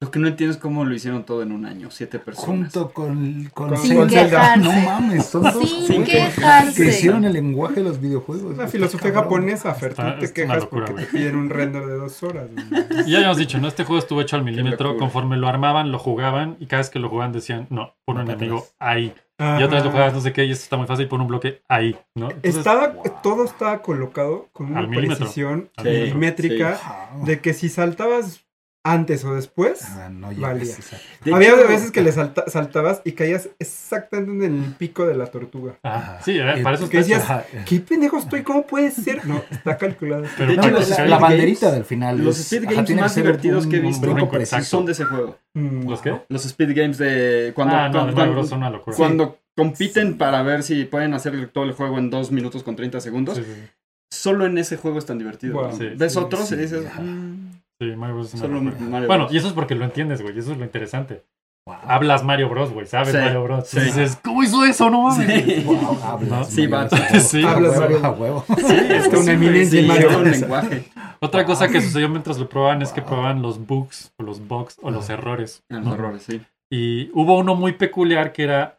Speaker 4: Lo que no entiendo es cómo lo hicieron todo en un año, siete personas.
Speaker 6: Junto con, con,
Speaker 2: Con-
Speaker 5: Sin
Speaker 6: Zelda. No
Speaker 5: quejarse.
Speaker 6: mames, son dos
Speaker 5: Sin
Speaker 6: juegos
Speaker 5: quejarse.
Speaker 6: que hicieron el lenguaje de los videojuegos.
Speaker 2: Una filosofía
Speaker 6: Cabrón.
Speaker 2: japonesa, Fer.
Speaker 3: Está-
Speaker 2: Tú te
Speaker 3: es una
Speaker 2: quejas
Speaker 3: locura,
Speaker 2: porque
Speaker 3: güey.
Speaker 2: te piden un render de dos horas. güey.
Speaker 3: Y ya habíamos dicho, ¿no? Este juego estuvo hecho al milímetro.
Speaker 4: locura.
Speaker 3: Conforme lo armaban, lo jugaban. Y cada vez que lo jugaban decían, no, pon un
Speaker 6: Para
Speaker 3: enemigo
Speaker 6: atrás.
Speaker 3: ahí. Y otra vez lo
Speaker 2: Ajá.
Speaker 3: jugabas no sé qué. Y esto está muy fácil, pon un bloque ahí, ¿no? Entonces,
Speaker 2: Estaba,
Speaker 3: wow.
Speaker 2: todo estaba colocado con una
Speaker 3: Al milímetro.
Speaker 2: precisión
Speaker 3: Al
Speaker 4: milímetro,
Speaker 2: milimétrica
Speaker 6: Ajá.
Speaker 2: de que si saltabas antes o después,
Speaker 6: Ah, no
Speaker 2: Valía.
Speaker 6: llegas esa-
Speaker 4: De
Speaker 2: había
Speaker 4: hecho,
Speaker 2: veces que le salta- saltabas y caías exactamente en el pico de la tortuga.
Speaker 3: Ajá. Ah, Sí, era-
Speaker 6: Eh,
Speaker 3: para eso
Speaker 2: ¿qué
Speaker 3: está hecho.
Speaker 2: decías?
Speaker 6: Ajá.
Speaker 2: ¿Qué pendejo estoy? ¿Cómo puede ser? No, está calculado.
Speaker 3: Pero
Speaker 4: De
Speaker 6: No,
Speaker 3: para
Speaker 4: hecho,
Speaker 3: que
Speaker 6: la-
Speaker 4: los-
Speaker 3: sea-
Speaker 6: la
Speaker 4: speed
Speaker 6: banderita
Speaker 4: games-
Speaker 6: del final.
Speaker 4: Los
Speaker 6: es-
Speaker 4: speed
Speaker 6: ajá,
Speaker 4: games
Speaker 6: tiene que
Speaker 4: más
Speaker 6: ser
Speaker 4: divertidos que he
Speaker 6: un- un
Speaker 4: visto.
Speaker 6: brinco
Speaker 3: Brinco,
Speaker 6: preciso.
Speaker 3: exacto.
Speaker 4: Son de ese juego.
Speaker 2: Mm.
Speaker 3: ¿Los qué?
Speaker 4: Los speed games de cuando,
Speaker 3: ah, no,
Speaker 4: cuando-
Speaker 3: de Mario
Speaker 4: cuando-
Speaker 3: Bros. son una locura.
Speaker 4: cuando compiten para ver si pueden hacer todo el juego en dos minutos con 30 segundos.
Speaker 3: Sí, sí, sí.
Speaker 4: Solo en ese juego es tan divertido.
Speaker 2: Wow.
Speaker 4: ¿no?
Speaker 3: Sí,
Speaker 4: Ves
Speaker 2: sí,
Speaker 4: otros
Speaker 6: sí,
Speaker 4: y dices,
Speaker 6: ajá.
Speaker 4: "Mm,
Speaker 3: Sí, Mario Bros. es una
Speaker 4: solo
Speaker 3: locura.
Speaker 4: Mario
Speaker 3: Bueno,
Speaker 4: Bros".
Speaker 3: y eso es porque lo entiendes, güey. Eso es lo interesante.
Speaker 6: Wow.
Speaker 3: Hablas Mario Bros, güey. Sabes
Speaker 4: Sí,
Speaker 3: Mario Bros.
Speaker 4: sí.
Speaker 3: Dices, ¿cómo hizo eso? No mames.
Speaker 4: Sí.
Speaker 6: Wow, hablas,
Speaker 4: Sí,
Speaker 6: Mario,
Speaker 4: vato.
Speaker 6: a huevo.
Speaker 3: Sí.
Speaker 6: A
Speaker 2: Hablas,
Speaker 6: huevo,
Speaker 2: Mario.
Speaker 6: a huevo.
Speaker 4: Sí, es
Speaker 2: que una
Speaker 4: sí,
Speaker 2: eminencia
Speaker 4: sí,
Speaker 2: en Mario
Speaker 4: todo el
Speaker 2: Bros.
Speaker 4: lenguaje.
Speaker 3: Otra
Speaker 6: Wow.
Speaker 3: cosa que sucedió mientras lo probaban es que
Speaker 6: Wow.
Speaker 3: probaban los bugs, o los bugs, o los
Speaker 6: Ajá.
Speaker 3: errores.
Speaker 4: Los
Speaker 3: ¿no?
Speaker 4: errores, sí.
Speaker 3: Y hubo uno muy peculiar que era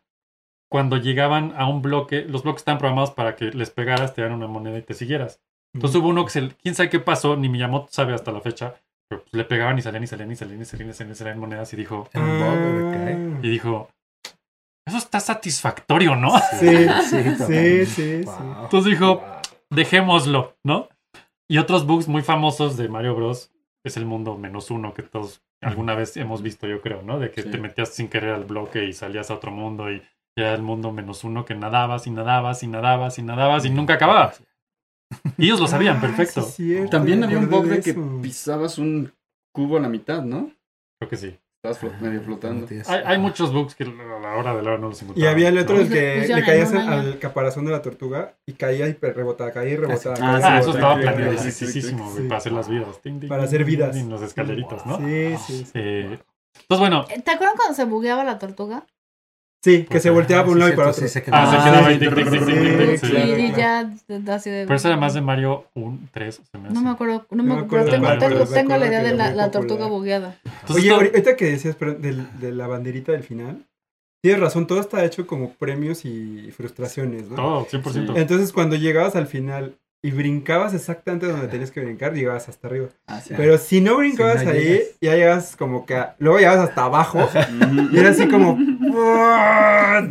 Speaker 3: cuando llegaban a un bloque, los bloques estaban programados para que les pegaras, te dieran una moneda y te siguieras. Entonces hubo uno que, se- quién sabe qué pasó, ni Miyamoto sabe hasta la fecha, pero pues le pegaban y salían y salían y salían y salían y salían, y salían monedas y dijo,
Speaker 6: Era un bug, ok.
Speaker 3: y dijo, eso está satisfactorio, ¿no?
Speaker 2: Sí, sí,
Speaker 6: totalmente.
Speaker 2: sí, sí.
Speaker 6: Wow.
Speaker 3: Entonces dijo,
Speaker 6: Wow.
Speaker 3: dejémoslo, ¿no? Y otros bugs muy famosos de Mario Bros. es el mundo menos uno que todos alguna vez hemos visto, yo creo, ¿no? De que
Speaker 4: Sí.
Speaker 3: te metías sin querer al bloque y salías a otro mundo y era el mundo menos uno que nadabas y nadabas y nadabas y
Speaker 6: ah,
Speaker 3: nadabas y nunca acababa. Y ellos lo sabían
Speaker 2: Ah,
Speaker 3: perfecto.
Speaker 2: sí, cierto,
Speaker 4: También
Speaker 2: me
Speaker 4: había un
Speaker 2: acordé
Speaker 4: bug de que
Speaker 2: eso.
Speaker 4: pisabas un cubo a la mitad, ¿no?
Speaker 3: Creo que sí.
Speaker 4: Estabas flot- medio
Speaker 3: Ah,
Speaker 4: flotando.
Speaker 3: Hay, hay muchos bugs que a la hora de la hora no los
Speaker 2: Y
Speaker 3: encontraba.
Speaker 2: había el otro
Speaker 5: No.
Speaker 2: el que
Speaker 5: Funciona
Speaker 2: le caías
Speaker 5: en un año.
Speaker 2: al caparazón de la tortuga y caía y pe- rebotaba, caía y rebotaba.
Speaker 4: Ah,
Speaker 2: caía y
Speaker 3: Ah, eso
Speaker 2: rebotaba,
Speaker 3: estaba
Speaker 2: caía y
Speaker 4: planeado.
Speaker 2: rebotaba.
Speaker 3: planeadísimo, güey,
Speaker 2: Sí.
Speaker 3: para hacer las vidas. Ting, ting,
Speaker 2: Para hacer
Speaker 3: ting, ting,
Speaker 2: vidas.
Speaker 3: ting, las escaleritas, ¿no?
Speaker 6: Ah,
Speaker 2: Sí, sí, sí.
Speaker 3: Eh, entonces, bueno,
Speaker 5: ¿Te acuerdan cuando se bugueaba la tortuga?
Speaker 2: Sí, que
Speaker 3: Pues,
Speaker 2: se
Speaker 3: ah,
Speaker 2: volteaba para un
Speaker 6: sí,
Speaker 2: lado y
Speaker 6: cierto,
Speaker 2: para
Speaker 6: sí,
Speaker 2: otro.
Speaker 6: se quedaba.
Speaker 3: ah, se
Speaker 4: Ah,
Speaker 3: quedaba ahí.
Speaker 4: sí,
Speaker 3: ting, ting, ting, ting, ting,
Speaker 2: sí,
Speaker 3: ting.
Speaker 2: claro,
Speaker 5: y
Speaker 2: claro.
Speaker 5: ya de- así de...
Speaker 3: Pero eso era más de Mario 1, 3. Se me
Speaker 5: No
Speaker 3: hace.
Speaker 5: me acuerdo, no me
Speaker 2: No me
Speaker 5: acuerdo,
Speaker 2: acuerdo,
Speaker 5: tengo,
Speaker 3: me acuerdo,
Speaker 5: tengo,
Speaker 2: me
Speaker 5: tengo la
Speaker 2: acuerdo
Speaker 5: idea
Speaker 2: que
Speaker 5: de
Speaker 2: era
Speaker 5: la,
Speaker 2: muy
Speaker 5: la
Speaker 2: popular.
Speaker 5: tortuga bugueada.
Speaker 3: Entonces,
Speaker 2: Oye,
Speaker 3: esto-
Speaker 2: ahorita que decías pero, del- de la banderita del final, tienes razón, todo está hecho como premios y frustraciones, ¿no?
Speaker 3: Todo, 100%.
Speaker 2: Entonces cuando llegabas al final y brincabas exactamente donde tenías que brincar, llegabas hasta arriba.
Speaker 4: Ah, sí.
Speaker 2: Pero si no brincabas
Speaker 6: Si no
Speaker 2: ahí,
Speaker 6: llegas.
Speaker 2: ya llegabas como que... a- Luego llegabas hasta abajo
Speaker 4: Ujú.
Speaker 2: y era así como...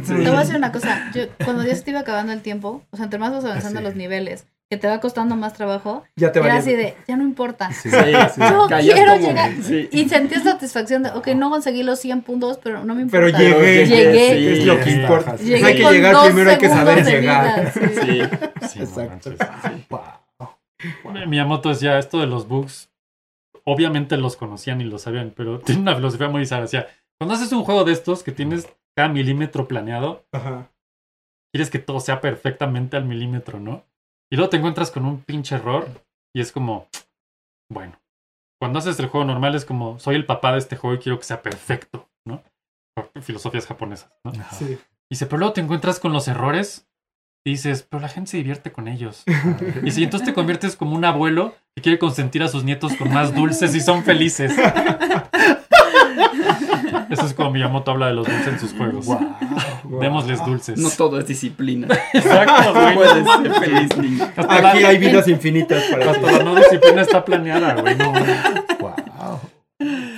Speaker 5: Te voy a decir una cosa, yo cuando ya se te iba acabando el tiempo, o sea, entre más vas avanzando
Speaker 6: Así.
Speaker 5: los niveles, que te va costando más trabajo,
Speaker 2: Ya te
Speaker 5: era
Speaker 2: valía.
Speaker 5: así de, ya no importa.
Speaker 6: Sí,
Speaker 4: Sí, sí.
Speaker 5: Yo
Speaker 4: Caías
Speaker 5: quiero
Speaker 4: como-
Speaker 5: llegar.
Speaker 4: sí.
Speaker 5: Y sentí satisfacción de, ok, no conseguí los 100 puntos, pero no me
Speaker 2: Pero
Speaker 5: importa.
Speaker 2: llegué.
Speaker 5: Llegué.
Speaker 4: sí,
Speaker 2: es lo que
Speaker 4: sí.
Speaker 2: importa.
Speaker 6: sí.
Speaker 5: Llegué
Speaker 2: No hay que
Speaker 5: con
Speaker 2: llegar
Speaker 5: dos
Speaker 2: primero, hay que
Speaker 5: segundos
Speaker 2: saber
Speaker 5: de
Speaker 2: llegar.
Speaker 5: vida, sí.
Speaker 4: Sí.
Speaker 3: Sí, no
Speaker 6: Exacto.
Speaker 3: manches.
Speaker 6: Wow.
Speaker 3: Mi- Miyamoto decía, esto de los bugs, obviamente los conocían y lo sabían, pero tiene una filosofía muy bizarra. Decía, cuando haces un juego de estos que tienes cada milímetro planeado,
Speaker 2: Ajá.
Speaker 3: quieres que todo sea perfectamente al milímetro, ¿no? Y luego te encuentras con un pinche error y es como, bueno, cuando haces el juego normal es como, soy el papá de este juego y quiero que sea perfecto, ¿no? Por Filosofías japonesas, ¿no?
Speaker 6: Ajá.
Speaker 2: Sí.
Speaker 3: Y dice, pero luego te encuentras con los errores y dices, pero la gente se divierte con ellos. Y si entonces te conviertes como un abuelo que quiere consentir a sus nietos con más dulces y son felices. Eso es como Miyamoto habla de los dulces en sus juegos.
Speaker 6: Wow.
Speaker 3: Démosles dulces.
Speaker 4: No todo es disciplina.
Speaker 3: Exacto,
Speaker 4: No
Speaker 3: güey.
Speaker 4: puedes ser feliz niño.
Speaker 3: Hasta la-
Speaker 2: Aquí hay vidas infinitas para ti.
Speaker 3: hasta la no disciplina está planeada, güey. no, güey.
Speaker 6: Wow.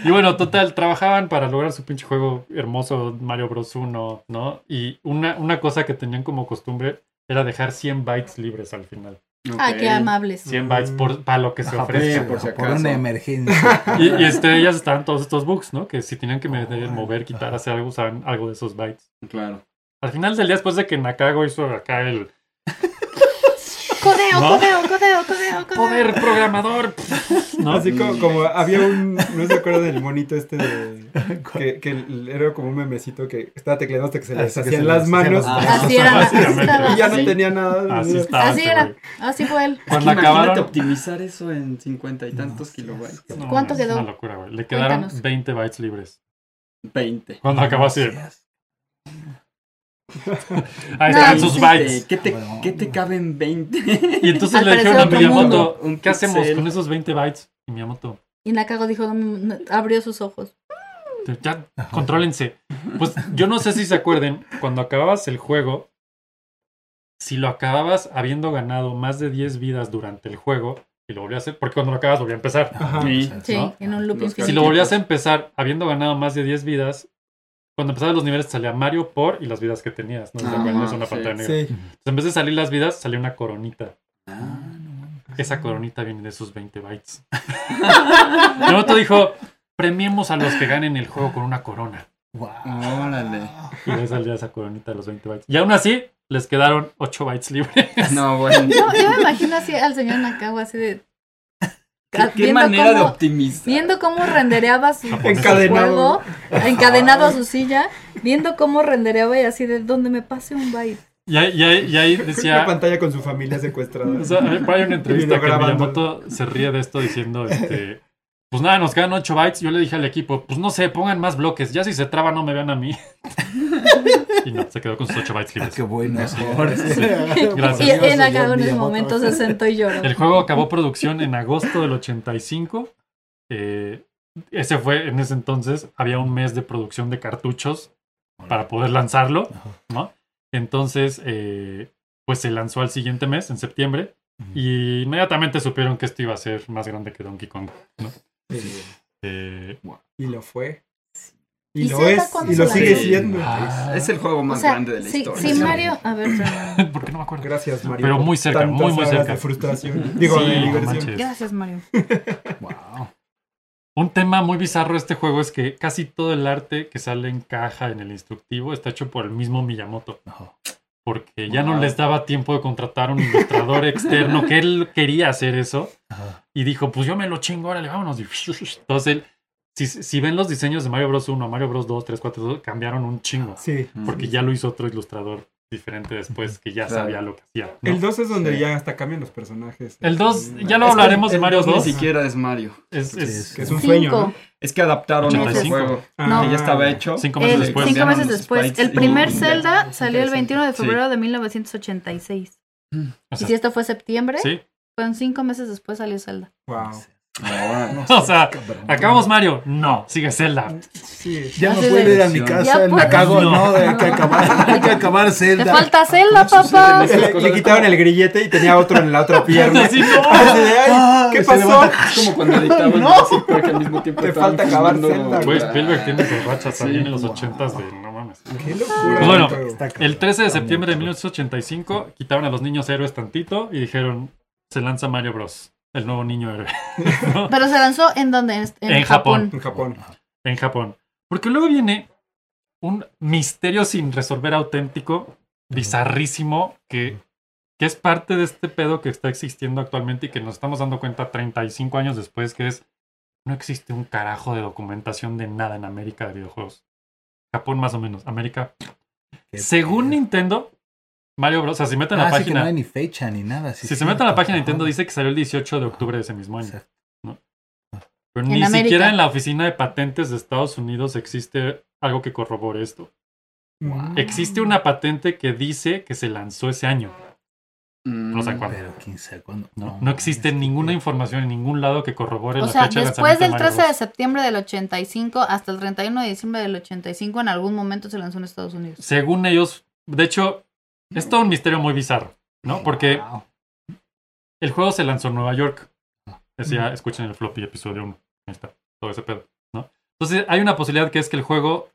Speaker 3: Y bueno, total, trabajaban para lograr su pinche juego hermoso Mario Bros. 1, ¿no? Y una, una cosa que tenían como costumbre era dejar 100 bytes libres al final.
Speaker 5: Ah,
Speaker 4: Ok.
Speaker 5: qué amables.
Speaker 3: 100 bytes por, para lo que se
Speaker 6: Ajá,
Speaker 3: ofrece.
Speaker 4: por si
Speaker 6: por
Speaker 4: acaso.
Speaker 6: una emergencia.
Speaker 3: Y, y entre ellas estaban todos estos bugs, ¿no? Que si tenían que meter,
Speaker 6: Ajá.
Speaker 3: mover, quitar, hacer algo, usaban algo de esos bytes.
Speaker 4: Claro.
Speaker 3: Al final del día, después de que Nakago hizo acá el
Speaker 5: Codeo,
Speaker 3: ¿No?
Speaker 5: codeo, codeo, codeo, codeo.
Speaker 3: poder programador, ¿no?
Speaker 2: Así como, como había un. No se acuerdan del monito este de. Que, que el- era como un memecito que estaba tecleando hasta que se le
Speaker 6: Así que
Speaker 2: deshacían
Speaker 6: se
Speaker 2: las
Speaker 6: les-
Speaker 2: manos.
Speaker 6: se les-
Speaker 2: Ah,
Speaker 5: Así era, así
Speaker 3: Básicamente.
Speaker 5: estaba.
Speaker 2: y ya no
Speaker 5: así-
Speaker 2: tenía nada.
Speaker 3: Así estaba.
Speaker 5: Así
Speaker 3: ese
Speaker 5: era,
Speaker 3: güey.
Speaker 5: así fue él.
Speaker 3: Cuando
Speaker 4: Es que imagínate
Speaker 3: Pues acabaron.
Speaker 4: optimizar eso en cincuenta y tantos kilobytes.
Speaker 3: No,
Speaker 5: ¿Cuánto
Speaker 3: es
Speaker 5: quedó?
Speaker 3: Una locura, güey. Le quedaron
Speaker 5: Cuéntanos.
Speaker 3: 20 bytes libres.
Speaker 4: Veinte.
Speaker 3: Cuando acabó así, ahí
Speaker 5: No,
Speaker 3: están
Speaker 5: sí,
Speaker 3: sus
Speaker 5: sí.
Speaker 3: bytes.
Speaker 4: ¿Qué te,
Speaker 6: Bueno.
Speaker 4: ¿qué te caben 20?
Speaker 3: Y entonces
Speaker 5: Al
Speaker 3: le dijeron a
Speaker 5: parecer otro
Speaker 3: Miyamoto,
Speaker 4: mundo.
Speaker 3: ¿qué hacemos
Speaker 4: Pixel.
Speaker 3: con esos 20 bytes? Y Miyamoto,
Speaker 5: Y Nakago dijo, no, no, abrió sus ojos.
Speaker 3: Ya, contrólense. Pues yo no sé si se acuerden, cuando acababas el juego, si lo acababas habiendo ganado más de 10 vidas durante el juego, y lo volvías a hacer, porque cuando lo acabas volví a
Speaker 4: Ah,
Speaker 3: empezar.
Speaker 2: Ajá.
Speaker 4: Sí.
Speaker 6: pues,
Speaker 5: Sí,
Speaker 6: ¿no?
Speaker 5: en un loop
Speaker 4: Los
Speaker 5: infinito.
Speaker 3: Si lo volvías
Speaker 4: pues.
Speaker 3: a empezar habiendo ganado más de 10 vidas, cuando empezabas los niveles te salía Mario por y las vidas que tenías. No sé si se
Speaker 4: Ah,
Speaker 3: acuerdan, es una
Speaker 4: sí.
Speaker 3: pantalla negra.
Speaker 2: Sí.
Speaker 3: Entonces, en vez de salir las vidas, salía una coronita.
Speaker 6: Ah, no.
Speaker 3: Esa coronita viene de esos 20 bytes. El otro dijo, premiemos a los que ganen el juego con una corona.
Speaker 6: Wow.
Speaker 4: Órale.
Speaker 3: Y le salía esa coronita de los 20 bytes. Y aún así, les quedaron 8 bytes libres.
Speaker 4: No, bueno.
Speaker 5: No, yo me imagino así al señor Nakawa, así de.
Speaker 4: ¿Qué, qué
Speaker 5: viendo
Speaker 4: manera de
Speaker 5: cómo-
Speaker 4: optimizar?
Speaker 5: Viendo cómo rendereaba su, su
Speaker 2: Encadenado.
Speaker 5: juego, encadenado a su silla, viendo cómo rendereaba y así de donde me pase un byte.
Speaker 3: Y ahí, y ahí- y ahí
Speaker 2: Una
Speaker 3: decía...
Speaker 2: pantalla con su familia secuestrada.
Speaker 3: o sea, hay una entrevista que
Speaker 2: Videograbando.
Speaker 3: Miyamoto se ríe de esto diciendo, este... Pues nada, nos quedan 8 bytes. Yo le dije al equipo, pues no sé, pongan más bloques. Ya si se traba, no me vean a mí. Y no, se quedó con sus 8 bytes libres.
Speaker 6: Qué bueno.
Speaker 4: Mejor,
Speaker 6: Sí.
Speaker 4: Ah, sí.
Speaker 3: Gracias.
Speaker 5: Y en acá
Speaker 6: Señor
Speaker 5: en ese
Speaker 6: Miyamoto.
Speaker 5: momento se sentó y lloró.
Speaker 3: El juego acabó producción en agosto del 85. Eh, ese fue, en ese entonces, había un mes de producción de cartuchos para poder lanzarlo,
Speaker 6: Ajá.
Speaker 3: ¿no? Entonces, eh, pues se lanzó al siguiente mes, en septiembre,
Speaker 6: Ujú.
Speaker 3: y inmediatamente supieron que esto iba a ser más grande que Donkey Kong.
Speaker 2: Sí.
Speaker 3: Eh,
Speaker 2: Y lo fue.
Speaker 5: ¿Y
Speaker 2: Y lo
Speaker 5: Zelda
Speaker 2: es.
Speaker 5: cuándo
Speaker 2: Y lo
Speaker 5: se
Speaker 2: sigue
Speaker 4: lanzó?
Speaker 2: siendo.
Speaker 6: Ah.
Speaker 4: Es el juego
Speaker 5: O
Speaker 4: más
Speaker 5: sea,
Speaker 4: grande de la
Speaker 5: sí,
Speaker 4: historia.
Speaker 5: sí, Mario. A ver, Fernando.
Speaker 3: ¿Por qué no me acuerdo?
Speaker 2: Gracias, Mario.
Speaker 3: Pero
Speaker 2: por
Speaker 3: muy cerca,
Speaker 2: tantas
Speaker 3: muy, muy
Speaker 2: horas
Speaker 3: cerca.
Speaker 2: de frustración. Digo,
Speaker 3: Sí,
Speaker 2: de
Speaker 3: no
Speaker 2: diversión.
Speaker 3: manches.
Speaker 5: Gracias, Mario.
Speaker 6: Wow.
Speaker 3: Un tema muy bizarro de este juego es que casi todo el arte que sale en caja en el instructivo está hecho por el mismo Miyamoto.
Speaker 6: Ajá.
Speaker 3: porque ya no
Speaker 4: Wow.
Speaker 3: les daba tiempo de contratar un ilustrador externo que él quería hacer eso
Speaker 6: Ajá.
Speaker 3: y dijo, pues yo me lo chingo, órale, vámonos. Y Entonces, él, si, si ven los diseños de Mario Bros. 1, Mario Bros. 2, 3, 4, 2, cambiaron un chingo,
Speaker 2: Sí.
Speaker 3: porque ya lo hizo otro ilustrador diferente después que ya
Speaker 4: Claro.
Speaker 3: sabía lo que hacía. ¿no?
Speaker 2: El 2 es donde
Speaker 4: Sí.
Speaker 2: ya hasta cambian los personajes.
Speaker 3: El 2,
Speaker 2: Sí.
Speaker 3: ya lo
Speaker 4: Es que
Speaker 3: hablaremos de
Speaker 4: el
Speaker 3: Mario
Speaker 4: dos Ni
Speaker 3: 2.
Speaker 4: siquiera es Mario.
Speaker 3: Es, es
Speaker 6: Sí,
Speaker 2: Que es un sueño.
Speaker 5: Cinco.
Speaker 2: ¿no?
Speaker 4: Es que adaptaron otro
Speaker 3: 85.
Speaker 4: juego
Speaker 2: Ah,
Speaker 4: que ya estaba hecho.
Speaker 3: Cinco
Speaker 5: El-
Speaker 3: meses después.
Speaker 5: cinco meses
Speaker 4: Cambiaron los
Speaker 5: después.
Speaker 4: sprites
Speaker 5: El
Speaker 4: y-
Speaker 5: primer
Speaker 4: y-
Speaker 5: Zelda salió el
Speaker 2: interesante.
Speaker 5: 21 de
Speaker 4: Sí.
Speaker 5: febrero de 1986.
Speaker 3: o
Speaker 5: Y
Speaker 3: sea,
Speaker 5: si esto fue septiembre,
Speaker 3: sí.
Speaker 5: fueron cinco meses después salió Zelda.
Speaker 2: Wow.
Speaker 4: Ahora,
Speaker 3: O sea,
Speaker 6: Cabrón.
Speaker 3: acabamos Mario. No, sigue Zelda.
Speaker 2: Sí.
Speaker 6: Ya no
Speaker 5: Así
Speaker 6: puedo
Speaker 5: de-
Speaker 6: ir a mi
Speaker 4: Ya
Speaker 6: casa,
Speaker 5: puedes-
Speaker 6: la cago,
Speaker 3: No.
Speaker 6: no, hay que acabar, hay que acabar
Speaker 5: ¡Te
Speaker 6: Zelda.
Speaker 5: falta Zelda, papá!
Speaker 2: Le, le quitaron el grillete y tenía otro en la otra pierna.
Speaker 3: Sí, no.
Speaker 2: Así de, ay,
Speaker 6: Ah,
Speaker 2: ¿Qué
Speaker 6: se
Speaker 2: pasó?
Speaker 6: levanta.
Speaker 4: Es como cuando editaban
Speaker 2: No.
Speaker 4: Jurassic Park al mismo tiempo.
Speaker 2: Te
Speaker 4: estaban
Speaker 2: falta acabar
Speaker 4: filmando-
Speaker 2: Zelda,
Speaker 3: Güey, Spielberg tiene sus rachas
Speaker 4: Sí.
Speaker 3: también en los 80s de no mames.
Speaker 2: Qué locura.
Speaker 3: Pues Bueno,
Speaker 2: Pero-
Speaker 6: Está cabrón.
Speaker 3: El 13 de septiembre de
Speaker 6: Está muy
Speaker 3: 1985 quitaron a los niños héroes tantito y dijeron, se lanza Mario Bros. El nuevo niño héroe
Speaker 5: Pero se lanzó en donde? En, en
Speaker 3: En Japón.
Speaker 2: En
Speaker 6: cabrón.
Speaker 2: Japón.
Speaker 6: Ajá.
Speaker 3: en Japón. Porque luego viene un misterio sin resolver auténtico, bizarrísimo, que, que es parte de este pedo que está existiendo actualmente y que nos estamos dando cuenta 35 años después, que es, no existe un carajo de documentación de nada en América de videojuegos. Japón más o menos, América.
Speaker 6: Qué
Speaker 3: Según
Speaker 6: pedo.
Speaker 3: Nintendo, Mario Bros. O sea, si meten
Speaker 6: Ah,
Speaker 3: la
Speaker 6: sí, que
Speaker 3: página...
Speaker 6: no hay ni fecha ni nada.
Speaker 3: Si se mete a la página de Nintendo, dice que salió el 18 de octubre de ese mismo año.
Speaker 6: Exacto.
Speaker 3: ¿no? Pero
Speaker 5: En
Speaker 3: ni
Speaker 5: América.
Speaker 3: siquiera en la oficina de patentes de Estados Unidos existe algo que corrobore esto.
Speaker 5: Ah.
Speaker 2: Wow.
Speaker 3: Existe una patente que dice que se lanzó ese año.
Speaker 4: Mm,
Speaker 3: No sé cuándo.
Speaker 6: Pero quién sabe cuándo. este,
Speaker 3: No, no existe
Speaker 6: mames,
Speaker 3: ninguna
Speaker 6: qué
Speaker 3: información en ningún lado que corrobore
Speaker 5: O
Speaker 3: la
Speaker 5: sea,
Speaker 3: fecha de
Speaker 5: después
Speaker 3: lanzamiento
Speaker 5: del
Speaker 3: Mario
Speaker 5: 13 de
Speaker 3: Bros.
Speaker 5: septiembre del 85 hasta el 31 de diciembre del 85, en algún momento se lanzó en Estados Unidos.
Speaker 3: Según ellos, de hecho, es todo un misterio muy bizarro, ¿no? Porque
Speaker 6: este, Wow.
Speaker 3: el juego se lanzó en Nueva York. Decía, escuchen el floppy episodio 1. Ahí está, todo ese pedo, ¿no? Entonces, hay una posibilidad que es que el juego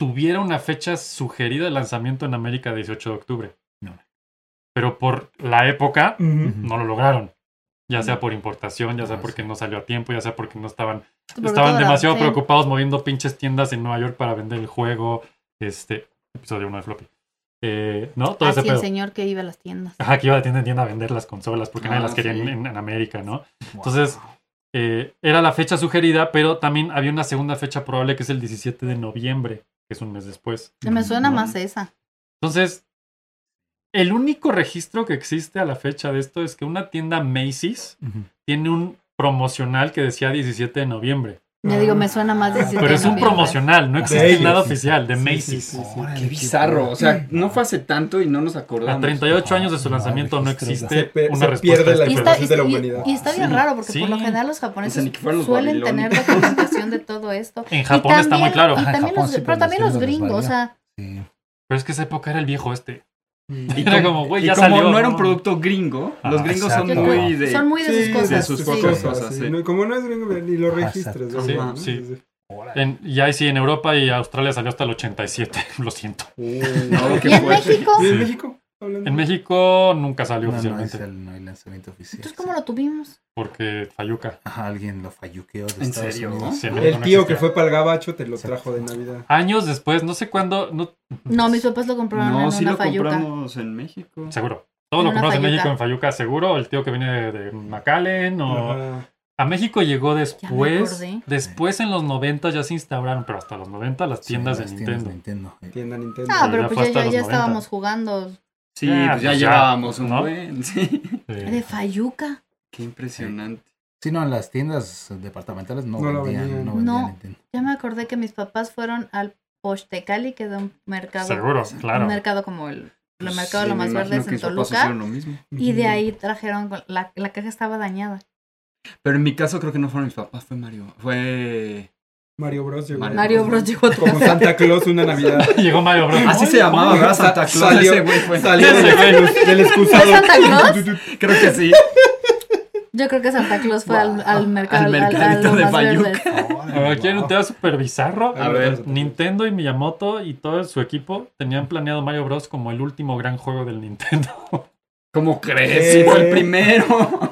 Speaker 3: tuviera una fecha sugerida de lanzamiento en América 18 de octubre.
Speaker 6: No. Mm.
Speaker 3: Pero por la época
Speaker 2: Ujú.
Speaker 6: Ujú.
Speaker 3: no lo lograron. Ya sea por importación, ya sea porque no salió a tiempo, ya sea porque no estaban
Speaker 5: Porque
Speaker 3: estaban
Speaker 5: todo era-
Speaker 3: demasiado
Speaker 5: sí.
Speaker 3: preocupados moviendo pinches tiendas en Nueva York para vender el juego. Este episodio 1 de floppy. Eh, ¿No? Todo ese
Speaker 5: Así el
Speaker 3: pedo.
Speaker 5: señor que iba a las tiendas.
Speaker 3: Ajá, que iba de tienda en tienda a vender las consolas porque nadie
Speaker 4: Ah,
Speaker 3: las quería
Speaker 4: sí.
Speaker 3: en, en- en América, ¿no? Entonces, eh, era la fecha sugerida, pero también había una segunda fecha probable que es el 17 de noviembre, que es un mes después.
Speaker 5: Se me suena
Speaker 4: No.
Speaker 5: más esa.
Speaker 3: Entonces, el único registro que existe a la fecha de esto es que una tienda Macy's
Speaker 6: Ujú.
Speaker 3: tiene un promocional que decía 17 de noviembre.
Speaker 5: Ya digo, me suena más de
Speaker 3: Pero es un promocional, no existe
Speaker 2: ellos,
Speaker 3: nada
Speaker 2: sí.
Speaker 3: oficial de
Speaker 2: Sí,
Speaker 3: Macy's.
Speaker 2: sí, sí, sí.
Speaker 6: Órale,
Speaker 4: Qué bizarro. O sea, no fue hace tanto y no nos
Speaker 3: A
Speaker 4: acordamos.
Speaker 3: 38 años de su
Speaker 6: No,
Speaker 3: lanzamiento no
Speaker 6: registros,
Speaker 3: existe
Speaker 2: se pe-
Speaker 3: una
Speaker 2: se
Speaker 3: respuesta.
Speaker 2: pierde
Speaker 3: a
Speaker 2: la
Speaker 3: este
Speaker 5: Y
Speaker 2: información.
Speaker 3: problema.
Speaker 5: está,
Speaker 4: Pues
Speaker 5: y,
Speaker 2: de la humanidad.
Speaker 5: y- y está bien
Speaker 3: Sí.
Speaker 5: raro, porque por lo
Speaker 3: Sí.
Speaker 5: general los
Speaker 4: Ni se
Speaker 5: japoneses
Speaker 4: ni que fueran los
Speaker 5: suelen tener
Speaker 4: babilónicos.
Speaker 5: documentación de todo esto.
Speaker 3: En
Speaker 5: Y
Speaker 3: Japón está muy claro.
Speaker 4: Ah,
Speaker 5: y
Speaker 6: Ajá, en
Speaker 5: también
Speaker 6: Japón
Speaker 5: los-
Speaker 6: sí, pero
Speaker 5: pero
Speaker 6: los
Speaker 5: también los
Speaker 6: gringos
Speaker 5: gringos,
Speaker 6: les
Speaker 5: o
Speaker 6: valía.
Speaker 5: sea,
Speaker 6: Sí.
Speaker 3: Pero es que esa época era el viejo este.
Speaker 4: Y
Speaker 3: Era
Speaker 4: como,
Speaker 3: como, güey,
Speaker 4: y
Speaker 3: ya
Speaker 4: como
Speaker 3: salió,
Speaker 4: no era
Speaker 3: ¿no?
Speaker 4: un producto gringo,
Speaker 3: Ah,
Speaker 4: los gringos son
Speaker 5: exacto.
Speaker 4: muy de.
Speaker 5: son muy de sus cosas.
Speaker 4: de sus
Speaker 5: sí.
Speaker 4: propias cosas, sí.
Speaker 2: No, como no es gringo, ni lo
Speaker 6: Ajá,
Speaker 2: registras.
Speaker 6: exacto.
Speaker 2: ¿no?
Speaker 3: Sí,
Speaker 2: Ajá,
Speaker 3: sí. En- y ahí sí, en Europa y Australia salió hasta el 87. Lo siento.
Speaker 4: Uh, No,
Speaker 5: Y
Speaker 4: qué
Speaker 5: en
Speaker 4: fuerte.
Speaker 5: México,
Speaker 2: ¿Y en
Speaker 3: Sí.
Speaker 2: México? Hablando.
Speaker 3: En México nunca salió
Speaker 6: No, no, es
Speaker 3: oficialmente.
Speaker 6: el, no hay lanzamiento oficial.
Speaker 5: entonces, ¿cómo lo tuvimos?
Speaker 3: porque Fayuca.
Speaker 6: Ajá, alguien lo falluqueó de
Speaker 4: ¿En
Speaker 6: Estados
Speaker 4: serio?
Speaker 6: Unidos.
Speaker 3: Sí, en México
Speaker 2: El
Speaker 3: no
Speaker 2: tío que
Speaker 3: existía.
Speaker 2: fue para el gabacho te lo
Speaker 6: Exacto.
Speaker 2: trajo de Navidad.
Speaker 3: Años después, no sé cuándo, no,
Speaker 5: No, mis papás lo compraron en
Speaker 4: No, sí
Speaker 5: una
Speaker 4: lo
Speaker 5: fayuca.
Speaker 4: compramos en México.
Speaker 3: seguro. Todo
Speaker 5: En
Speaker 3: lo
Speaker 5: una
Speaker 3: compramos en
Speaker 5: Fayuca.
Speaker 3: México en Fayuca, seguro. El tío que viene de, de McAllen o...
Speaker 2: Ajá.
Speaker 3: A México llegó después.
Speaker 5: acordé.
Speaker 3: Después en los 90 ya se instauraron, pero hasta los 90 las
Speaker 6: Sí,
Speaker 3: tiendas
Speaker 6: las
Speaker 3: de
Speaker 6: tiendas
Speaker 3: Nintendo.
Speaker 6: Nintendo. Eh,
Speaker 2: Tienda Nintendo.
Speaker 5: Ah,
Speaker 3: Sí,
Speaker 5: pero
Speaker 3: ya
Speaker 5: pues
Speaker 3: fue
Speaker 5: ya,
Speaker 3: hasta
Speaker 5: ya,
Speaker 3: los
Speaker 5: ya
Speaker 3: 90.
Speaker 5: estábamos jugando
Speaker 4: Sí,
Speaker 3: Ah,
Speaker 4: pues ya
Speaker 3: pues ya,
Speaker 4: llevábamos un
Speaker 3: ¿no?
Speaker 4: buen. Sí.
Speaker 3: Sí.
Speaker 5: de fayuca.
Speaker 4: Qué impresionante.
Speaker 6: Sí, no, en las tiendas departamentales no,
Speaker 2: No lo
Speaker 6: vendían,
Speaker 2: vendían.
Speaker 6: no vendían
Speaker 5: No.
Speaker 6: Nintendo.
Speaker 5: Ya me acordé que mis papás fueron al Postecali, que es un mercado,
Speaker 3: Seguro, claro.
Speaker 5: un mercado como el, el
Speaker 4: Pues
Speaker 5: mercado
Speaker 4: sí,
Speaker 5: de lo
Speaker 4: me
Speaker 5: más
Speaker 4: imagino
Speaker 5: verde
Speaker 4: que
Speaker 5: en
Speaker 4: sus papás
Speaker 5: Toluca.
Speaker 4: hicieron lo mismo.
Speaker 5: Y de ahí trajeron, con- la, la caja estaba dañada.
Speaker 4: Pero en mi caso creo que no fueron mis papás, fue Mario. Fue.
Speaker 2: Mario Bros. llegó.
Speaker 4: Mario
Speaker 5: Mario Bros. llegó otra
Speaker 2: Como
Speaker 5: vez.
Speaker 2: Santa Claus una Navidad.
Speaker 3: Llegó Mario Bros.
Speaker 4: Así se llamaba, ¿verdad? Santa Claus.
Speaker 2: Salió-
Speaker 4: ese güey fue.
Speaker 2: Salió
Speaker 3: Ese güey.
Speaker 2: del, del
Speaker 5: ¿Fue
Speaker 2: excusado.
Speaker 5: Santa Claus?
Speaker 4: Creo que sí.
Speaker 5: Yo creo que Santa Claus fue al, al mercado.
Speaker 4: Al
Speaker 5: al- al-
Speaker 4: mercadito
Speaker 5: a lo
Speaker 4: de
Speaker 5: más
Speaker 4: Fayuca.
Speaker 5: verde.
Speaker 3: Ahora, ¿Quieren un tema súper bizarro?
Speaker 4: A ver.
Speaker 3: Nintendo y Miyamoto y todo su equipo tenían planeado Mario Bros. como el último gran juego del Nintendo.
Speaker 4: ¿Cómo crees?
Speaker 2: Eh.
Speaker 4: Sí, fue el primero.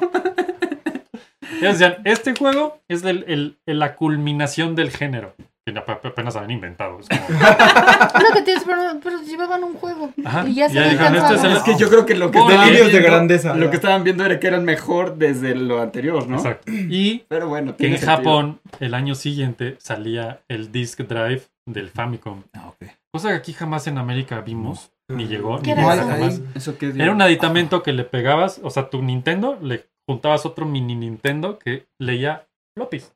Speaker 3: Ellos decían, este juego es el- el- el- la culminación del género. Que no- apenas habían inventado. es como-
Speaker 5: Lo que tienes, pero, pero llevaban un juego.
Speaker 3: Ajá.
Speaker 5: Y ya se habían
Speaker 3: dijeron,
Speaker 5: cansado.
Speaker 3: "Este es el-
Speaker 4: Es que yo creo que lo que
Speaker 3: Por
Speaker 4: estaban
Speaker 2: delirios de
Speaker 4: viendo-
Speaker 2: grandeza.
Speaker 4: Lo que estaban viendo era que era el mejor desde lo anterior, ¿no?
Speaker 3: Exacto. Y
Speaker 4: Pero bueno,
Speaker 3: que
Speaker 4: tiene
Speaker 3: en
Speaker 4: sentido.
Speaker 3: Japón, el año siguiente, salía el disc drive del Famicom.
Speaker 6: Ah, ok.
Speaker 3: Cosa que aquí jamás en América vimos, ni llegó, ni
Speaker 5: ¿Qué era
Speaker 3: nada
Speaker 5: eso?
Speaker 3: jamás.
Speaker 4: ¿Eso qué es?
Speaker 3: Era un aditamento que le pegabas, o sea, tu Nintendo, le juntabas otro mini Nintendo que leía floppies.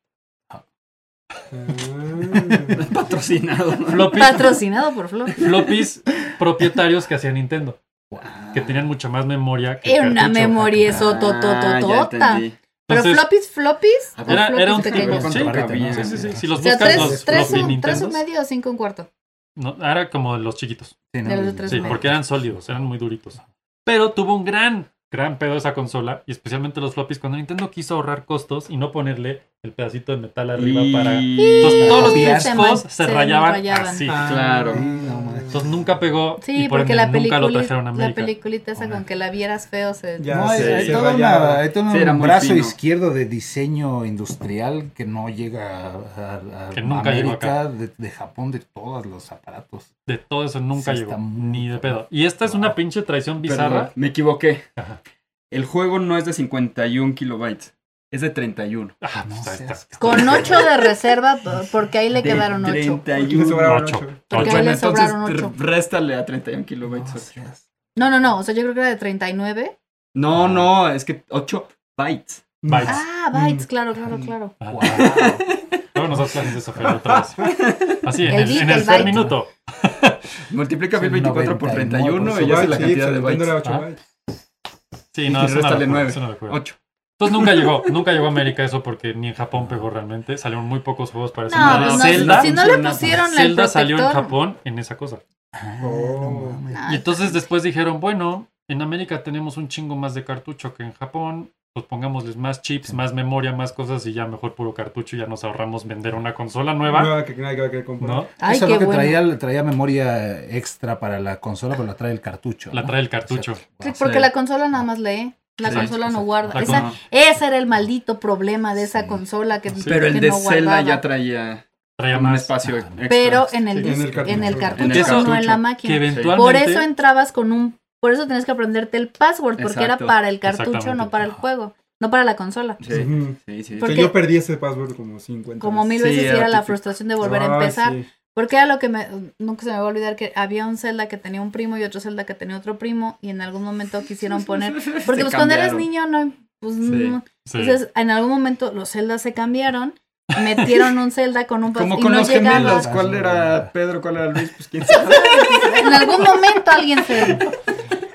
Speaker 2: Ah.
Speaker 4: patrocinado.
Speaker 3: Floppies,
Speaker 5: Patrocinado por Flor.
Speaker 3: floppies propietarios que hacía Nintendo,
Speaker 6: Wow.
Speaker 3: que tenían mucha más memoria que
Speaker 5: Era una
Speaker 3: cartucho.
Speaker 5: memoria
Speaker 4: Ah, ya
Speaker 5: esototototota.
Speaker 4: entendí.
Speaker 5: tota. Pero
Speaker 3: Entonces,
Speaker 5: floppies, floppies.
Speaker 4: Ah,
Speaker 5: o
Speaker 3: Era,
Speaker 5: floppies
Speaker 3: era un
Speaker 5: pequeños?
Speaker 3: tipo,
Speaker 4: pequeños.
Speaker 3: sí,
Speaker 4: Cuánto cabía,
Speaker 3: sí, sí, sí,
Speaker 6: ¿no?
Speaker 3: Si los
Speaker 5: O sea,
Speaker 3: buscas
Speaker 5: tres,
Speaker 3: los,
Speaker 5: tres,
Speaker 3: los de
Speaker 5: un- tres y
Speaker 3: Nintendo,
Speaker 5: medio o cinco un cuarto.
Speaker 3: no, era como los chiquitos.
Speaker 6: Sí, ¿no?
Speaker 5: de los de tres
Speaker 3: Sí,
Speaker 5: Ujú.
Speaker 3: porque eran sólidos, eran muy duritos. Pero tuvo un gran, gran pedo esa consola, y especialmente los floppies, cuando Nintendo quiso ahorrar costos y no ponerle el pedacito de metal arriba para... Entonces todos los
Speaker 5: Sí, se
Speaker 3: discos
Speaker 5: man-
Speaker 3: se
Speaker 5: se
Speaker 3: rayaban,
Speaker 5: rayaban.
Speaker 3: así.
Speaker 2: Ah,
Speaker 4: Claro.
Speaker 3: Entonces nunca pegó
Speaker 5: Sí,
Speaker 3: y por
Speaker 5: porque
Speaker 3: ende
Speaker 5: la
Speaker 3: nunca lo
Speaker 5: película,
Speaker 3: trajeron a
Speaker 5: la
Speaker 3: América.
Speaker 5: peliculita esa con que la vieras feo se...
Speaker 2: Ya
Speaker 6: no, hay,
Speaker 2: sé,
Speaker 6: hay
Speaker 2: se
Speaker 6: toda
Speaker 2: rayaba.
Speaker 6: una- hay todo
Speaker 4: Sí, era
Speaker 6: un
Speaker 4: muy
Speaker 6: brazo
Speaker 4: fino.
Speaker 6: izquierdo de diseño industrial que no llega a, a-
Speaker 3: Que nunca llegó
Speaker 6: América, de, de Japón, de todos los aparatos.
Speaker 3: De todo eso nunca
Speaker 6: Sí,
Speaker 3: llegó,
Speaker 6: está muy
Speaker 3: ni de
Speaker 6: cabrón.
Speaker 3: pedo. Y esta es una
Speaker 6: Wow.
Speaker 3: pinche traición
Speaker 4: Perdón,
Speaker 3: bizarra.
Speaker 4: me equivoqué.
Speaker 3: Ajá.
Speaker 4: El juego no es de 51 kilobytes, es de 31.
Speaker 3: Ah,
Speaker 6: No
Speaker 3: pues, ahí
Speaker 6: seas-
Speaker 3: está.
Speaker 5: Con ocho de reserva por- porque ahí le
Speaker 4: De
Speaker 5: quedaron ocho.
Speaker 4: 31.
Speaker 2: Le sobraron
Speaker 3: Ocho.
Speaker 2: ocho.
Speaker 5: Porque
Speaker 3: Ocho.
Speaker 5: ahí le
Speaker 4: Bueno, entonces
Speaker 5: sobraron ocho.
Speaker 4: tr- réstale a 31
Speaker 6: No,
Speaker 4: kilobytes.
Speaker 6: seas-
Speaker 5: No, no, no. O sea, yo creo que era de 39.
Speaker 4: No, no, es que 8 bytes.
Speaker 3: Bytes.
Speaker 5: Ah,
Speaker 3: mm.
Speaker 5: bytes, claro, claro, claro.
Speaker 3: Ah,
Speaker 6: wow.
Speaker 3: Luego nos das clases de eso, Fer, otra vez. Así, en
Speaker 5: El
Speaker 3: el,
Speaker 5: bit,
Speaker 3: en
Speaker 5: el
Speaker 3: el per
Speaker 5: byte.
Speaker 3: minuto.
Speaker 4: Multiplica
Speaker 6: Son
Speaker 4: 1024 por 31
Speaker 6: 91 por
Speaker 4: y ya sé la
Speaker 2: Sí,
Speaker 4: cantidad
Speaker 2: se
Speaker 4: de
Speaker 2: le tendrá
Speaker 4: bytes.
Speaker 2: ocho
Speaker 3: Ah.
Speaker 2: bytes.
Speaker 3: Sí, no,
Speaker 4: Y
Speaker 3: es una
Speaker 4: réstale
Speaker 3: locura,
Speaker 4: nueve.
Speaker 3: es una locura.
Speaker 4: 8.
Speaker 3: Entonces nunca llegó, nunca llegó a América eso porque ni en Japón pegó realmente. Salieron muy pocos juegos para eso.
Speaker 5: No,
Speaker 4: no,
Speaker 5: pues no,
Speaker 3: Zelda,
Speaker 5: si no le
Speaker 4: funciona.
Speaker 5: pusieron el
Speaker 3: Zelda salió en
Speaker 5: protector.
Speaker 3: Japón en esa cosa.
Speaker 6: Ah,
Speaker 2: Oh.
Speaker 6: no mames.
Speaker 5: Ah,
Speaker 3: Y entonces después dijeron, bueno, en América tenemos un chingo más de cartucho que en Japón. Pues pongámosles más chips, más memoria, más cosas y ya mejor puro cartucho. y Ya nos ahorramos vender una consola nueva,
Speaker 2: No, que nadie va a querer comprar.
Speaker 3: ¿no?
Speaker 5: Ay,
Speaker 6: Eso es
Speaker 5: qué
Speaker 6: lo que
Speaker 5: bueno.
Speaker 6: traía, traía memoria extra para la consola, pero la trae el cartucho.
Speaker 3: La
Speaker 6: ¿no?
Speaker 3: trae el cartucho.
Speaker 6: Exacto.
Speaker 5: Sí,
Speaker 6: Wow.
Speaker 5: porque
Speaker 4: Sí.
Speaker 5: la consola nada más lee. La
Speaker 4: Sí,
Speaker 5: consola no
Speaker 6: exacto.
Speaker 5: guarda.
Speaker 3: La
Speaker 5: Esa,
Speaker 3: con-
Speaker 5: ese era el maldito problema de esa
Speaker 6: Sí.
Speaker 5: consola que,
Speaker 3: Sí.
Speaker 4: Pero
Speaker 5: que
Speaker 4: el de
Speaker 5: no
Speaker 4: Zelda
Speaker 5: guardaba.
Speaker 4: ya traía
Speaker 3: Traía
Speaker 4: un
Speaker 3: más.
Speaker 4: espacio
Speaker 6: Ah,
Speaker 4: extra.
Speaker 5: Pero en el,
Speaker 3: Sí,
Speaker 5: dis-
Speaker 2: en el cartucho.
Speaker 5: en el
Speaker 2: En
Speaker 5: cartucho,
Speaker 4: el
Speaker 5: no en
Speaker 4: cartucho.
Speaker 5: la
Speaker 3: Que
Speaker 5: máquina.
Speaker 3: eventualmente...
Speaker 5: Por eso entrabas con un. Por eso tenías que aprenderte el password, porque era
Speaker 4: Exacto,
Speaker 5: para el cartucho,
Speaker 3: exactamente.
Speaker 5: no para el juego, no para la consola.
Speaker 4: Sí,
Speaker 2: Ujú.
Speaker 4: sí, sí.
Speaker 5: Porque-
Speaker 2: Que yo perdí ese password como Ah, 50
Speaker 5: Como mil
Speaker 4: Sí,
Speaker 5: veces y
Speaker 4: era
Speaker 5: era la
Speaker 4: típico.
Speaker 5: frustración de volver a empezar. Porque era lo que me, nunca se me va a olvidar que había un Zelda que tenía un primo y otro Zelda que tenía otro primo y en algún momento quisieron poner... Porque
Speaker 4: Se
Speaker 5: pues cuando eres
Speaker 4: cambiaron.
Speaker 5: niño no... Pues,
Speaker 4: Sí.
Speaker 5: no.
Speaker 3: Sí.
Speaker 5: Entonces en algún momento los Zeldas se cambiaron metieron un Zelda con un
Speaker 4: Como
Speaker 5: y
Speaker 4: con
Speaker 5: no
Speaker 4: los
Speaker 5: llegaba.
Speaker 2: Ah,
Speaker 4: gemelos, ¿cuál era Pedro, cuál era Luis? Pues quién sabe.
Speaker 5: En algún momento alguien se.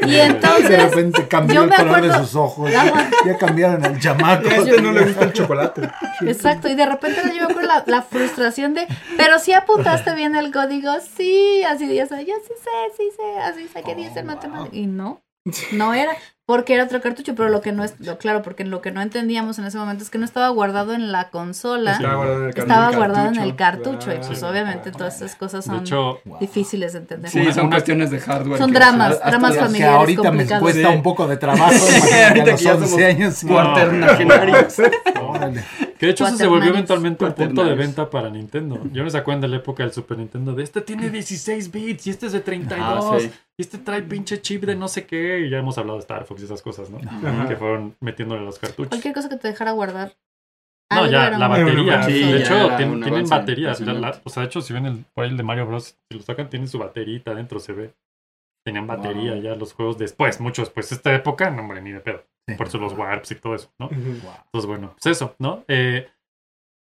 Speaker 5: Y
Speaker 6: De
Speaker 5: entonces.
Speaker 6: repente cambió
Speaker 5: yo
Speaker 6: el
Speaker 5: me
Speaker 6: color de
Speaker 5: acuerdo-
Speaker 6: sus ojos.
Speaker 5: Ajá.
Speaker 6: Ya cambiaron el chamaco.
Speaker 2: A este no le gusta el chocolate.
Speaker 5: Exacto, y de repente yo me acuerdo la, la frustración de. Pero si apuntaste bien el código, sí, así ya sabes, yo sí sé, sí sé, así saqué 10
Speaker 2: Oh,
Speaker 5: en matemáticas. Y no, no era, porque era otro cartucho, pero lo que no es. lo- claro, porque lo que no entendíamos en ese momento es que no estaba guardado en la consola.
Speaker 2: Estaba guardado en el cartucho.
Speaker 5: Estaba guardado en el cartucho y
Speaker 2: Claro.
Speaker 5: pues obviamente todas estas cosas
Speaker 3: De
Speaker 5: son
Speaker 3: hecho,
Speaker 6: Wow.
Speaker 5: difíciles de entender.
Speaker 4: Sí, son cuestiones de hardware.
Speaker 5: Son
Speaker 4: que-
Speaker 5: dramas.
Speaker 6: Hasta
Speaker 5: dramas
Speaker 6: los que
Speaker 5: familiares
Speaker 6: ahorita
Speaker 5: complicados.
Speaker 6: me cuesta
Speaker 4: Sí.
Speaker 6: un poco de trabajo.
Speaker 4: ahorita
Speaker 6: ahorita
Speaker 4: que ya somos
Speaker 6: años. sí.
Speaker 4: Cuaternarios.
Speaker 6: Órale.
Speaker 3: que de hecho eso se volvió
Speaker 5: Cuaternarios.
Speaker 3: eventualmente un punto de
Speaker 4: Cuaternarios.
Speaker 3: venta para Nintendo. Yo no se acuerdan de la época del Super Nintendo de este tiene 16 bits y este es de 32
Speaker 4: Ah, sí.
Speaker 3: y este trae pinche chip de no sé qué. Y ya hemos hablado de Star Fox y esas cosas, ¿no?
Speaker 2: Ajá.
Speaker 3: Que fueron metiéndole los cartuchos.
Speaker 5: Cualquier cosa que te dejara guardar.
Speaker 3: No,
Speaker 5: Algo
Speaker 3: ya,
Speaker 5: era
Speaker 3: la
Speaker 5: un-
Speaker 2: muy
Speaker 3: batería.
Speaker 2: bueno.
Speaker 3: Sí,
Speaker 2: Sí,
Speaker 3: de
Speaker 2: ya
Speaker 3: hecho,
Speaker 4: era
Speaker 3: tienen,
Speaker 4: un
Speaker 3: tienen
Speaker 4: avance
Speaker 3: batería. la- la-
Speaker 4: impresionante.
Speaker 3: o sea, de hecho, si ven el, por ahí el de Mario Bros, si lo sacan, tienen su baterita adentro, se ve. Tenían batería
Speaker 4: Wow.
Speaker 3: ya los juegos después, mucho después. Esta época, no, hombre, ni de pedo.
Speaker 6: Sí.
Speaker 3: Por eso los warps y todo eso, ¿no?
Speaker 2: Ujú.
Speaker 3: Entonces, bueno, pues eso, ¿no? Eh,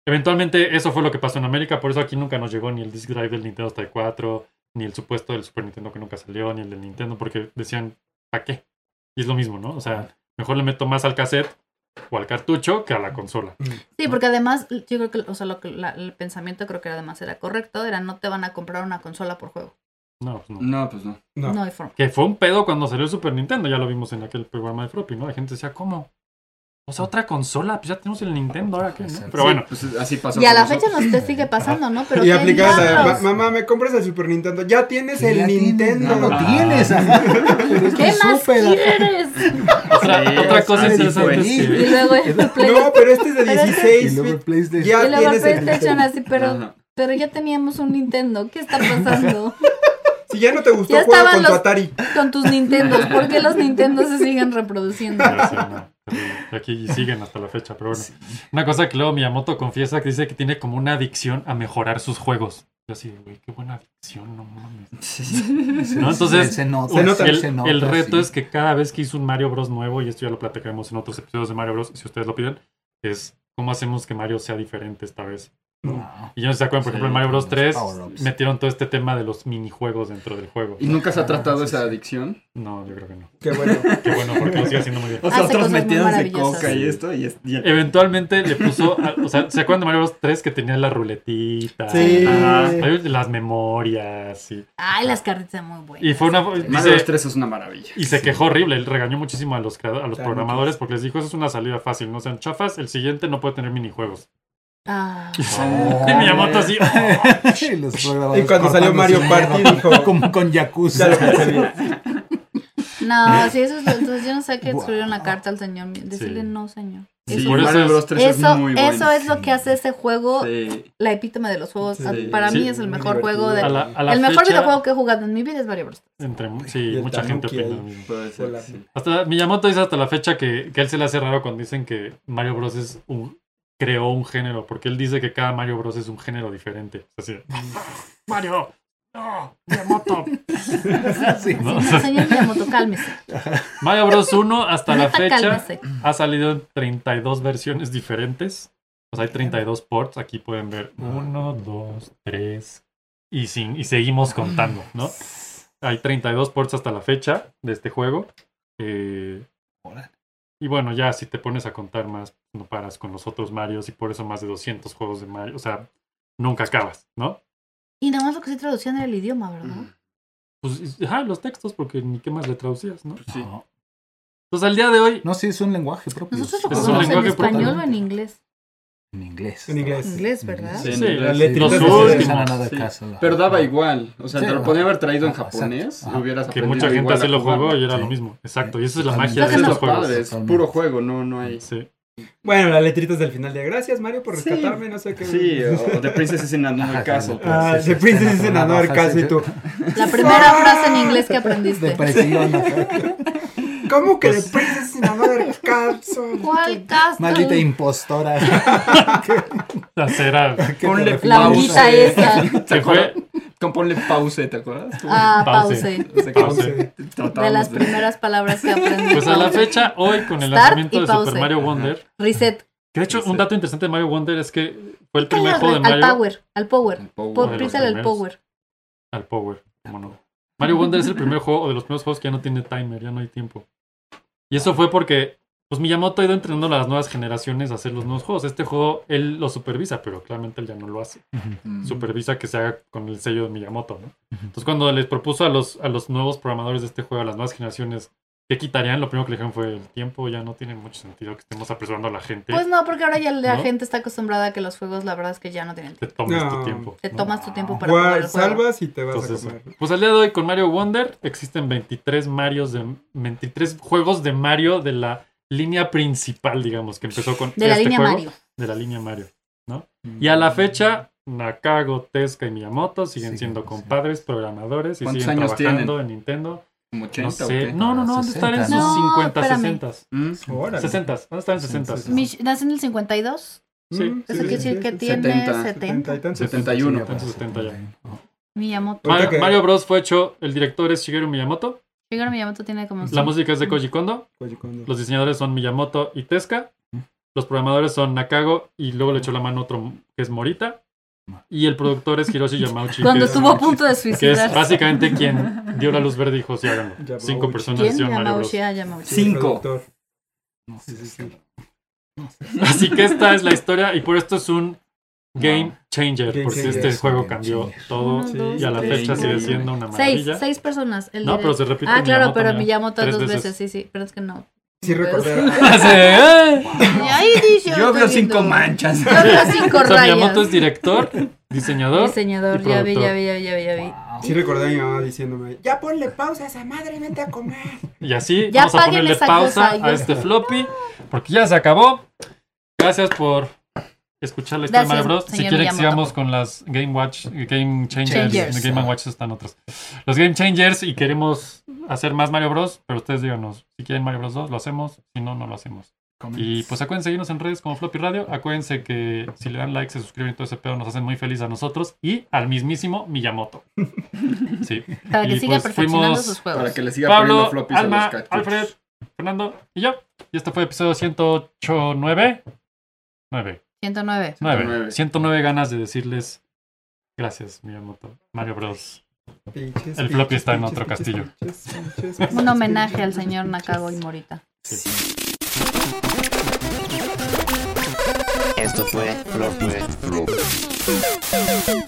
Speaker 3: eventualmente eso fue lo que pasó en América, por eso aquí nunca nos llegó ni el disc drive del Nintendo 64, ni el supuesto del Super Nintendo que nunca salió, ni el del Nintendo, porque decían, ¿para qué? Y es lo mismo, ¿no? O sea, mejor le meto más al cassette o al cartucho que a la consola.
Speaker 5: Sí, porque además, yo creo que, o sea, lo que, la- el pensamiento creo que era además era correcto, era no te van a comprar una consola por juego.
Speaker 3: No, pues no.
Speaker 4: No, pues no.
Speaker 2: No.
Speaker 5: No, hay forma.
Speaker 3: Que fue un pedo cuando salió el Super Nintendo, ya lo vimos en aquel programa de Floppy, ¿no? La gente decía, ¿cómo? O sea, otra consola, pues ya tenemos el Nintendo ahora que, ¿no?
Speaker 6: Exacto.
Speaker 3: Pero bueno,
Speaker 4: Pues así pasó.
Speaker 5: Y a
Speaker 4: con
Speaker 5: la fecha
Speaker 4: nosotros.
Speaker 5: nos te sigue pasando, ¿no? Pero
Speaker 2: y
Speaker 5: qué
Speaker 2: aplicabas la de,
Speaker 5: diablos,
Speaker 2: "Ma- mamá, me compras el Super Nintendo. Ya tienes el
Speaker 6: Ya tienes,
Speaker 2: Nintendo.
Speaker 6: ya Pues lo
Speaker 4: Ah.
Speaker 6: tienes. ajá. Pero es
Speaker 5: ¿Qué
Speaker 6: tu
Speaker 5: más
Speaker 6: súper.
Speaker 5: quieres?
Speaker 3: otra,
Speaker 4: Sí, Ah,
Speaker 3: otra cosa
Speaker 4: sí,
Speaker 3: interesante
Speaker 6: sí,
Speaker 3: es
Speaker 5: Y
Speaker 3: que...
Speaker 5: luego el
Speaker 2: No, pero este es de
Speaker 5: Pero este-
Speaker 6: Y
Speaker 2: 16
Speaker 6: luego
Speaker 2: bits.
Speaker 6: PlayStation.
Speaker 2: Ya
Speaker 5: y luego el
Speaker 2: tienes el
Speaker 5: PlayStation así, pero,
Speaker 4: Ajá.
Speaker 5: pero ya teníamos un Nintendo. ¿Qué está pasando
Speaker 2: Si ya no te gustó,
Speaker 5: Ya
Speaker 2: juega
Speaker 5: estaban
Speaker 2: con tu
Speaker 5: los-
Speaker 2: Atari.
Speaker 5: con tus Nintendos? ¿Por qué los Nintendos se siguen reproduciendo?
Speaker 3: Ya sé, no, terrible. Aquí y siguen hasta la fecha, pero bueno. Una cosa que luego Miyamoto confiesa que dice que tiene como una adicción a mejorar sus juegos. Yo así, de, güey, qué buena adicción, no mames. ¿No? Entonces,
Speaker 6: se nota,
Speaker 2: se nota.
Speaker 6: sí,
Speaker 3: el,
Speaker 6: se nota,
Speaker 3: el reto
Speaker 6: sí.
Speaker 3: es que cada vez que hizo un Mario Bros nuevo, y esto ya lo platicaremos en otros episodios de Mario Bros, si ustedes lo piden, es cómo hacemos que Mario sea diferente esta vez.
Speaker 6: No.
Speaker 3: Y yo no sé si se acuerdan, por
Speaker 4: Sí,
Speaker 3: ejemplo, en Mario Bros
Speaker 6: los
Speaker 3: 3
Speaker 6: power-ups.
Speaker 3: metieron todo este tema de los minijuegos dentro del juego.
Speaker 4: ¿Y nunca se ha tratado
Speaker 6: Sí,
Speaker 4: esa
Speaker 6: sí.
Speaker 4: adicción?
Speaker 3: No, yo creo que no.
Speaker 2: Qué bueno.
Speaker 3: Qué bueno, porque lo sigue haciendo muy bien.
Speaker 4: O sea,
Speaker 5: Hace
Speaker 4: otros
Speaker 5: cosas muy
Speaker 4: metidas de
Speaker 5: maravillosas.
Speaker 4: coca y esto y, es- y
Speaker 3: Eh,
Speaker 4: el-
Speaker 3: Eventualmente le puso, a- o sea, ¿se acuerdan de Mario Bros 3 que tenía la ruletita?
Speaker 2: Sí.
Speaker 3: Ajá. Hay las memorias. Y,
Speaker 5: Ay, las carretas muy buenas.
Speaker 3: y fue una.
Speaker 4: Mario Bros.
Speaker 3: Dice,
Speaker 4: 3 es una maravilla.
Speaker 3: y se quejó horrible. Él regañó muchísimo a los, creado- a los
Speaker 2: Claro,
Speaker 3: programadores porque les dijo: Eso es una salida fácil, no sean chafas. El siguiente no puede tener minijuegos.
Speaker 5: Ah.
Speaker 3: Y
Speaker 2: eh.
Speaker 3: Miyamoto así.
Speaker 6: Y los programadores
Speaker 2: Y cuando salió
Speaker 6: cortándose
Speaker 2: Mario
Speaker 6: el
Speaker 2: Party,
Speaker 6: dedo
Speaker 2: dijo-
Speaker 6: Como con Yakuza.
Speaker 2: Ya lo pensé bien.
Speaker 5: No, si eso es lo- entonces yo no sé que
Speaker 6: Guau.
Speaker 5: escribir una carta al señor, decirle no, señor.
Speaker 3: Sí,
Speaker 5: Eso-
Speaker 3: por eso
Speaker 4: Mario
Speaker 3: es-
Speaker 4: Bros. 3 es
Speaker 5: eso,
Speaker 4: muy bueno.
Speaker 5: eso es lo que hace ese juego
Speaker 4: Sí.
Speaker 5: la epítome de los juegos.
Speaker 2: Sí.
Speaker 5: Para
Speaker 3: Sí.
Speaker 5: mí es el mejor juego de...
Speaker 3: A la, a la
Speaker 5: el mejor
Speaker 3: fecha,
Speaker 5: videojuego que he jugado en mi vida es Mario Bros.
Speaker 3: entre-
Speaker 2: Y
Speaker 3: sí,
Speaker 2: el
Speaker 3: mucha gente
Speaker 2: Tanuki
Speaker 3: opina
Speaker 2: ahí.
Speaker 3: lo mismo.
Speaker 4: Puede ser,
Speaker 2: Hola.
Speaker 4: sí.
Speaker 3: Hasta Miyamoto dice hasta la fecha que, que él se le hace raro cuando dicen que Mario Bros. es un- creó un género, porque él dice que cada Mario Bros. es un género diferente. Es Así,
Speaker 2: Mm.
Speaker 3: Mario, no, Miyamoto.
Speaker 6: Sí.
Speaker 3: ¿no?
Speaker 5: Sí, señor Miyamoto, cálmese.
Speaker 3: Mario Bros. 1 hasta la
Speaker 5: Neta,
Speaker 3: fecha
Speaker 5: cálmese.
Speaker 3: ha salido en 32 versiones diferentes. O sea, hay 32 ports. Aquí pueden ver 1, 2, 3 y, sin, y seguimos contando, ¿no? Hay 32 ports hasta la fecha de este juego. Eh,
Speaker 6: Órale.
Speaker 3: Y bueno, ya si te pones a contar más, no paras con los otros Marios y por eso más de 200 juegos de Mario. O sea, nunca acabas, ¿no?
Speaker 5: Y nada más lo que sí traducían era el idioma,
Speaker 4: Mm.
Speaker 5: ¿verdad?
Speaker 3: Pues, ajá, los textos, porque ni qué más le traducías, ¿no?
Speaker 4: Pues Sí.
Speaker 6: No.
Speaker 3: Entonces, al día de hoy,
Speaker 6: No, sí, es un lenguaje propio.
Speaker 5: Nosotros lo
Speaker 3: Es un
Speaker 5: jugamos en
Speaker 3: lenguaje
Speaker 5: español o
Speaker 3: totalmente.
Speaker 5: en inglés.
Speaker 6: En inglés.
Speaker 2: En inglés.
Speaker 5: En inglés, ¿verdad?
Speaker 4: Sí,
Speaker 3: Sí,
Speaker 4: en-
Speaker 2: la-
Speaker 3: los
Speaker 2: Los
Speaker 6: No
Speaker 2: últimos,
Speaker 6: se
Speaker 3: últimos.
Speaker 6: nada de
Speaker 4: sí.
Speaker 6: caso.
Speaker 4: Pero daba igual. O sea,
Speaker 6: Sí,
Speaker 4: te lo
Speaker 6: ajá.
Speaker 4: podían haber traído en
Speaker 6: Ajá,
Speaker 4: japonés.
Speaker 6: exacto. Ajá.
Speaker 4: Hubieras
Speaker 3: que
Speaker 4: aprendido
Speaker 3: mucha gente
Speaker 4: igual
Speaker 3: así
Speaker 4: a
Speaker 3: lo jugó
Speaker 4: jugarlo.
Speaker 3: y era
Speaker 6: Sí.
Speaker 3: lo mismo. Exacto,
Speaker 6: Sí,
Speaker 3: y esa es la
Speaker 6: totalmente.
Speaker 3: magia
Speaker 5: Creo
Speaker 3: de
Speaker 5: que
Speaker 4: Eso es
Speaker 3: estos
Speaker 4: lo
Speaker 3: juegos.
Speaker 4: padre, es
Speaker 6: Totalmente.
Speaker 4: puro juego, no, no hay.
Speaker 3: Sí.
Speaker 2: Bueno, las letritas del final de gracias, Mario, por
Speaker 4: Sí.
Speaker 2: rescatarme. No sé qué.
Speaker 4: Sí, o The Princess is in another
Speaker 6: Ajá,
Speaker 4: castle.
Speaker 6: claro.
Speaker 2: Ah,
Speaker 6: Sí,
Speaker 2: The
Speaker 6: sí,
Speaker 2: Princess
Speaker 6: sí,
Speaker 2: is
Speaker 6: sí,
Speaker 2: in
Speaker 6: sí,
Speaker 2: another
Speaker 6: sí,
Speaker 2: castle y
Speaker 6: sí.
Speaker 2: tú.
Speaker 5: La primera frase en inglés que aprendiste.
Speaker 6: Depresión. ajá.
Speaker 2: ¿Cómo que
Speaker 3: Pues-
Speaker 2: The Princess is in another castle?
Speaker 5: ¿Cuál caso?
Speaker 6: Maldita impostora.
Speaker 3: La cera
Speaker 6: ¿Qué
Speaker 4: Ponle
Speaker 6: te refieres?
Speaker 5: La
Speaker 4: Pausa.
Speaker 5: honguita esa.
Speaker 4: ¿Te
Speaker 3: que fue
Speaker 4: acuerdas? Con ponle pause, ¿te acuerdas? Tú,
Speaker 5: Ah,
Speaker 3: Pause.
Speaker 5: pause.
Speaker 4: o sea, que
Speaker 3: Pause.
Speaker 5: De
Speaker 4: tratábamos
Speaker 5: las
Speaker 4: de-
Speaker 5: primeras palabras que aprendí.
Speaker 3: Pues a pues, la fecha, hoy, con el
Speaker 5: Start
Speaker 3: lanzamiento
Speaker 5: y
Speaker 3: de Super
Speaker 5: pause.
Speaker 3: Mario Wonder,
Speaker 5: Reset.
Speaker 3: Que de hecho,
Speaker 4: Sí,
Speaker 3: un
Speaker 4: sí.
Speaker 3: dato interesante de Mario Wonder es que fue el primer
Speaker 5: Al
Speaker 3: juego de Mario.
Speaker 5: Power, al Power.
Speaker 4: El Power.
Speaker 5: Por
Speaker 3: de los
Speaker 5: písale al
Speaker 3: primeros.
Speaker 5: Power.
Speaker 3: Al Power, cómo no. Mario Wonder es el primer juego o de los primeros juegos que ya no tiene timer, ya no hay tiempo. Y eso fue porque pues Miyamoto ha ido entrenando a las nuevas generaciones a hacer los nuevos juegos. Este juego él lo supervisa, pero claramente él ya no lo hace.
Speaker 4: Mm.
Speaker 3: Supervisa que se haga con el sello de Miyamoto, ¿no? Entonces cuando les propuso a los, a los nuevos programadores de este juego, a las nuevas generaciones, que quitarían, lo primero que le dijeron fue el tiempo, ya no tiene mucho sentido que estemos apresurando a la gente.
Speaker 5: Pues no, porque ahora ya la
Speaker 3: ¿No?
Speaker 5: gente está acostumbrada a que los juegos, la verdad es que ya no tienen tiempo.
Speaker 3: te tomes
Speaker 2: No.
Speaker 3: tu este tiempo.
Speaker 5: Te
Speaker 3: ¿no?
Speaker 5: tomas tu tiempo para
Speaker 2: Guau,
Speaker 5: jugar el juego.
Speaker 2: salvas y te vas
Speaker 3: Entonces,
Speaker 2: a comer.
Speaker 3: pues al día de hoy con Mario Wonder existen 23 Marios de 23 juegos de Mario de la línea principal, digamos, que empezó con
Speaker 5: De la
Speaker 3: este
Speaker 5: línea
Speaker 3: juego,
Speaker 5: Mario.
Speaker 3: de la línea Mario. Y a la fecha Nakago, Tezuka y Miyamoto siguen
Speaker 6: Siguen,
Speaker 3: siendo
Speaker 6: sí.
Speaker 3: programadores, programadores y
Speaker 4: ¿Cuántos
Speaker 3: siguen
Speaker 4: años
Speaker 3: trabajando
Speaker 4: tienen?
Speaker 3: en Nintendo.
Speaker 4: ¿Como
Speaker 3: No
Speaker 4: 80 o
Speaker 3: sé.
Speaker 4: qué?
Speaker 3: No, no, no, han de estar en
Speaker 6: 60,
Speaker 3: sus
Speaker 5: ¿no?
Speaker 3: 50,
Speaker 5: No, espérame.
Speaker 3: 60.
Speaker 4: Mm.
Speaker 2: Órale.
Speaker 3: 60, ¿dónde están en 60?
Speaker 6: Sí,
Speaker 5: Mich- Nace en el 52.
Speaker 2: Mm,
Speaker 3: sí,
Speaker 5: Eso
Speaker 3: sí, sí.
Speaker 5: quiere decir que
Speaker 2: 70,
Speaker 5: tiene 70.
Speaker 2: 70 y tantos.
Speaker 4: 71.
Speaker 3: Está en sus 70 ya.
Speaker 5: Miyamoto.
Speaker 2: Ahorita
Speaker 3: Mario,
Speaker 2: que-
Speaker 3: Mario Bros fue hecho, el director es Shigeru Miyamoto,
Speaker 5: Shigeru Miyamoto tiene como...
Speaker 3: la música es de Koji Kondo,
Speaker 2: Koji Kondo.
Speaker 3: Los diseñadores son Miyamoto y Tesca. Los programadores son Nakago y luego le echó la mano otro que es Morita. Y el productor es Hiroshi Yamauchi.
Speaker 5: Cuando
Speaker 3: que,
Speaker 5: estuvo a punto de
Speaker 3: es, que es
Speaker 5: suicidarse.
Speaker 3: básicamente quien dio la luz verde y dijo, sí, háganlo.
Speaker 2: Yamauchi.
Speaker 3: Cinco personas
Speaker 5: ¿Quién?
Speaker 3: hicieron Mario Bros.
Speaker 5: Yamauchi, ah, Yamauchi.
Speaker 2: Sí, el
Speaker 4: Cinco.
Speaker 2: productor.
Speaker 6: Sí, sí, sí.
Speaker 3: Así que esta es la historia y por esto es un game changer.
Speaker 2: Game
Speaker 3: porque
Speaker 2: changer.
Speaker 3: este juego
Speaker 6: Game
Speaker 3: cambió
Speaker 6: changer.
Speaker 3: todo
Speaker 5: Uno,
Speaker 2: sí,
Speaker 5: dos,
Speaker 3: y a la
Speaker 5: tres,
Speaker 3: fecha sigue
Speaker 5: cuatro.
Speaker 3: siendo una
Speaker 5: Seis,
Speaker 3: maravilla.
Speaker 5: seis personas. El
Speaker 3: No,
Speaker 5: de-
Speaker 3: pero se repite
Speaker 5: ah, claro,
Speaker 3: Miyamoto,
Speaker 5: pero
Speaker 3: mira.
Speaker 5: Miyamoto
Speaker 3: Tres
Speaker 5: dos veces.
Speaker 3: veces.
Speaker 5: sí, sí, pero es que no.
Speaker 2: Sí, recordé.
Speaker 3: Sí,
Speaker 5: Y ahí dice,
Speaker 4: Yo
Speaker 5: estoy
Speaker 4: veo cinco
Speaker 5: viendo.
Speaker 4: manchas.
Speaker 5: Yo veo cinco
Speaker 3: o sea, Miyamoto es
Speaker 5: rayas.
Speaker 3: director, diseñador.
Speaker 5: Diseñador,
Speaker 3: y
Speaker 5: ya vi, ya
Speaker 3: productor.
Speaker 5: vi, ya vi, ya vi, ya vi.
Speaker 2: Sí, recordé a mi mamá diciéndome, ya ponle pausa a esa madre, vete a comer.
Speaker 3: Y así
Speaker 5: Ya
Speaker 3: vamos a
Speaker 5: apaguen
Speaker 3: ponerle
Speaker 5: esa
Speaker 3: pausa
Speaker 5: cosa,
Speaker 3: a
Speaker 5: yo-
Speaker 3: este floppy porque ya se acabó. Gracias por escuchar la historia de
Speaker 5: Gracias,
Speaker 3: Mario Bros. Si
Speaker 5: señor
Speaker 3: quieren que
Speaker 5: Miyamoto.
Speaker 3: sigamos con las Game Watch, Game Changers,
Speaker 5: Changers.
Speaker 3: Game and Watches están otros. Los Game Changers y queremos hacer más Mario Bros, pero ustedes díganos, si quieren Mario Bros 2 lo hacemos, si no no lo hacemos. Y pues acuérdense seguirnos en redes como Floppy Radio, acuérdense que si le dan like, se suscriben y todo ese pedo nos hacen muy felices a nosotros y al mismísimo Miyamoto. Sí.
Speaker 5: Para que
Speaker 3: Y,
Speaker 5: siga
Speaker 3: pues,
Speaker 5: perfeccionando
Speaker 3: fuimos
Speaker 5: sus
Speaker 4: Para
Speaker 5: juegos.
Speaker 4: que le siga
Speaker 3: Pablo,
Speaker 4: poniendo floppies a
Speaker 3: Alma,
Speaker 4: los cactus.
Speaker 3: Alfred, Fernando y yo. Y este fue episodio 108, 9. 9,
Speaker 5: 109.
Speaker 3: 9.
Speaker 4: 109.
Speaker 3: 109 ganas de decirles gracias, Miyamoto. Mario Bros.
Speaker 2: Pinches,
Speaker 3: El floppy
Speaker 2: pinches,
Speaker 3: está en
Speaker 2: pinches,
Speaker 3: otro
Speaker 2: pinches,
Speaker 3: castillo.
Speaker 2: pinches, pinches, pinches,
Speaker 5: Un homenaje al
Speaker 2: pinches,
Speaker 5: señor
Speaker 2: pinches.
Speaker 5: Nakago y Morita.
Speaker 7: Esto fue Floppy.